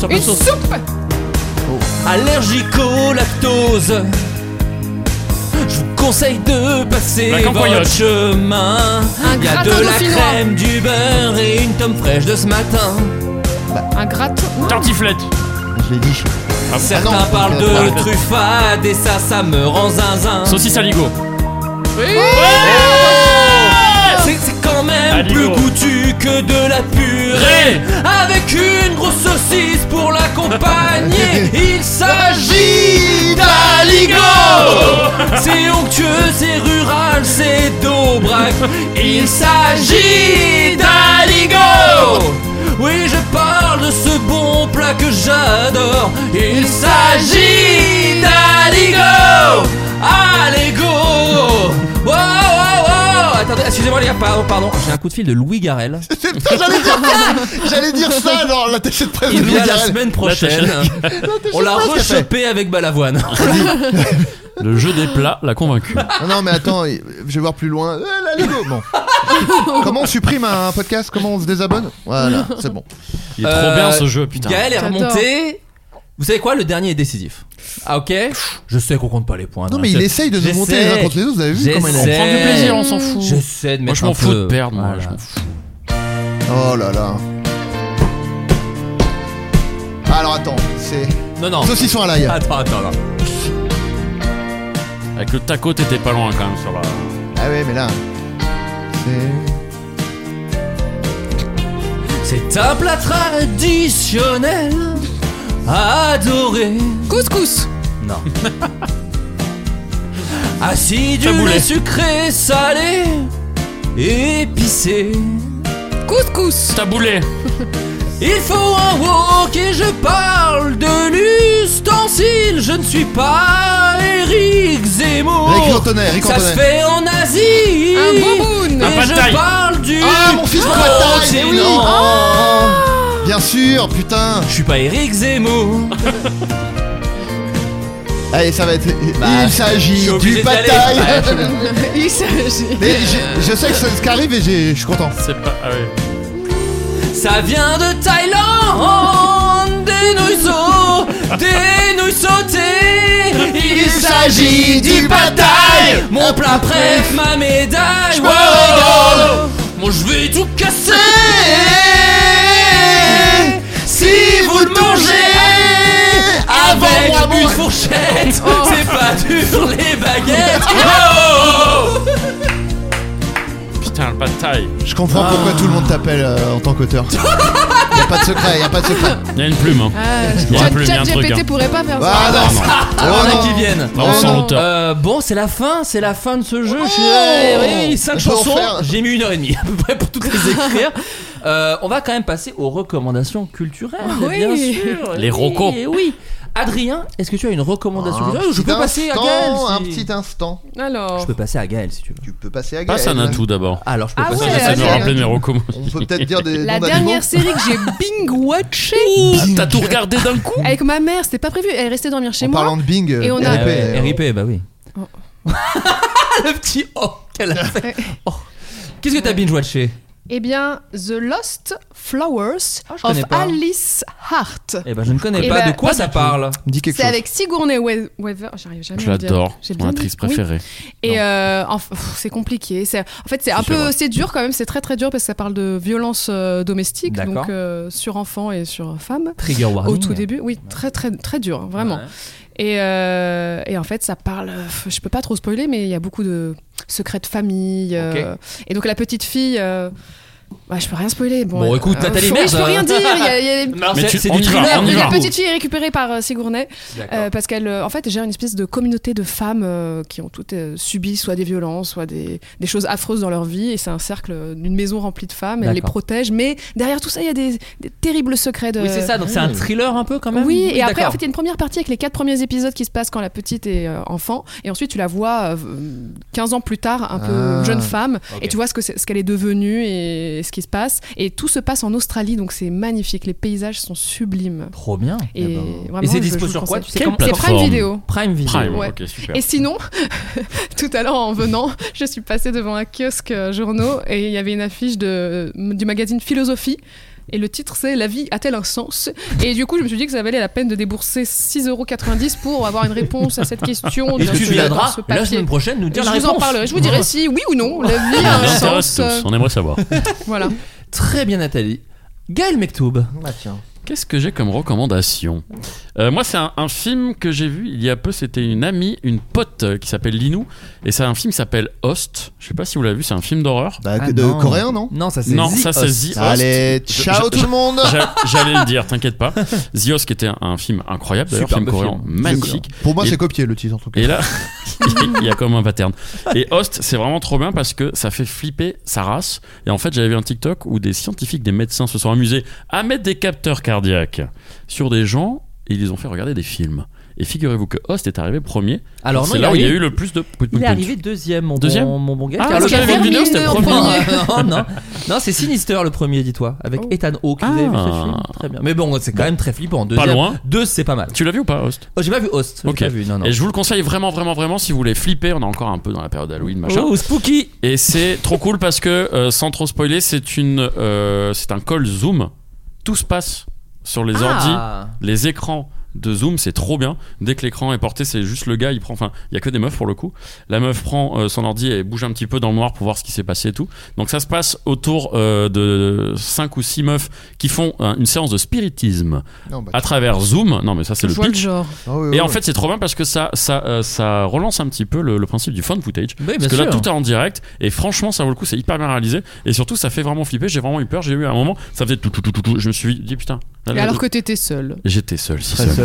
Ça peut Une sauter. soupe. Allergique au lactose. Je vous conseille de passer La votre campoyote. chemin. Un Il y a gratin de la dauphinois. crème, du beurre et une tome fraîche de ce matin. Un gratin. Tartiflette. Je l'ai (laughs) dit. Certains non, parlent euh, de pardon. truffade et ça, ça me rend zinzin. Saucisse aligo. C'est c'est quand même Aligo. plus goûtu que de la purée. Ré. Avec une grosse saucisse pour l'accompagner. Il s'agit d'Aligo. C'est onctueux, c'est rural, c'est d'Aubrac. Il s'agit d'Aligo. Oui, je parle de ce bon plat que j'adore. Il s'agit d'Aligo. Aligo. Wow, wow, wow. Attends, attendez, excusez-moi les gars, pardon, pardon. J'ai un coup de fil de Louis Garel. J'allais dire ça J'allais dire ça dans l'attaché de presse Il de Louis vient la Garrel. semaine prochaine. (laughs) On l'a L'attaché de presse rechopé avec Balavoine. Ah, Le jeu des plats l'a convaincu. Non, non, mais attends, je vais voir plus loin. Euh, la Lego, (laughs) bon. Comment on supprime un podcast Comment on se désabonne Voilà, c'est bon. Il est trop bien ce jeu, putain. Gaël est J'adore. remonté. Vous savez quoi Le dernier est décisif. Ah ok Je sais qu'on compte pas les points. Non, mais il essaye de nous J'essaie. monter les uns contre les autres, vous avez vu comment il en- J'essaie. On prend du plaisir, on s'en fout. J'essaie de Moi, mettre je m'en un fous de peu. perdre, moi, Voilà. je m'en fous. Oh là là. Alors attends, c'est. Non, non. Saucisson à l'ail. Attends, attends, attends. Avec le taco, t'étais pas loin quand même sur la. Ah ouais, mais là. C'est. C'est un plat traditionnel adoré. Couscous Non. (laughs) Acidulé, Taboulé. sucré, salé, épicé. Couscous Taboulé Il faut un wok et je parle de l'ustensile. Je ne suis pas Eric Zemmour. Eric Cantona, Eric Ça Cantona. se fait en Asie. Un bonbon Un Et pad thai. je parle du. Oh, Ah, mon fils, ma bataille, mais oui. continent. Bien sûr, putain Je suis pas Eric Zemmour. Allez, ça va être. Bah, Il je suis s'agit obligé du d'y aller. bataille Ouais, je suis obligé. (laughs) Il s'agit. Mais j'ai- je sais que c'est ce qui arrive et j'ai- je suis content. C'est pas. Ah ouais. Ça vient de Thaïlande, des nouilles sautées, des nouilles sautées. Il s'agit du pad thai, mon plat préf, ma médaille. Wow. Moi je vais tout casser. Si vous le mangez Avant moi, avec mon- Oh. une fourchette, c'est pas dur les (laughs) baguettes. Wow. Putain, le pas de taille. Je comprends pourquoi Ah. tout le monde t'appelle euh, en (laughs) tant qu'auteur. Y'a pas de secret, y'a pas de secret. Il y a une plume. Hein. Il y a une plume, il y a un truc. Ah, ChatGPT hein. pourrait pas faire Ah ça. non Alors, il Oh, y en non. a Ah, qui viennent. Là, on Oh, sent non. l'auteur. Euh, bon, c'est la fin, c'est la fin de ce jeu. Je suis- Oh Ouais, oui, cinq Je peux en chansons. faire J'ai mis une heure et demie (laughs) à peu près pour toutes les écrire. Euh, on va quand même passer aux recommandations culturelles, Oui. bien sûr. Les Oui, eh rocos. Oui. Adrien, est-ce que tu as une recommandation Un culturelle Ou Ah, Je petit peux passer à instant, Gaël. Un si- petit instant. Je Alors. peux passer à Gaël si tu veux. Tu peux passer à Gaël. Passe un atout d'abord. Alors, je peux Ah passer ouais, à J'essaie Gaël. de me allez, rappeler allez. mes recours. On peut peut-être dire (laughs) des La noms dernière d'animaux. série que j'ai bing watchée T'as tout regardé d'un coup avec ma mère, c'était pas prévu. Elle est restée dormir chez En moi. parlant de Bing, euh, Et on a- Ah RIP, ouais, d'ailleurs. RIP, bah oui. (laughs) Le petit oh qu'elle a fait. Oh. Qu'est-ce que t'as binge-watché Eh bien, The Lost Flowers Ah, je of connais pas. Alice Hart. Eh ben, je ne connais Eh pas. ben, de quoi pas ça du tout. parle Dis quelque C'est chose. avec Sigourney We- Weaver. J'arrive jamais Je à le dire. l'adore. J'ai Mon bien actrice dit. Oui. préférée. Et euh, enf- pff, c'est compliqué. C'est- En fait, c'est un C'est vrai. peu, c'est dur quand même. C'est très très dur parce que ça parle de violence euh, domestique, D'accord. Ah donc euh, sur enfants et sur femmes. Trigger warning. Au tout début, oui, très très très dur, hein, vraiment. Ouais. Et, euh, et en fait, ça parle. euh, Je peux pas trop spoiler, mais il y a beaucoup de secrets de famille. euh, Et donc la petite fille. euh, bah, je peux rien spoiler. Bon, Bon, euh, écoute, Nathalie faut- Merz, oui, je peux euh. rien dire. il y a- il y a- Mais c'est- tu- c'est on du y va, thriller, on y mais va. La petite fille est récupérée par euh, Sigourney D'accord. euh, parce qu'elle, euh, en fait, gère une espèce de communauté de femmes euh, qui ont toutes euh, subi soit des violences, soit des, des choses affreuses dans leur vie. Et c'est un cercle euh, d'une maison remplie de femmes. Elle les D'accord. protège, mais derrière tout ça, il y a des, des terribles secrets de. Oui, c'est ça, donc c'est un thriller un peu quand même. euh, Oui, et après, d'accord. en fait, il y a une première partie avec les quatre premiers épisodes qui se passent quand la petite est euh, enfant, et ensuite tu la vois euh, 15 ans plus tard, un peu Ah. jeune femme, Ok. et tu vois ce que c'est- ce qu'elle est devenue et ce qui se passe. Et tout se passe en Australie, donc c'est magnifique. Les paysages sont sublimes. Trop bien. Et, Eh ben, vraiment, et c'est je- je dispo vous sur le quoi conseille. Tu sais Quelle comment C'est Plateforme. Prime Vidéo. Prime Video. Prime, Ouais. ok, super. Et sinon, (laughs) tout à l'heure en venant, je suis passée devant un kiosque euh, journaux et il y avait une affiche de, du magazine Philosophie. Et le titre c'est La vie a-t-elle un sens Et du coup, je me suis dit que ça valait la peine de débourser 6,90€ pour avoir une réponse à cette question. Et de- tu de- viendras de ce la papier. semaine prochaine nous Je dire vous la réponse. en parlerai, je vous dirai si oui ou non la vie a Ça nous un intéresse sens. euh, tous, on aimerait savoir. Voilà. (laughs) Très bien, Nathalie. Gaël Mektoub. Ah, tiens. Qu'est-ce que j'ai comme recommandation Euh, Moi, c'est un, un film que j'ai vu il y a peu. C'était une amie, une pote euh, qui s'appelle Linou. Et c'est un film qui s'appelle Host. Je sais pas si vous l'avez vu, c'est un film d'horreur. Bah, Ah, de non. coréen, non Non, Ah, ça Ah, c'est Non, The ça c'est Host. The Host. Allez, ciao je- tout le monde J'a- J'allais le dire, t'inquiète pas. The Host, qui était un, un film incroyable, d'ailleurs, Superbe film coréen film. magnifique. Pour moi, Et- c'est copié le titre en tout cas. Et là, (laughs) il y a comme un pattern. Et Host, c'est vraiment trop bien parce que ça fait flipper sa race. Et en fait, j'avais vu un TikTok où des scientifiques, des médecins se sont amusés à mettre des capteurs cardiaques sur des gens et ils les ont fait regarder des films. Et figurez-vous que Host est arrivé premier. Alors non, c'est il là où il y a arrive- eu le plus de. Il est arrivé deuxième, mon Deuxième bon, mon bon gars. Ah, car parce le qu'il y avait Domino, c'était le premier. (laughs) Oh. non, non, non, c'est Sinister le premier, dis-toi, avec Ethan Hawke. Vous avez vu ce film Très bien. Mais bon, c'est quand même très flippant. Deuxième, Ah. Pas loin. Deux, c'est pas mal. Tu l'as vu ou pas, Host Oh, j'ai pas vu Host. j'ai Ok. pas vu, non, non. Et je vous le conseille vraiment, vraiment, vraiment. Si vous voulez flipper, on est encore un peu dans la période d'Halloween, machin. Oh, spooky Et c'est trop cool parce que, euh, sans trop spoiler, c'est une, euh, c'est un call Zoom. Tout se passe sur les Ah. ordi, les écrans de Zoom, c'est trop bien. Dès que l'écran est porté, c'est juste le gars, il prend. Enfin, il y a que des meufs pour le coup. La meuf prend euh, son ordi et bouge un petit peu dans le noir pour voir ce qui s'est passé et tout. Donc ça se passe autour euh, de 5 ou 6 meufs qui font euh, une séance de spiritisme Non, bah, à travers Zoom. Non, mais ça c'est Je le vois le pitch. genre. Ah oui, Et oui, en oui. fait, c'est trop bien parce que ça, ça, euh, ça relance un petit peu le, le principe du fan footage. Oui, bien parce que là, sûr. tout est en direct. Et franchement, ça vaut le coup. C'est hyper bien réalisé. Et surtout, ça fait vraiment flipper. J'ai vraiment eu peur. J'ai eu un moment, ça faisait tout, tout, tout, tout. tout. Je me suis dit, putain. là, Et là, alors là, que t'étais seul. J'étais seul, si très seul. (laughs) seul.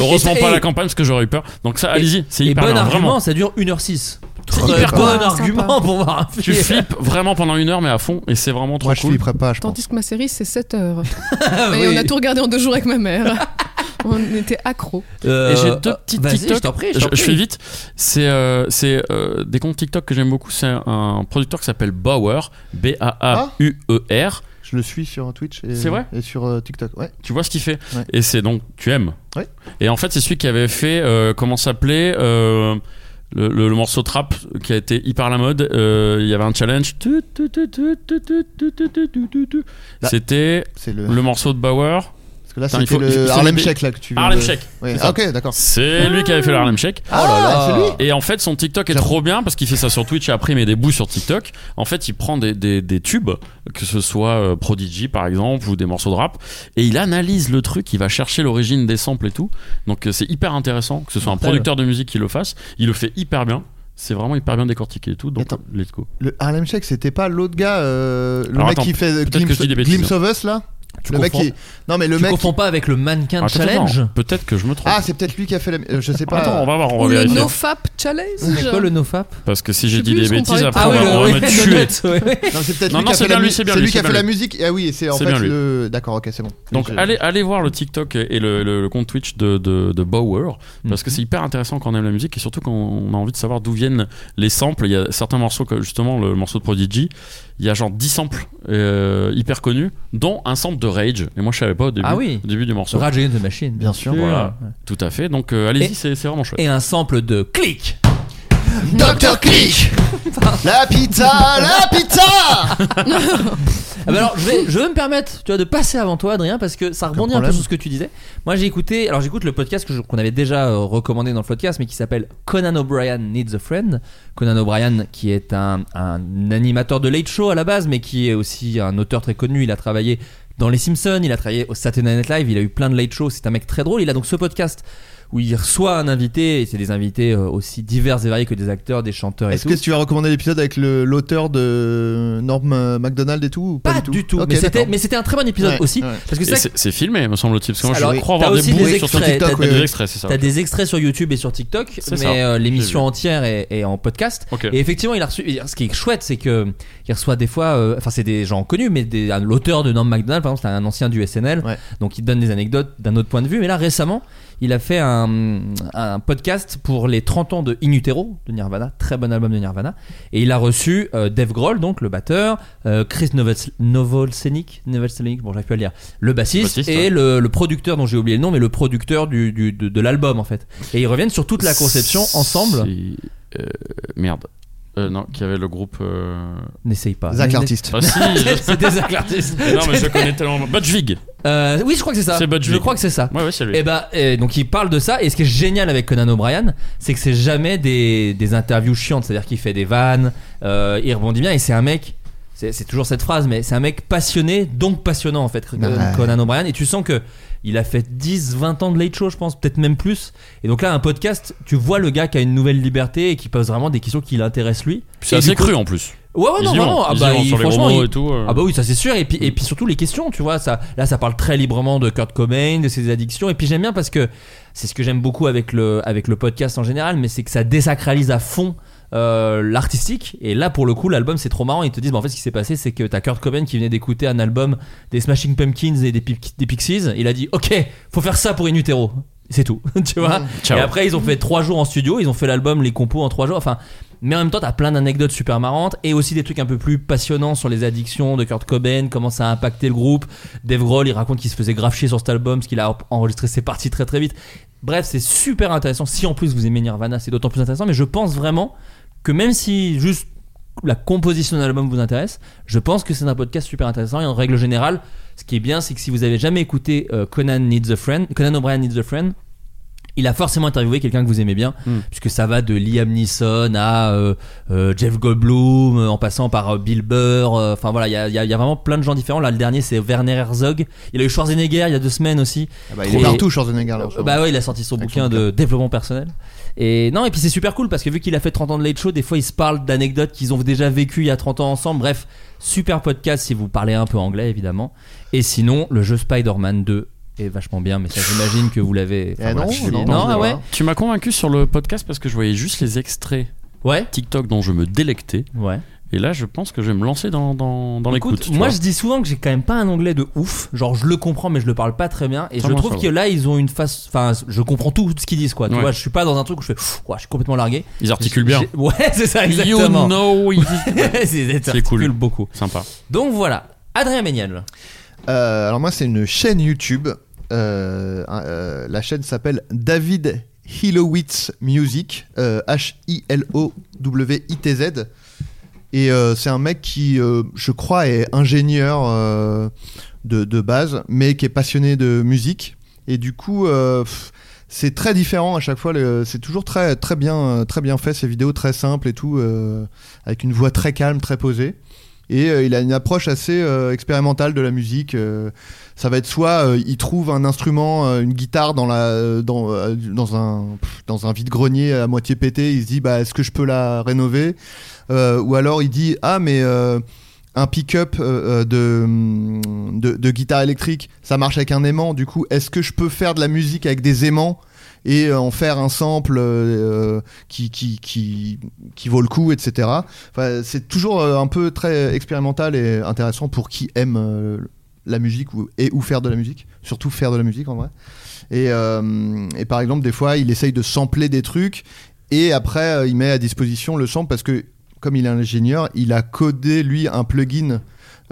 Heureusement Et- pas à et- la campagne parce que j'aurais eu peur. Donc ça, allez-y. C'est Et hyper bon bien. argument, Vraiment. ça dure 1h06. C'est Très hyper Euh, bon cool. argument Sympa. pour voir un Tu film. flippes vraiment pendant une heure, mais à fond. Et c'est vraiment trop Moi, je cool. flipperais pas, je pense. Tandis que ma série, c'est 7 heures. Ah, Et oui. on a tout regardé en deux jours avec ma mère. (laughs) on était accro. Euh, Et j'ai deux petits vas-y, TikTok. Je t'en prie, je Je, t'en je prie. fais vite. C'est euh, c'est, euh, des comptes TikTok que j'aime beaucoup. C'est un producteur qui s'appelle Bauer. B-A-A-U-E-R. Je le suis sur Twitch et, C'est vrai et sur euh, TikTok. Ouais. Tu vois ce qu'il fait. Ouais. Et c'est donc, tu aimes. Ouais. Et en fait, c'est celui qui avait fait, euh, comment s'appelait euh, le, le- le morceau trap qui a été hyper à la mode. Euh, Il y avait un challenge. Tu, tu, tu, tu, tu, tu, tu, tu, tu, tu, tu, tu. Là. C'était C'est le... le morceau de Bauer. Parce que là, Attends, c'était il faut- il faut le se Harlem lever. Shake là que tu viens Harlem de- Shake. Ouais. C'est ça. Ah, ok, d'accord. C'est lui qui avait fait le Harlem Shake. Oh là Ah, là, c'est lui. Et en fait, son TikTok est J'avoue. trop bien parce qu'il fait ça sur Twitch et après il met des bouts sur TikTok. En fait, il prend des, des, des tubes, que ce soit euh, Prodigy par exemple ou des morceaux de rap, et il analyse le truc. Il va chercher l'origine des samples et tout. Donc euh, c'est hyper intéressant que ce soit un Mortel. producteur de musique qui le fasse. Il le fait hyper bien. C'est vraiment hyper bien décortiqué et tout. Donc Attends. euh, let's go. Le Harlem Shake, c'était pas l'autre gars, euh, le Alors, mec attends, qui fait peut-être que Glimpse, je dis des bêtises, hein. Glimpse of Us là Tu Le mec confonds- qui. Non mais le Tu mec. confonds pas avec le mannequin Attends, challenge attends, Ah, Peut-être que je me trompe. Ah, c'est peut-être lui qui a fait la. euh, Je sais pas. Attends, on va voir, on va Ou le vérifier. NoFap Challenge. C'est quoi le nofap Parce que si Je j'ai sais dit plus des ce qu'on bêtises, parlait. après Ah on oui, va- le- on va oui, me le tuer. Donut, ouais, ouais. Non, c'est peut-être Non, lui non, qui a c'est fait bien la lui, mu- c'est bien c'est lui, lui qui c'est a fait bien la lui. musique. Ah oui, c'est en C'est bien fait lui. le. D'accord, ok, c'est bon. Donc Je- allez, allez voir le TikTok et le, le- le compte Twitch de, de, de Bauer, parce Mhm. que c'est hyper intéressant quand on aime la musique et surtout quand on a envie de savoir d'où viennent les samples. Il y a certains morceaux, que, justement le morceau de Prodigy, il y a genre 10 samples euh, hyper connus, dont un sample de Rage. Et moi je savais pas au début, Ah oui. au début du morceau. Rage Against the Machine, bien sûr. Voilà, tout à fait. Donc euh, allez-y, Et- c'est c'est vraiment chouette. Et un sample de clic. Dr. Click (laughs) La pizza La (laughs) pizza Ah bah alors, je vais, je vais me permettre, tu vois, de passer avant toi, Adrien, parce que ça rebondit un peu problème. sur ce que tu disais. Moi, j'ai écouté, alors j'écoute le podcast que je- qu'on avait déjà euh, recommandé dans le podcast, mais qui s'appelle Conan O'Brien Needs a Friend. Conan O'Brien, qui est un, un animateur de late show à la base, mais qui est aussi un auteur très connu. Il a travaillé dans Les Simpsons, il a travaillé au Saturday Night Live, il a eu plein de late shows. C'est un mec très drôle. Il a donc ce podcast où il reçoit un invité, et c'est des invités euh, aussi divers et variés que des acteurs, des chanteurs et Est-ce tout. que tu vas recommander l'épisode avec le- l'auteur de Norm euh, MacDonald et tout ou Pas du tout, Ok, mais c'était- d'accord. mais c'était un très bon épisode Ouais, aussi, ouais. parce que Et c'est ça C'est c'est filmé, me semble-t-il, parce que moi Alors, je crois t'as avoir des aussi des bourrées sur extraits, TikTok. t'as- T'as des extraits, c'est ça. T'as des extraits sur YouTube et sur TikTok, C'est mais ça, euh, l'émission j'ai vu. entière est, est en podcast. Ok. Et effectivement, il a reçu. et Ce qui est chouette, c'est que il reçoit des fois. euh, Enfin, c'est des gens connus, mais des- un- l'auteur de Norm Macdonald, par exemple, c'est un ancien du SNL, Ouais. donc il donne des anecdotes d'un autre point de vue. Mais là, récemment, il a fait un, un podcast pour les 30 ans de In Utero de Nirvana, très bon album de Nirvana, et il a reçu euh, Dave Grohl, donc le batteur, euh, Chris Novels- Novolsenic, Novolsenic, bon, j'arrive plus à le lire, le bassiste, Bassiste, et ouais. le, le producteur dont j'ai oublié le nom, mais le producteur du, du- de, de l'album en fait. Et ils reviennent sur toute la conception ensemble. C'est- euh, merde. Euh, non, qui avait le groupe. euh, N'essaye pas. Zach N'essaye- l'artiste. Ah si, (laughs) je- C'était Zach l'artiste. Non, mais je connais tellement. Budgevig Euh, oui, je crois que c'est ça. C'est Bud je Vig. crois que c'est ça. Ouais, ouais, c'est lui. Et bah, euh, donc il parle de ça. Et ce qui est génial avec Conan O'Brien, c'est que c'est jamais des, des interviews chiantes. C'est-à-dire qu'il fait des vannes, euh, il rebondit bien. Et c'est un mec, c'est c'est toujours cette phrase, mais c'est un mec passionné, donc passionnant en fait, Con- Ouais. Conan O'Brien. Et tu sens que il a fait 10, 20 ans de late show, je pense, peut-être même plus. Et donc là, un podcast, tu vois le gars qui a une nouvelle liberté et qui pose vraiment des questions qui l'intéressent lui. C'est Et du assez coup- cru en plus. Ouais, ouais, Ils non, y vraiment. vont. Ah Ils y bah, vont il- sur les gros franchement, mots il- et tout, euh. Ah bah oui, ça c'est sûr. Et puis, et puis surtout les questions, tu vois. Ça, là, ça parle très librement de Kurt Cobain, de ses addictions. Et puis j'aime bien parce que c'est ce que j'aime beaucoup avec le, avec le podcast en général, mais c'est que ça désacralise à fond. euh, l'artistique et là pour le coup l'album c'est trop marrant ils te disent bah, en fait ce qui s'est passé c'est que t'as Kurt Cobain qui venait d'écouter un album des Smashing Pumpkins et des, Pi- des Pixies il a dit ok faut faire ça pour In Utero c'est tout. (laughs) tu vois Mm. Ciao. Et après, ils ont fait trois jours en studio, ils ont fait l'album, les compos en trois jours. Enfin, mais en même temps, t'as plein d'anecdotes super marrantes et aussi des trucs un peu plus passionnants sur les addictions de Kurt Cobain, comment ça a impacté le groupe. Dave Grohl, il raconte qu'il se faisait grave chier sur cet album parce qu'il a enregistré ses parties très très vite. Bref, c'est super intéressant. Si en plus vous aimez Nirvana, c'est d'autant plus intéressant. Mais je pense vraiment que même si juste la composition d'un album vous intéresse, je pense que c'est un podcast super intéressant. Et en règle générale, ce qui est bien, c'est que si vous avez jamais écouté euh, Conan Needs a Friend, Conan O'Brien Needs a Friend, il a forcément interviewé quelqu'un que vous aimez bien, puisque ça va de Liam Neeson à euh, euh, Jeff Goldblum, euh, en passant par euh, Bill Burr. euh, Enfin voilà, il y a, il y a- il y a vraiment plein de gens différents. Là, le dernier, c'est Werner Herzog. Il a eu Schwarzenegger il y a deux semaines aussi. bah, il est Et- partout, Schwarzenegger, là, en ce moment. Bah ouais, il a sorti son bouquin de développement personnel. Et non, et puis c'est super cool parce que vu qu'il a fait 30 ans de late show, des fois ils se parlent d'anecdotes qu'ils ont déjà vécues il y a 30 ans ensemble. Bref, super podcast si vous parlez un peu anglais évidemment. Et sinon, le jeu Spider-Man 2 est vachement bien, mais ça j'imagine que vous l'avez. Eh enfin, voilà, je suis- ah ouais. Tu m'as convaincu sur le podcast parce que je voyais juste les extraits ouais. TikTok dont je me délectais. Ouais. Et là, je pense que je vais me lancer dans, dans, dans Écoute, l'écoute. tu moi vois. je dis souvent que j'ai quand même pas un anglais de ouf. Genre je le comprends mais je le parle pas très bien. Et Ça, je moi, trouve ça que va. là ils ont une face. Enfin, je comprends tout ce qu'ils disent quoi. Tu Ouais. vois, je suis pas dans un truc où je fais. Pff, ouah, je suis complètement largué. Ils articulent bien. J'ai- Ouais, c'est ça (laughs) You exactement. know (laughs) it. Ouais, c'est- ça C'est cool. articule beaucoup. Sympa. Donc voilà, Adrien Méniel. Euh, alors moi, c'est une chaîne YouTube. Euh, euh, la chaîne s'appelle David Hilowitz Music, euh, H-I-L-O-W-I-T-Z. Et euh, c'est un mec qui, euh, je crois, est ingénieur euh, de, de base, mais qui est passionné de musique. Et du coup, euh, pff, c'est très différent à chaque fois. le- C'est toujours très, très, bien, euh, très bien fait, ces vidéos très simples et tout, euh, avec une voix très calme, très posée. Et euh, il a une approche assez euh, expérimentale de la musique. euh, ça va être soit euh, il trouve un instrument, euh, une guitare dans, la, dans, euh, dans un, pff, dans un vide-grenier à moitié pété, il se dit bah, est-ce que je peux la rénover Euh, Ou alors il dit ah mais euh, un pick-up euh, euh, de, hum, de, de guitare électrique, ça marche avec un aimant, du coup est-ce que je peux faire de la musique avec des aimants et euh, en faire un sample euh, euh, qui, qui, qui, qui vaut le coup, etc. Enfin, c'est toujours euh, un peu très expérimental et intéressant pour qui aime euh, la musique ou, et ou faire de la musique, surtout faire de la musique en vrai. Et, euh, et par exemple, des fois, il essaye de sampler des trucs et après, euh, il met à disposition le sample parce que, comme il est un ingénieur, il a codé lui un plugin.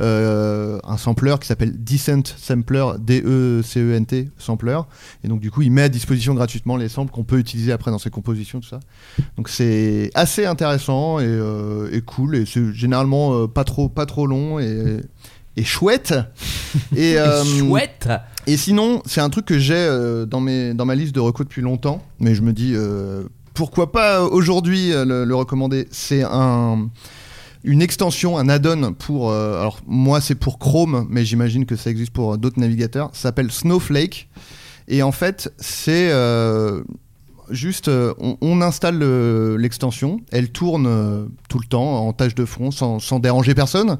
euh, un sampler qui s'appelle Decent Sampler, E D-E-C-E-N-T, sampler. Et donc, du coup, il met à disposition gratuitement les samples qu'on peut utiliser après dans ses compositions, tout ça. Donc, c'est assez intéressant et, euh, et cool. Et c'est généralement euh, pas, trop, pas trop long et, et chouette. Et, euh, chouette. et sinon, c'est un truc que j'ai euh, dans, mes, dans ma liste de recos depuis longtemps, mais je me dis euh, pourquoi pas aujourd'hui euh, le, le recommander. C'est un, une extension, un add-on pour. euh, alors, moi, c'est pour Chrome, mais j'imagine que ça existe pour euh, d'autres navigateurs. Ça s'appelle Snowflake. Et en fait, c'est. euh, Juste, euh, on, on installe le- l'extension, elle tourne euh, tout le temps en tâche de fond sans, sans déranger personne.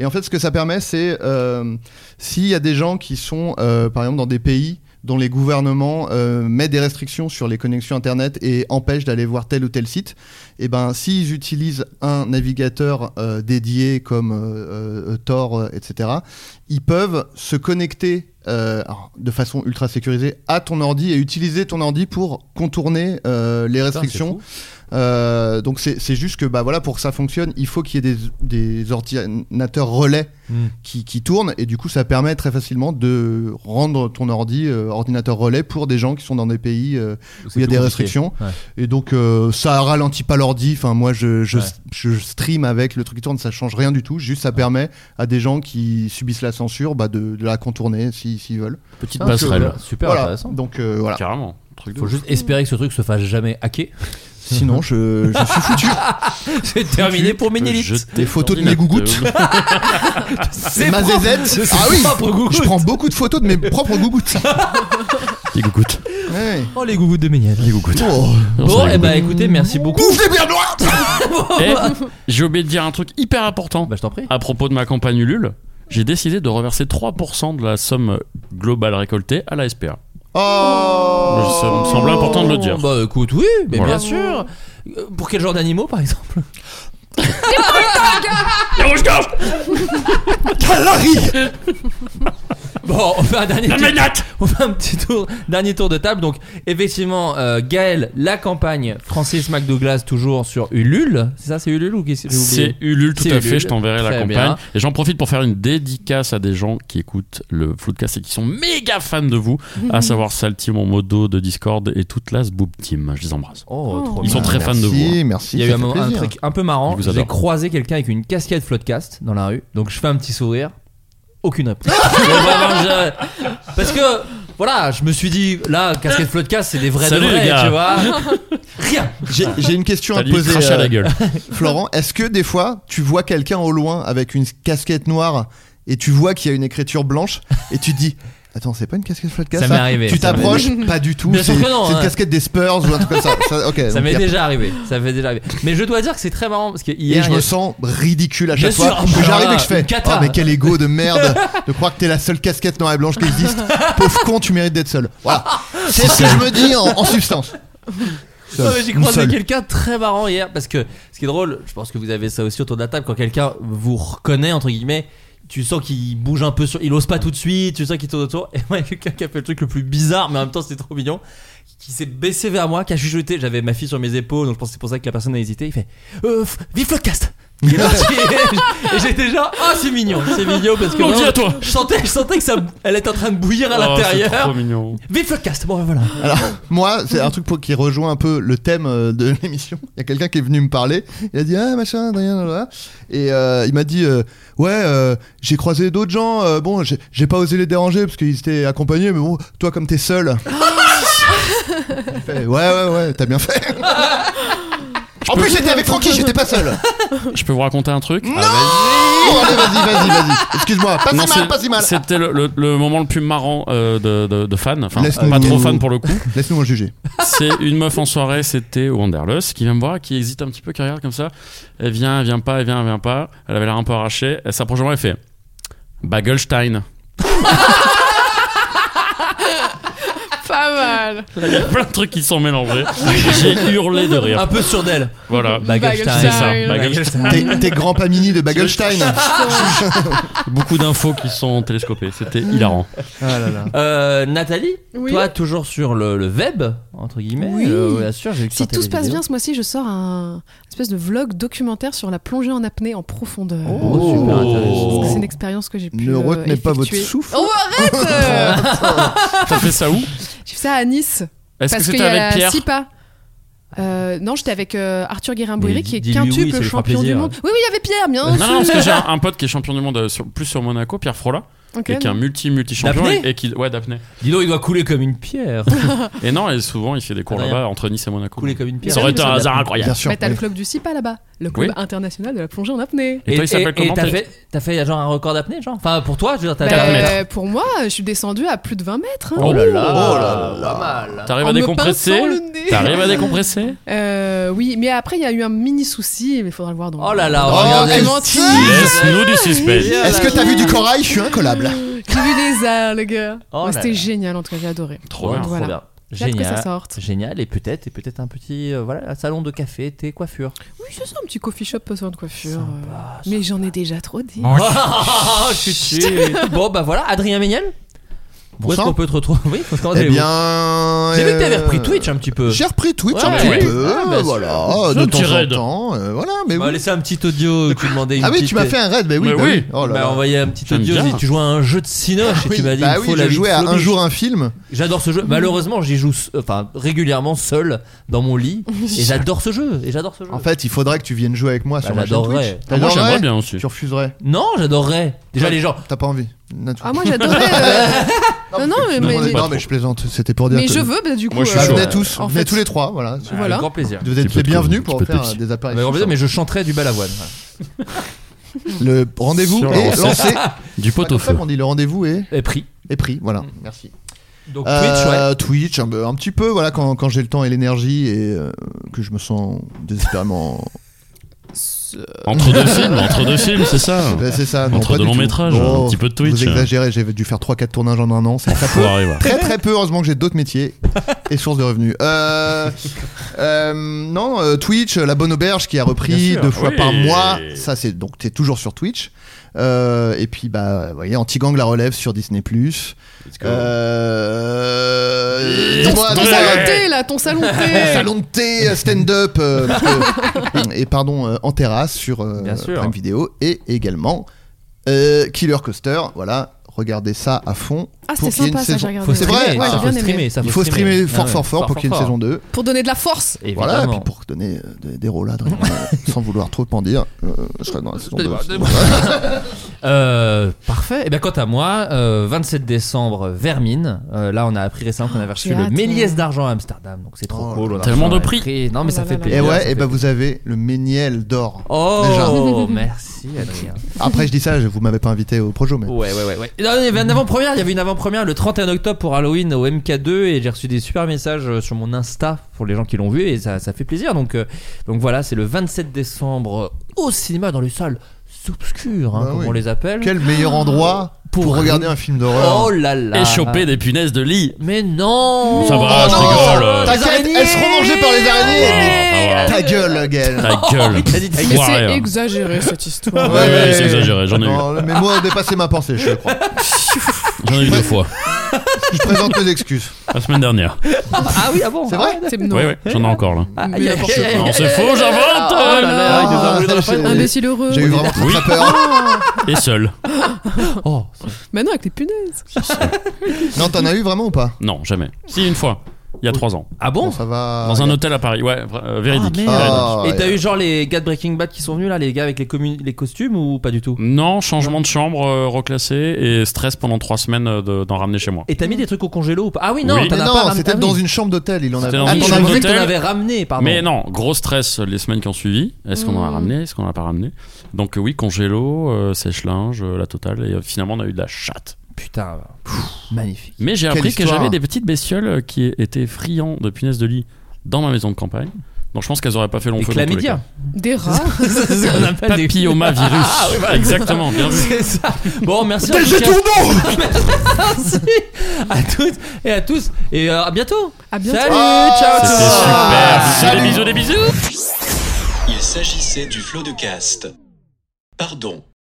Et en fait, ce que ça permet, c'est euh, s'il y a des gens qui sont, euh, par exemple, dans des pays dont les gouvernements euh, mettent des restrictions sur les connexions Internet et empêchent d'aller voir tel ou tel site, et ben, s'ils utilisent un navigateur euh, dédié comme euh, euh, Tor, euh, etc., ils peuvent se connecter euh, alors, de façon ultra sécurisée à ton ordi et utiliser ton ordi pour contourner euh, les c'est restrictions. fou. Euh, donc c'est c'est juste que bah voilà pour que ça fonctionne il faut qu'il y ait des, des ordinateurs relais Mm. qui, qui tournent et du coup ça permet très facilement de rendre ton ordi euh, ordinateur relais pour des gens qui sont dans des pays euh, où il y plus a des compliqué. restrictions Ouais. et donc euh, ça ralentit pas l'ordi enfin moi je, je, Ouais. je stream avec le truc qui tourne ça change rien du tout juste ça permet à des gens qui subissent la censure bah, de, de la contourner si- s'ils veulent Petite Donc, passerelle. euh, Super voilà. intéressant. donc euh, (laughs) voilà Carrément. Truc de Faut ouf. juste espérer que ce truc se fasse jamais (laughs) hacker. sinon je, je suis foutu C'est terminé pour Ménélit. Jeter des photos de mes l'ordinateur. gougouttes (laughs) C'est ma propre. zézette. C'est Ah oui, propre goût. je prends beaucoup de photos de mes (laughs) propres gougouttes. (laughs) Des gougouttes. Ouais. Oh les gougous de Méniel. Des gougouttes. Oh. Non, c'est Bon, des et bah écoutez, merci beaucoup. Bouffe les bières noires Eh, j'ai oublié de dire un truc hyper important Bah je t'en prie. à propos de ma campagne Ulule. J'ai décidé de reverser 3% de la somme globale récoltée à la SPA. Oh Ça me semble important de le dire. Bah écoute, oui, mais Voilà. bien sûr. Euh, Pour quel genre d'animaux par exemple (laughs) Calari Bon, Bon, on fait un dernier La tour. ménate On fait un petit tour, dernier tour de table. Donc, effectivement, euh, Gaël, la campagne, Francis McDouglas, toujours sur Ulule. C'est ça, c'est Ulule ou qu'est-ce que j'ai oublié C'est Ulule, tout C'est à fait. Ulule. Je t'enverrai la Très campagne. bien. Et j'en profite pour faire une dédicace à des gens qui écoutent le Floodcast et qui sont méga fans de vous, à savoir Salty, mon modo de Discord et toute la Boob Team. Je les embrasse. Oh, trop Ils bien. sont très fans de vous. Merci, hein. merci. Il y a eu ça un, fait moment- un plaisir. truc un peu marrant. Ils vous J'ai adorent. croisé quelqu'un avec une casquette Floodcast dans la rue. Donc, je fais un petit sourire. Aucune (laughs) réponse. Mais vraiment, je- Parce que, voilà, je me suis dit, là, casquette Floodcast, c'est des vrais Salut, de vrais, les gars. tu (laughs) vois. Rien. J'ai j'ai une question T'as à dû te poser. cracher (laughs) à la euh, gueule. Florent, est-ce que des fois tu vois quelqu'un au loin avec une casquette noire et tu vois qu'il y a une écriture blanche et tu te dis Attends, c'est pas une casquette Floodcast Ça m'est arrivé, Tu ça m'est t'approches Pas du tout. Bien C'est sûr c'est que non, une hein. casquette des Spurs ou un truc comme ça. Ça, ok, Ça donc m'est y a- déjà arrivé. Ça m'est déjà arrivé. Mais je dois dire que c'est très marrant parce que Et hier. je il y a- me sens ridicule à Bien chaque sûr, fois. ah, que bah, J'arrive voilà, et que je une fais cata. Oh, mais quel ego de (laughs) merde de croire que t'es la seule casquette noire et blanche qui existe. Pauvre con, tu mérites d'être seul. (laughs) Voilà. C'est ce que je me dis en, en substance. Non, mais j'ai Une croisé seule. quelqu'un de très marrant hier parce que ce qui est drôle, je pense que vous avez ça aussi autour de la table quand quelqu'un vous reconnaît entre guillemets. Tu sens qu'il bouge un peu sur. Il ose pas tout de suite, tu sens qu'il tourne autour. Et moi, il y a quelqu'un qui a fait le truc le plus bizarre, mais en même temps, c'était trop mignon. Qui s'est baissé vers moi, qui a chuchoté. J'avais ma fille sur mes épaules, donc je pense que c'est pour ça que la personne a hésité. Il fait euh, f- Vive le cast Il est (laughs) parti. Et j'étais genre Ah, c'est mignon, c'est mignon parce que. On dit vraiment, à toi. Je sentais, je sentais que ça. Elle était en train de bouillir à Oh, c'est trop l'intérieur. mignon. Vive le cast Bon, ben voilà. Alors, (laughs) moi, c'est un truc pour- qui rejoint un peu le thème euh, de (laughs) l'émission. Il y a quelqu'un qui est venu me parler. Il a dit Ah, machin, rien, rien, rien. Et euh, il m'a dit euh, Ouais, euh, j'ai croisé d'autres gens. euh, bon, j'ai j'ai pas osé les déranger parce qu'ils étaient accompagnés, mais bon, toi, comme t'es seul. Il fait, ouais, ouais, ouais, t'as bien fait. (laughs) en plus, j'étais avec Francky, j'étais pas seul. Je peux vous raconter un truc Ah, Oh, allez, vas-y, vas-y, vas-y. Excuse-moi, pas Non, si mal, c'est- pas si mal. C'était le, le- le moment le plus marrant euh, de, de, de fan, enfin Laisse-nous- pas trop fan pour le coup. (laughs) Laisse-nous en juger. C'est une meuf en soirée, c'était au Wanderlust, qui vient me voir, qui hésite un petit peu, qui regarde comme ça. Elle vient, elle vient pas, elle vient, elle vient pas. Elle avait l'air un peu arrachée. Elle s'approche de moi, elle fait Bagelstein. (laughs) Pas mal. Il y a plein de trucs qui se sont mélangés. J'ai hurlé de Un rire. peu sur d'elle. Ah, Voilà. Bagelstein. C'est ça, Bagelstein. T'es t'es grand Pamini de Bagelstein. (laughs) Beaucoup d'infos qui sont télescopées. C'était hilarant. Ah là là. Euh, Nathalie, Oui. toi toujours sur le, le web, entre guillemets. Oui. euh, bien sûr, j'ai vu que Si sortaient tout des se passe vidéos. bien ce mois-ci, je sors un espèce de vlog documentaire sur la plongée en apnée en profondeur. Oh, super intéressant. C'est une expérience que j'ai pu. Ne euh, retenez pas votre effectuer. souffle. Oh, arrête T'as fait ça où (laughs) J'ai fait ça à Nice. Est-ce que Parce qu'il c'était y avec a Pierre six pas. Euh, non, j'étais avec euh, Arthur Mais Guérin-Boiré qui est dis-lui oui, ça quintuple lui fera champion plaisir. du monde. Oui, oui, il y avait Pierre, bien Non, sûr. non, parce que j'ai un, un pote qui est champion du monde euh, sur- plus sur Monaco, Pierre Frola, Ok, et qui est un multi-multi-champion. D'apnée Et, et qui, ouais, d'apnée. Dis donc, il doit couler comme (laughs) une pierre. Et non, et souvent il fait des cours Adrien. là-bas entre Nice et Monaco. couler comme une pierre. Ça aurait été un Et- hasard incroyable. Bien sûr. Mais Bah, t'as oui. le club du SIPA là-bas, le club Oui. international de la plongée en apnée. Et, toi, il s'appelle et- et comment t'as t'es- fait, t'as fait genre un record d'apnée, genre Enfin, pour toi, je veux dire, t'as. Bah, t'as- mètres. pour moi, je suis descendue à plus de 20 mètres. hein. Oh là là. Oh là là. T'arrives En à me décompresser pinçant le nez. T'arrives à décompresser Euh, oui, mais après, il y a eu un mini souci, mais il faudra le voir dans Oh là là, Oh, regardez. elle le mentit. style. Laisse-nous du suspense. Est-ce que t'as vu du corail Je suis incollable. (laughs) J'ai vu des algues. gars. Oh là C'était là. génial, en tout cas, j'ai adoré. Trop bien. Donc, voilà. Trop bien. J'ai hâte que ça Génial. sorte. Génial et peut-être et peut-être un petit euh, voilà un salon de café thé coiffure. Oui, c'est ça, un petit coffee shop besoin de coiffure. euh, mais j'en ai déjà trop dit. Oh, (laughs) Ah, je suis dessus. bon bah voilà Adrien Méniel. Où est-ce Bonsoir. qu'on peut te retrouver Oui, faut se Eh commencer. bien. J'ai vu que t'avais euh, repris Twitch un petit peu. J'ai repris Twitch un Ouais. petit Oui. peu, Ah, bah, c'est- voilà, c'est de un temps petit raid. en temps, euh, voilà, mais On va oui. laisser un petit audio. Tu demandais une Ah oui, petite- tu m'as fait un raid, mais oui, Mais bah oui. Oh là Tu m'as là. envoyé un petit J'aime audio. bien. si Tu joues à un jeu de cinoche et Oui, tu m'as dit bah il oui, faut la j'ai vie joué de à un Flobiche. jour Mm. un film. J'adore ce jeu. Bah, Malheureusement, j'y joue s- enfin régulièrement seul dans mon (laughs) lit et j'adore ce jeu et j'adore ce jeu. En fait, il faudrait que tu viennes jouer avec Bah, moi sur ma chaîne j'adorerais. Twitch. Ah, Moi j'aimerais T'adorerais bien aussi. Tu refuserais. Non, j'adorerais. Déjà les gens. T'as pas envie. Non, tu- Ah, moi, (laughs) j'adorais. euh, Non, non, mais, Non, mais, mais, mais, non, mais je plaisante. C'était pour dire que. je veux, bah, du coup. Moi, je suis Bah, chaud. venez Ouais. tous, En venez fait- tous les trois, voilà. Voilà. Avec grand plaisir. Vous Un êtes petit peu les de bienvenus Pepsi, un pour petit peu de faire Pepsi. euh, des Avec grand apparitions. plaisir, mais je chanterai du balavoine. Le rendez-vous Sur la est recette. lancé. Du pot au Comme ça feu. qu'on dit, le rendez-vous est Et pris. est pris. Voilà, merci. Donc Twitch, ouais. Euh, Twitch, un, peu- un petit peu, voilà, quand, quand j'ai le temps et l'énergie et euh, que je me sens désespérément Entre deux films, entre deux films, c'est ça Ben, c'est ça. non, Ah. Entre pas deux du longs tout. métrages, Oh, un petit peu de Twitch. hein. Vous exagérez, j'ai dû faire 3-4 tournages en un an. (laughs) C'est très peu. Enfoiré, ouais. Très très peu. Heureusement que j'ai (laughs) d'autres métiers et sources de revenus. Euh, euh, non, euh, Twitch, la bonne auberge qui a repris Bien sûr. deux fois Oui. par mois. Ça, c'est donc t'es toujours sur Twitch. Euh, et puis bah, vous voyez, Anti-Gang la relève sur Disney+. Euh, Ah, Ton, ton dis-moi, dis-moi. salon de thé, là, ton salon de thé. (laughs) Salon de thé, euh, stand-up, euh, (laughs) parce que- et pardon, euh, en terrasse sur euh, Bien sûr. Prime Video et également euh, Killer Coaster. Voilà, regardez ça à fond. Ah, pour c'était qu'il y ait une sympa, ça, saison- j'ai regardé. Faut C'est streamer, vrai, ça, ouais, j'ai faut bien aimé. streamer, ça, il faut streamer Ah fort, ouais, fort, fort pour qu'il y ait une saison 2. Pour donner de la force. Voilà, et Évidemment. puis pour donner euh, des, des rôles à Adrien, euh, sans vouloir trop en dire, euh, je serai dans la saison Oh 2. (laughs) Euh, parfait. Et bien, quant à moi, euh, 27 décembre, Vermine. Euh, là, on a appris récemment qu'on avait reçu j'ai le hâte, Méliès ouais. d'argent à Amsterdam. Donc, c'est trop Oh, cool. on a tellement reçu de un prix. Non, mais Oh ça là fait là. plaisir. Et ça ouais, et fait bah plaisir. vous avez le Méniel d'or. (laughs) Oh, (laughs) merci, Adrien. Déjà. Après, je dis ça, je, vous m'avez pas invité au Projo, mais. Ouais, ouais, ouais. ouais. Non, il y avait une avant-première, il y avait une avant-première le 31 octobre pour Halloween au MK2 et j'ai reçu des super messages euh, sur mon Insta pour les gens qui l'ont vu et ça, ça fait plaisir. Donc, euh, donc voilà, c'est le 27 décembre euh, au cinéma dans les salles obscures, hein, Bah comme oui. on les appelle. Quel meilleur endroit pour, Pour- regarder un film d'horreur Oh là là Et choper des punaises de lit. Mais non Ça va, Oh je non rigole. Les T'inquiète, araignées elles seront mangées par les araignées. Ah, Ta gueule, Gaël. Ta gueule. T'as dit ta Mais Foiré, hein. c'est exagéré cette histoire. Ouais, ouais, c'est exagéré, j'en ai Non, le- Mais moi, on dépassé ma pensée, je crois. J'en ai eu deux fois. Je présente mes excuses. La semaine dernière. Ah oui, ah bon C'est vrai C'est non. Ouais, ouais, j'en ai encore là. Ah, Mais y a- n'importe y a- y a- Non, c'est faux, j'invente Oh là là, Ah, il nous a roulé dans la j'ai- Imbécile heureux. Ah, J'ai eu vraiment très, Oui. très peur. Et seul. Oh, Mais non, avec les punaises. Non, t'en as eu vraiment ou pas Non, jamais. Si, une fois. Il y a trois ans. Ah bon Ça va. Dans un hôtel à Paris. Ouais, vra- euh, véridique. Véridique. Ah, merde. Ah, Et t'as ouais. eu genre les gars de Breaking Bad qui sont venus là, les gars avec les, communes- les costumes ou pas du tout Non, changement de chambre euh, reclassé et stress pendant trois semaines euh, de- d'en ramener chez moi. Et t'as mis des trucs au congélo ou pas Ah oui, non, Oui. t'en Mais as pas non, ramené- c'était ah oui. dans une chambre d'hôtel, il en a C'était dans Ah, une mais chambre je pensais que d'hôtel. t'en avais ramené, pardon. Mais non, gros stress euh, les semaines qui ont suivi. Est-ce qu'on en a Mm. ramené Est-ce qu'on en a pas ramené Donc euh, oui, congélo, euh, sèche-linge, euh, la totale. Et euh, finalement, on a eu de la chatte. Putain, bah, magnifique. Mais j'ai Quelle appris que histoire. j'avais des petites bestioles euh, qui étaient friands de punaises de lit dans ma maison de campagne. Donc je pense qu'elles auraient pas fait long Les feu. dans tous les chlamydia. cas. Des rats. (laughs) C'est ce qu'on appelle des- Papillomavirus. (laughs) Ah, oui, voilà. Exactement. Bien dit. C'est ça. Bon, merci. en Des tout cas. étourneaux (laughs) Merci à toutes et à tous. Et euh, à bientôt. À bientôt. Salut, Ah, ciao, C'était ciao. ah, super. Salut. Des bisous, des bisous. Il s'agissait du flot de caste. Pardon.